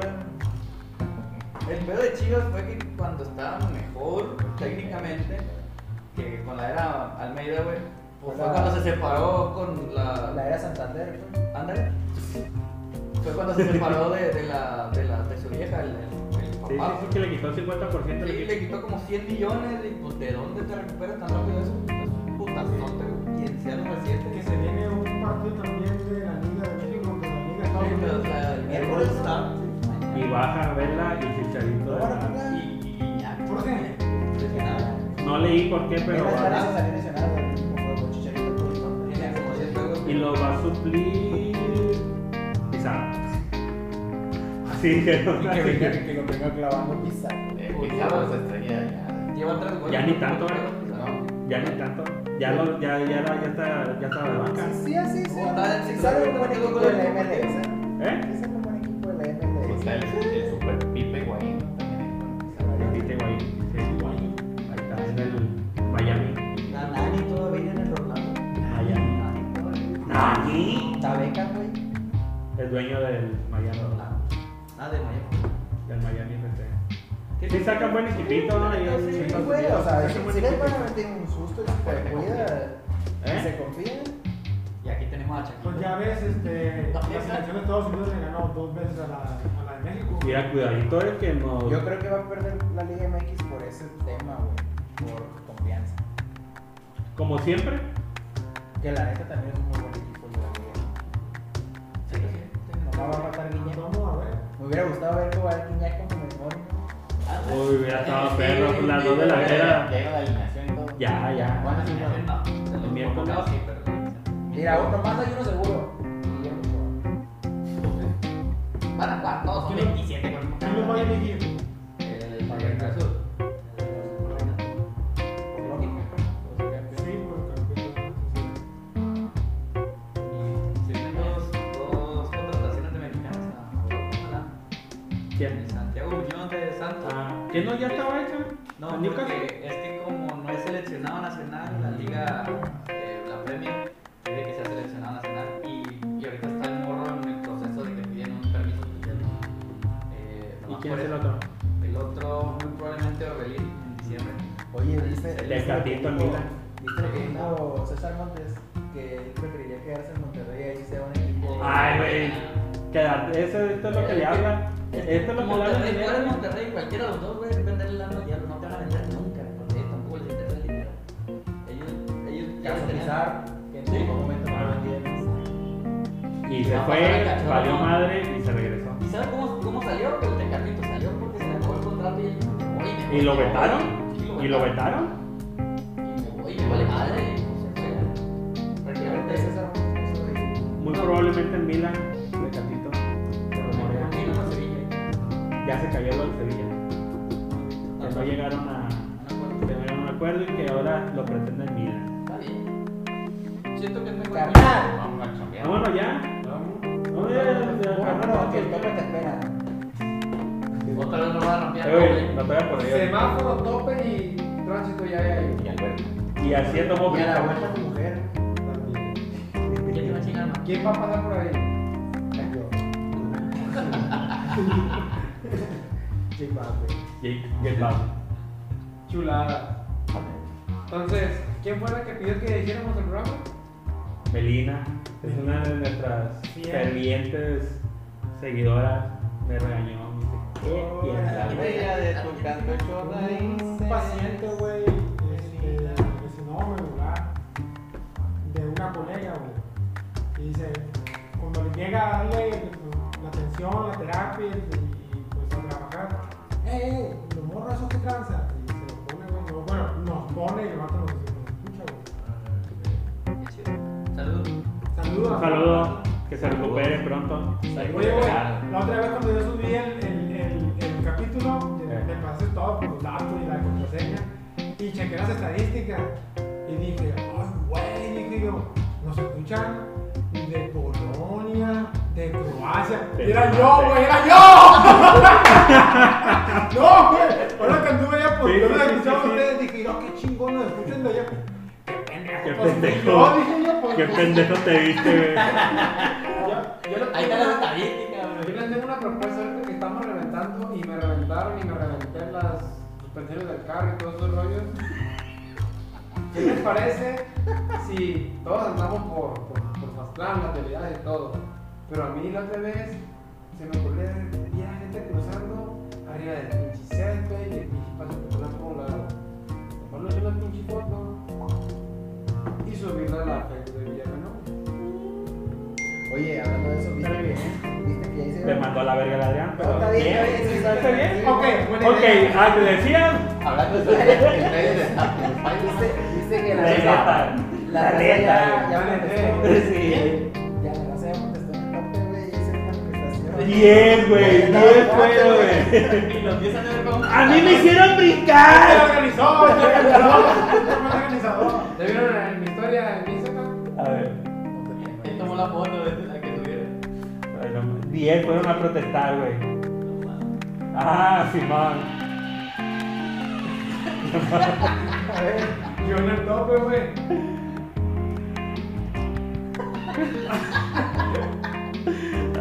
D: el pedo de Chivas fue que cuando estábamos mejor técnicamente, que con la era Almeida, güey, pues fue
C: La-
D: cuando se separó con
C: La era Santander, güey.
D: Ándale. Fue cuando se separó de, de la, de la de su vieja, el, el- el
B: Sí,
D: papá.
B: sí, sí, que le quitó el 50%
D: Sí,
B: del
D: le
B: equipo.
D: quitó como 100 millones y pues de dónde te recuperas tan rápido eso. Es un putazote, güey. Quien sea lo
F: Que
D: reciente.
F: se viene un partido también de la Liga de México contra la Liga de Estados
D: O
F: Unidos.
D: sea, el miércoles está.
B: Y baja a verla y el chicharito.
C: Ahora juega.
D: Y, y ya.
F: ¿Por qué?
D: Impresionante.
B: No leí por qué, pero.
C: Mira, van a salir lesionados, güey, como con Chicharito, por ejemplo.
D: Tiene como 100 juegos.
B: Y lo va a suplir. Pizarro. Así <laughs> dijeron.
C: Y que venga- que lo venga clavando pizza.
G: Eh, Pizarro se estrella ya.
D: Lleva tres goles.
B: Ya ni tanto, ¿verdad?
D: No.
B: Ya no tanto. Ya, lo, ya, ya, era- ya, está, ya estaba de banca.
C: Sí, así, sí.
D: Está-
C: Sí, sabe un buen equipo de la MLS.
B: ¿Eh?
C: Es un buen equipo de la
G: O
C: MLS.
G: sea, el, el super Pipe Higuaín también es bueno.
B: Repite, güey. Ahí está, en el Miami.
C: La Nani todavía en el Orlando.
B: Miami.
C: Nani todavía.
B: Nani.
C: Tabeca, güey.
B: El dueño del Miami.
D: Ah, de Miami.
B: Del Miami FC. Sí, sacan buen equipito, ¿no? Ahí,
C: Sí,
B: sí.
C: güey, o sea, si si les van a meter un susto, se cuida,
B: ¿Eh?
C: se confían.
D: Y aquí tenemos a
F: Pues
D: Chaquito.
F: ya ves, este, la selección de Estados Unidos le ganó dos veces a la, a la de México.
B: Mira, cuidadito el que nos.
C: Yo creo que va a perder la Liga MX por ese tema, güey. Por confianza.
B: Como siempre.
C: Que la neta también es un muy buen equipo de la Liga.
D: Sí, sí, sí.
C: No va a matar Guiñac.
F: Vamos a ver.
C: Me hubiera gustado ver cómo va el Guiñac con memoria.
B: Uy, hubiera estado
D: Sí,
B: perro,
D: sí,
B: las dos de
D: sí,
B: la
G: Ya
B: era.
G: llega la alineación y todo.
B: Ya, ya.
G: ¿Cuándo se llama?
D: No, de los
B: Miércoles.
D: convocados, sí, pero-
C: Mira, uno más hay uno seguro. Guillermo Ochoa.
D: Van a jugar todos, son 27
F: ¿Quién lo va a elegir?
D: El Bayern Azul.
C: Lógico.
F: Sí, pues, por campeón.
D: Sí, dos, dos contrataciones de mexicanos. ojalá.
B: ¿Quién?
D: Santiago Muñoz de Santos.
B: Ah, ¿Quién no ya estaba hecho?
D: No, porque es que como no es seleccionado nacional, la liga, eh, la premia, es de que sea seleccionado nacional y, y ahorita está el morro en el proceso de que piden un permiso especial. Eh,
B: ¿Y
D: nomás
B: quién
D: por
B: es el
D: eso.
B: otro?
D: El otro, muy probablemente Orbelín en diciembre.
C: Oye, dice.
B: El Tecatito en Milan.
C: Dice lo que dijo César Montes que él preferiría quedarse en Monterrey y ahí sea un equipo.
B: Ay, güey. Quedarte. Eso, esto es lo que le habla. Esto es lo que le habla.
D: Monterrey, fuera de
B: dinero.
D: Monterrey, cualquiera de los dos, güey, vender el lana, ya no te van a vender nunca, porque ellos tampoco les interesa el dinero. Ellos, ellos ya
C: Caso
D: tenían-
C: Pizarro, que no en algún momento no lo
B: Ah.
C: entiendes.
B: Y se
D: No,
B: fue,
D: no, no, no, no.
B: valió madre y se regresó.
D: ¿Y sabes cómo, cómo salió? El Tecatito salió porque se le acabó el contrato y él dijo, "Oye, me voy,
B: ¿Y lo
D: me voy".
B: vetaron?
D: Sí,
B: ¿Y lo vetaron?
D: Y me voy, me vale madre. y pues se fue. Prácticamente ese es el
B: Muy probablemente en Milan, de Catito.
D: camino a Sevilla.
B: Ya se cayó lo del Sevilla. Que no llegaron a
D: No me acuerdo.
B: tener un acuerdo y que ahora lo pretende el Milan.
D: Está bien. Siento que es mejor.
C: Carnal,
G: Vamos a chambear.
B: Vámonos Ah, ya. No, ya, ya,
D: pues,
B: ya,
C: vámonos, que el
B: vámonos.
C: tope te espera.
D: Otra vez nos va a rampear.
B: Eh, güey, no te voy a poner yo.
A: Semáforo, tope y tránsito ya hay.
G: Y Alberto.
B: Y haciendo
C: Y a la
B: boca.
C: vuelta tu mujer.
D: ¿Quién te va a chingar más?
A: ¿Quién va a pasar por ahí? <laughs>
C: Cayó. Zimbabue.
B: Jake, get loud.
A: Chulada. Entonces, ¿quién fue la que pidió que hiciéramos el programa?
B: Melina es una de nuestras fervientes seguidoras. Me regañó. me dice, "Qué
G: La
B: piedra".
G: huella de tu canto chorra
F: Un paciente, güey, este, que si no, me burlaba de una colega, güey. Y dice, cuando le llega a darle la atención, la terapia y pues a trabajar, ¡eh, eh! Los morros, eso que tranza. Y se lo pone, güey. no, Bueno, nos pone y el vato nos nos escucha, güey.
D: Qué chido. Saludos.
F: Saludos.
B: Un saludo, que se recupere pronto.
F: Oye, güey, la otra vez cuando yo subí el, el, el, el capítulo,
B: Eh.
F: me pasé todo por los datos y la contraseña, y chequé las estadísticas, y dije, ay, güey, dije yo, nos escuchan de Polonia, de Croacia,
B: De
F: Y era yo,
B: Croacia.
F: güey, era yo. <laughs> no, güey, ahora que anduve allá,
B: Sí,
F: pues yo
B: sí,
F: la
B: sí,
F: escuchaba a
B: sí.
F: ustedes, dije yo, "Ah, qué chingón nos escuchan de allá. Qué pendejo.
B: Qué
F: pues,
B: pendejo.
F: yo, dije yo, pues,
B: Qué pendejo te viste, güey.
A: Yo, yo le-
D: Ahí está la estadística, güey.
A: Yo les tengo una propuesta ahorita que estamos reventando y me reventaron y me reventé las suspensiones del carro y todos esos rollos. ¿Qué les parece si todos andamos por, por, por Mazatlán, las realidades y todo? Pero a mí la otra vez se me ocurrió ver a gente cruzando arriba del pinche césped y el pinche paso que por un lado. Tomarle una pinche foto y subirla a la Facebook de Villarreal, ¿no?
C: Oye, hablando de eso, ¿viste que, viste que ya hice-
B: Le mandó a la verga el Adrián,
C: No,
B: pero.
C: está bien, está bien, sí, está
B: ¿Está
C: bien.
B: bien?
C: Sí.
F: Ok, buena
B: Ok,
F: idea.
B: ah, te decía.
G: Hablando de eso,
C: Dice, dice que la
B: La neta.
C: La
B: La
C: raza
B: neta.
C: ya, ya
F: güey.
C: contestó,
F: La
C: güey.
B: Sí.
C: Ya la raza ya contestó en el norte, güey. Hice una manifestación.
B: 10, güey. 10 fueron, güey.
D: Y los 10 años de cómo-
B: A mí me hicieron
F: ¿Quién
B: brincar.
F: organizó? ¿Quién organizó? ¿Quién fue el organizador?
A: ¿Ya vieron en mi historia en Instagram?
B: A ver.
D: Él tomó la foto de la que tuviera.
B: 10 fueron a protestar, güey. Ah, Simón.
F: A ver, yo en el tope, güey.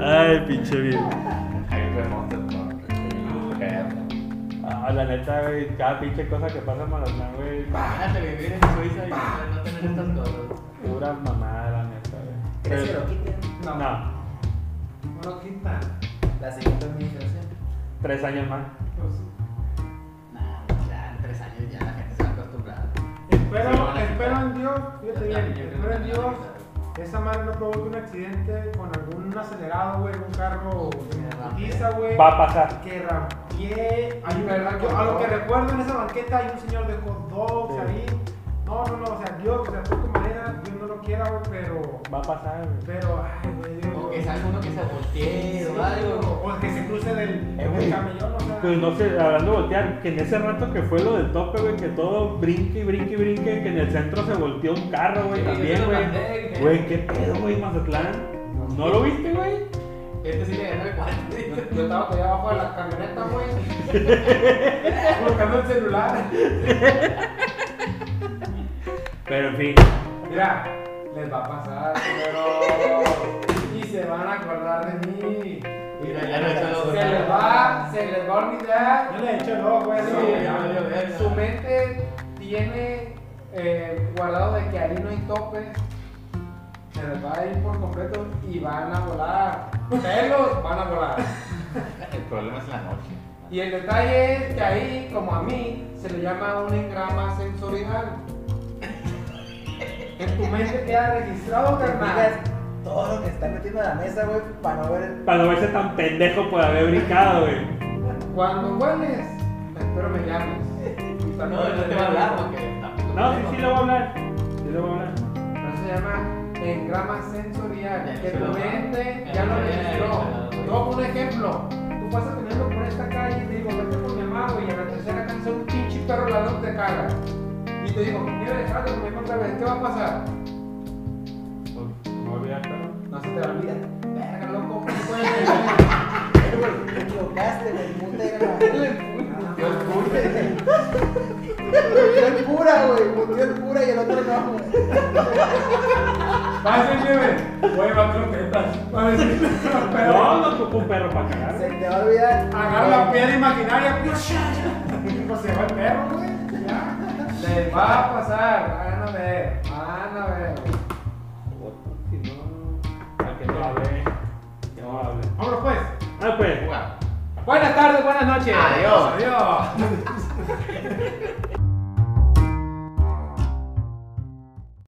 B: Ay, pinche bien.
G: Ahí fue Monster,
B: Ah, la neta, güey. Cada pinche cosa que pasa en Mazatlán, güey.
D: Imagínate vivir en Suiza y no tener estas cosas.
B: Pura mamada, la neta, güey.
C: ¿Crees que
B: Pero-
C: lo quiten?
B: No,
F: No lo quitan.
C: La siguiente administración.
B: tres años más.
F: Pues,
D: Nah, ya en tres años ya la gente se va a acostumbrar.
F: espero,
D: Sí, van a
F: espero en Dios, fíjate
D: Ya,
F: bien,
D: yo creo que
F: espero en
D: van a
F: Dios.
D: quitar.
F: Esa madre no provoque un accidente con algún acelerado, güey, un carro
D: derrame.
F: en putiza, güey.
B: Va a pasar.
F: Que rampie.
A: Hay un
F: Yo, a lo que recuerdo en esa banqueta hay un señor dejó dos
B: Sí.
F: ahí. No, no, no, o sea, Dios, o sea, fue tu manera, Dios no lo quiera, güey, pero.
B: Va a pasar, güey.
F: Pero, ay, güey, Dios.
D: O que salga uno que se voltee
F: Sí,
D: o algo.
F: O que se cruce del,
B: Eh,
F: del
B: güey.
F: camellón, o sea.
B: Pues no sé, hablando de voltear, que en ese rato que fue lo del tope, güey, que todo brinque y brinque y brinque, que en el centro se volteó un carro, güey,
D: Sí, yo
B: también,
D: se lo
B: güey.
D: mandé, dije.
B: Güey, qué pedo, güey, Mazatlán. ¿No lo viste, güey?
D: Este sí le ganó el cuarto.
A: Yo estaba todavía abajo de la camioneta,
F: <laughs>
A: güey.
F: Colocando el celular.
B: Pero en fin,
A: Mira, les va a pasar, pero. Y se van a acordar de mí.
D: Mira, ya no he hecho
A: Se les va, se les va a olvidar.
F: Yo le he hecho el ojo, güey.
A: Sí,
F: güey.
D: ya valió verga.
A: su mente tiene eh, guardado de que ahí no hay topes. Se les va a ir por completo y van a volar. Pelos van a volar.
G: El problema es la noche.
A: Y el detalle es que ahí, como a mí, se le llama un engrama sensorial. En tu mente queda registrado,
C: Te
A: carnal.
C: fijas todo lo que está metiendo a la mesa, güey, para no ver el.
B: Para no verse tan pendejo por haber brincado, güey.
A: Cuando hueles, espero me llames.
D: No, no te va a hablar porque tampoco.
B: No, sí, sí le voy a hablar. Sí le voy a hablar.
A: Eso se llama engrama sensorial. Que tu
D: Eso,
A: mente
D: ¿no?
A: ya lo
D: Eh,
A: registró.
D: eh,
A: Toma un ejemplo. Tú vas a tenerlo por esta calle y te digo, vete con mi mamá, güey, y a la tercera canción un pinche perro ladrón te caga. Y te digo, quiero dejarte con mi mamá otra vez, ¿qué va a pasar?
B: Me voy a olvidar, pero-
A: No se te va a olvidar. Verga, loco, ¿cómo <laughs> puedes?
C: Eh, güey, Te equivocaste, güey. Puta era
A: <laughs>
D: Yo el
C: Puteó el cura, güey. Puteó el cura y el otro no, güey.
A: Pase, nieve. Güey, va a croquetas. Va a decir, <laughs>
B: No,
A: pero
B: no ocupo un perro para cagar.
C: Se te va a olvidar.
A: agarra la piedra imaginaria. Pues se va el perro, güey. Ya. Les va a pasar. Van a ver. Van a ver.
B: Si no, a que no hable. Que no hable.
A: Vámonos, pues.
B: Ah, pues.
A: Buenas tardes, buenas noches.
G: Adiós.
A: Adiós.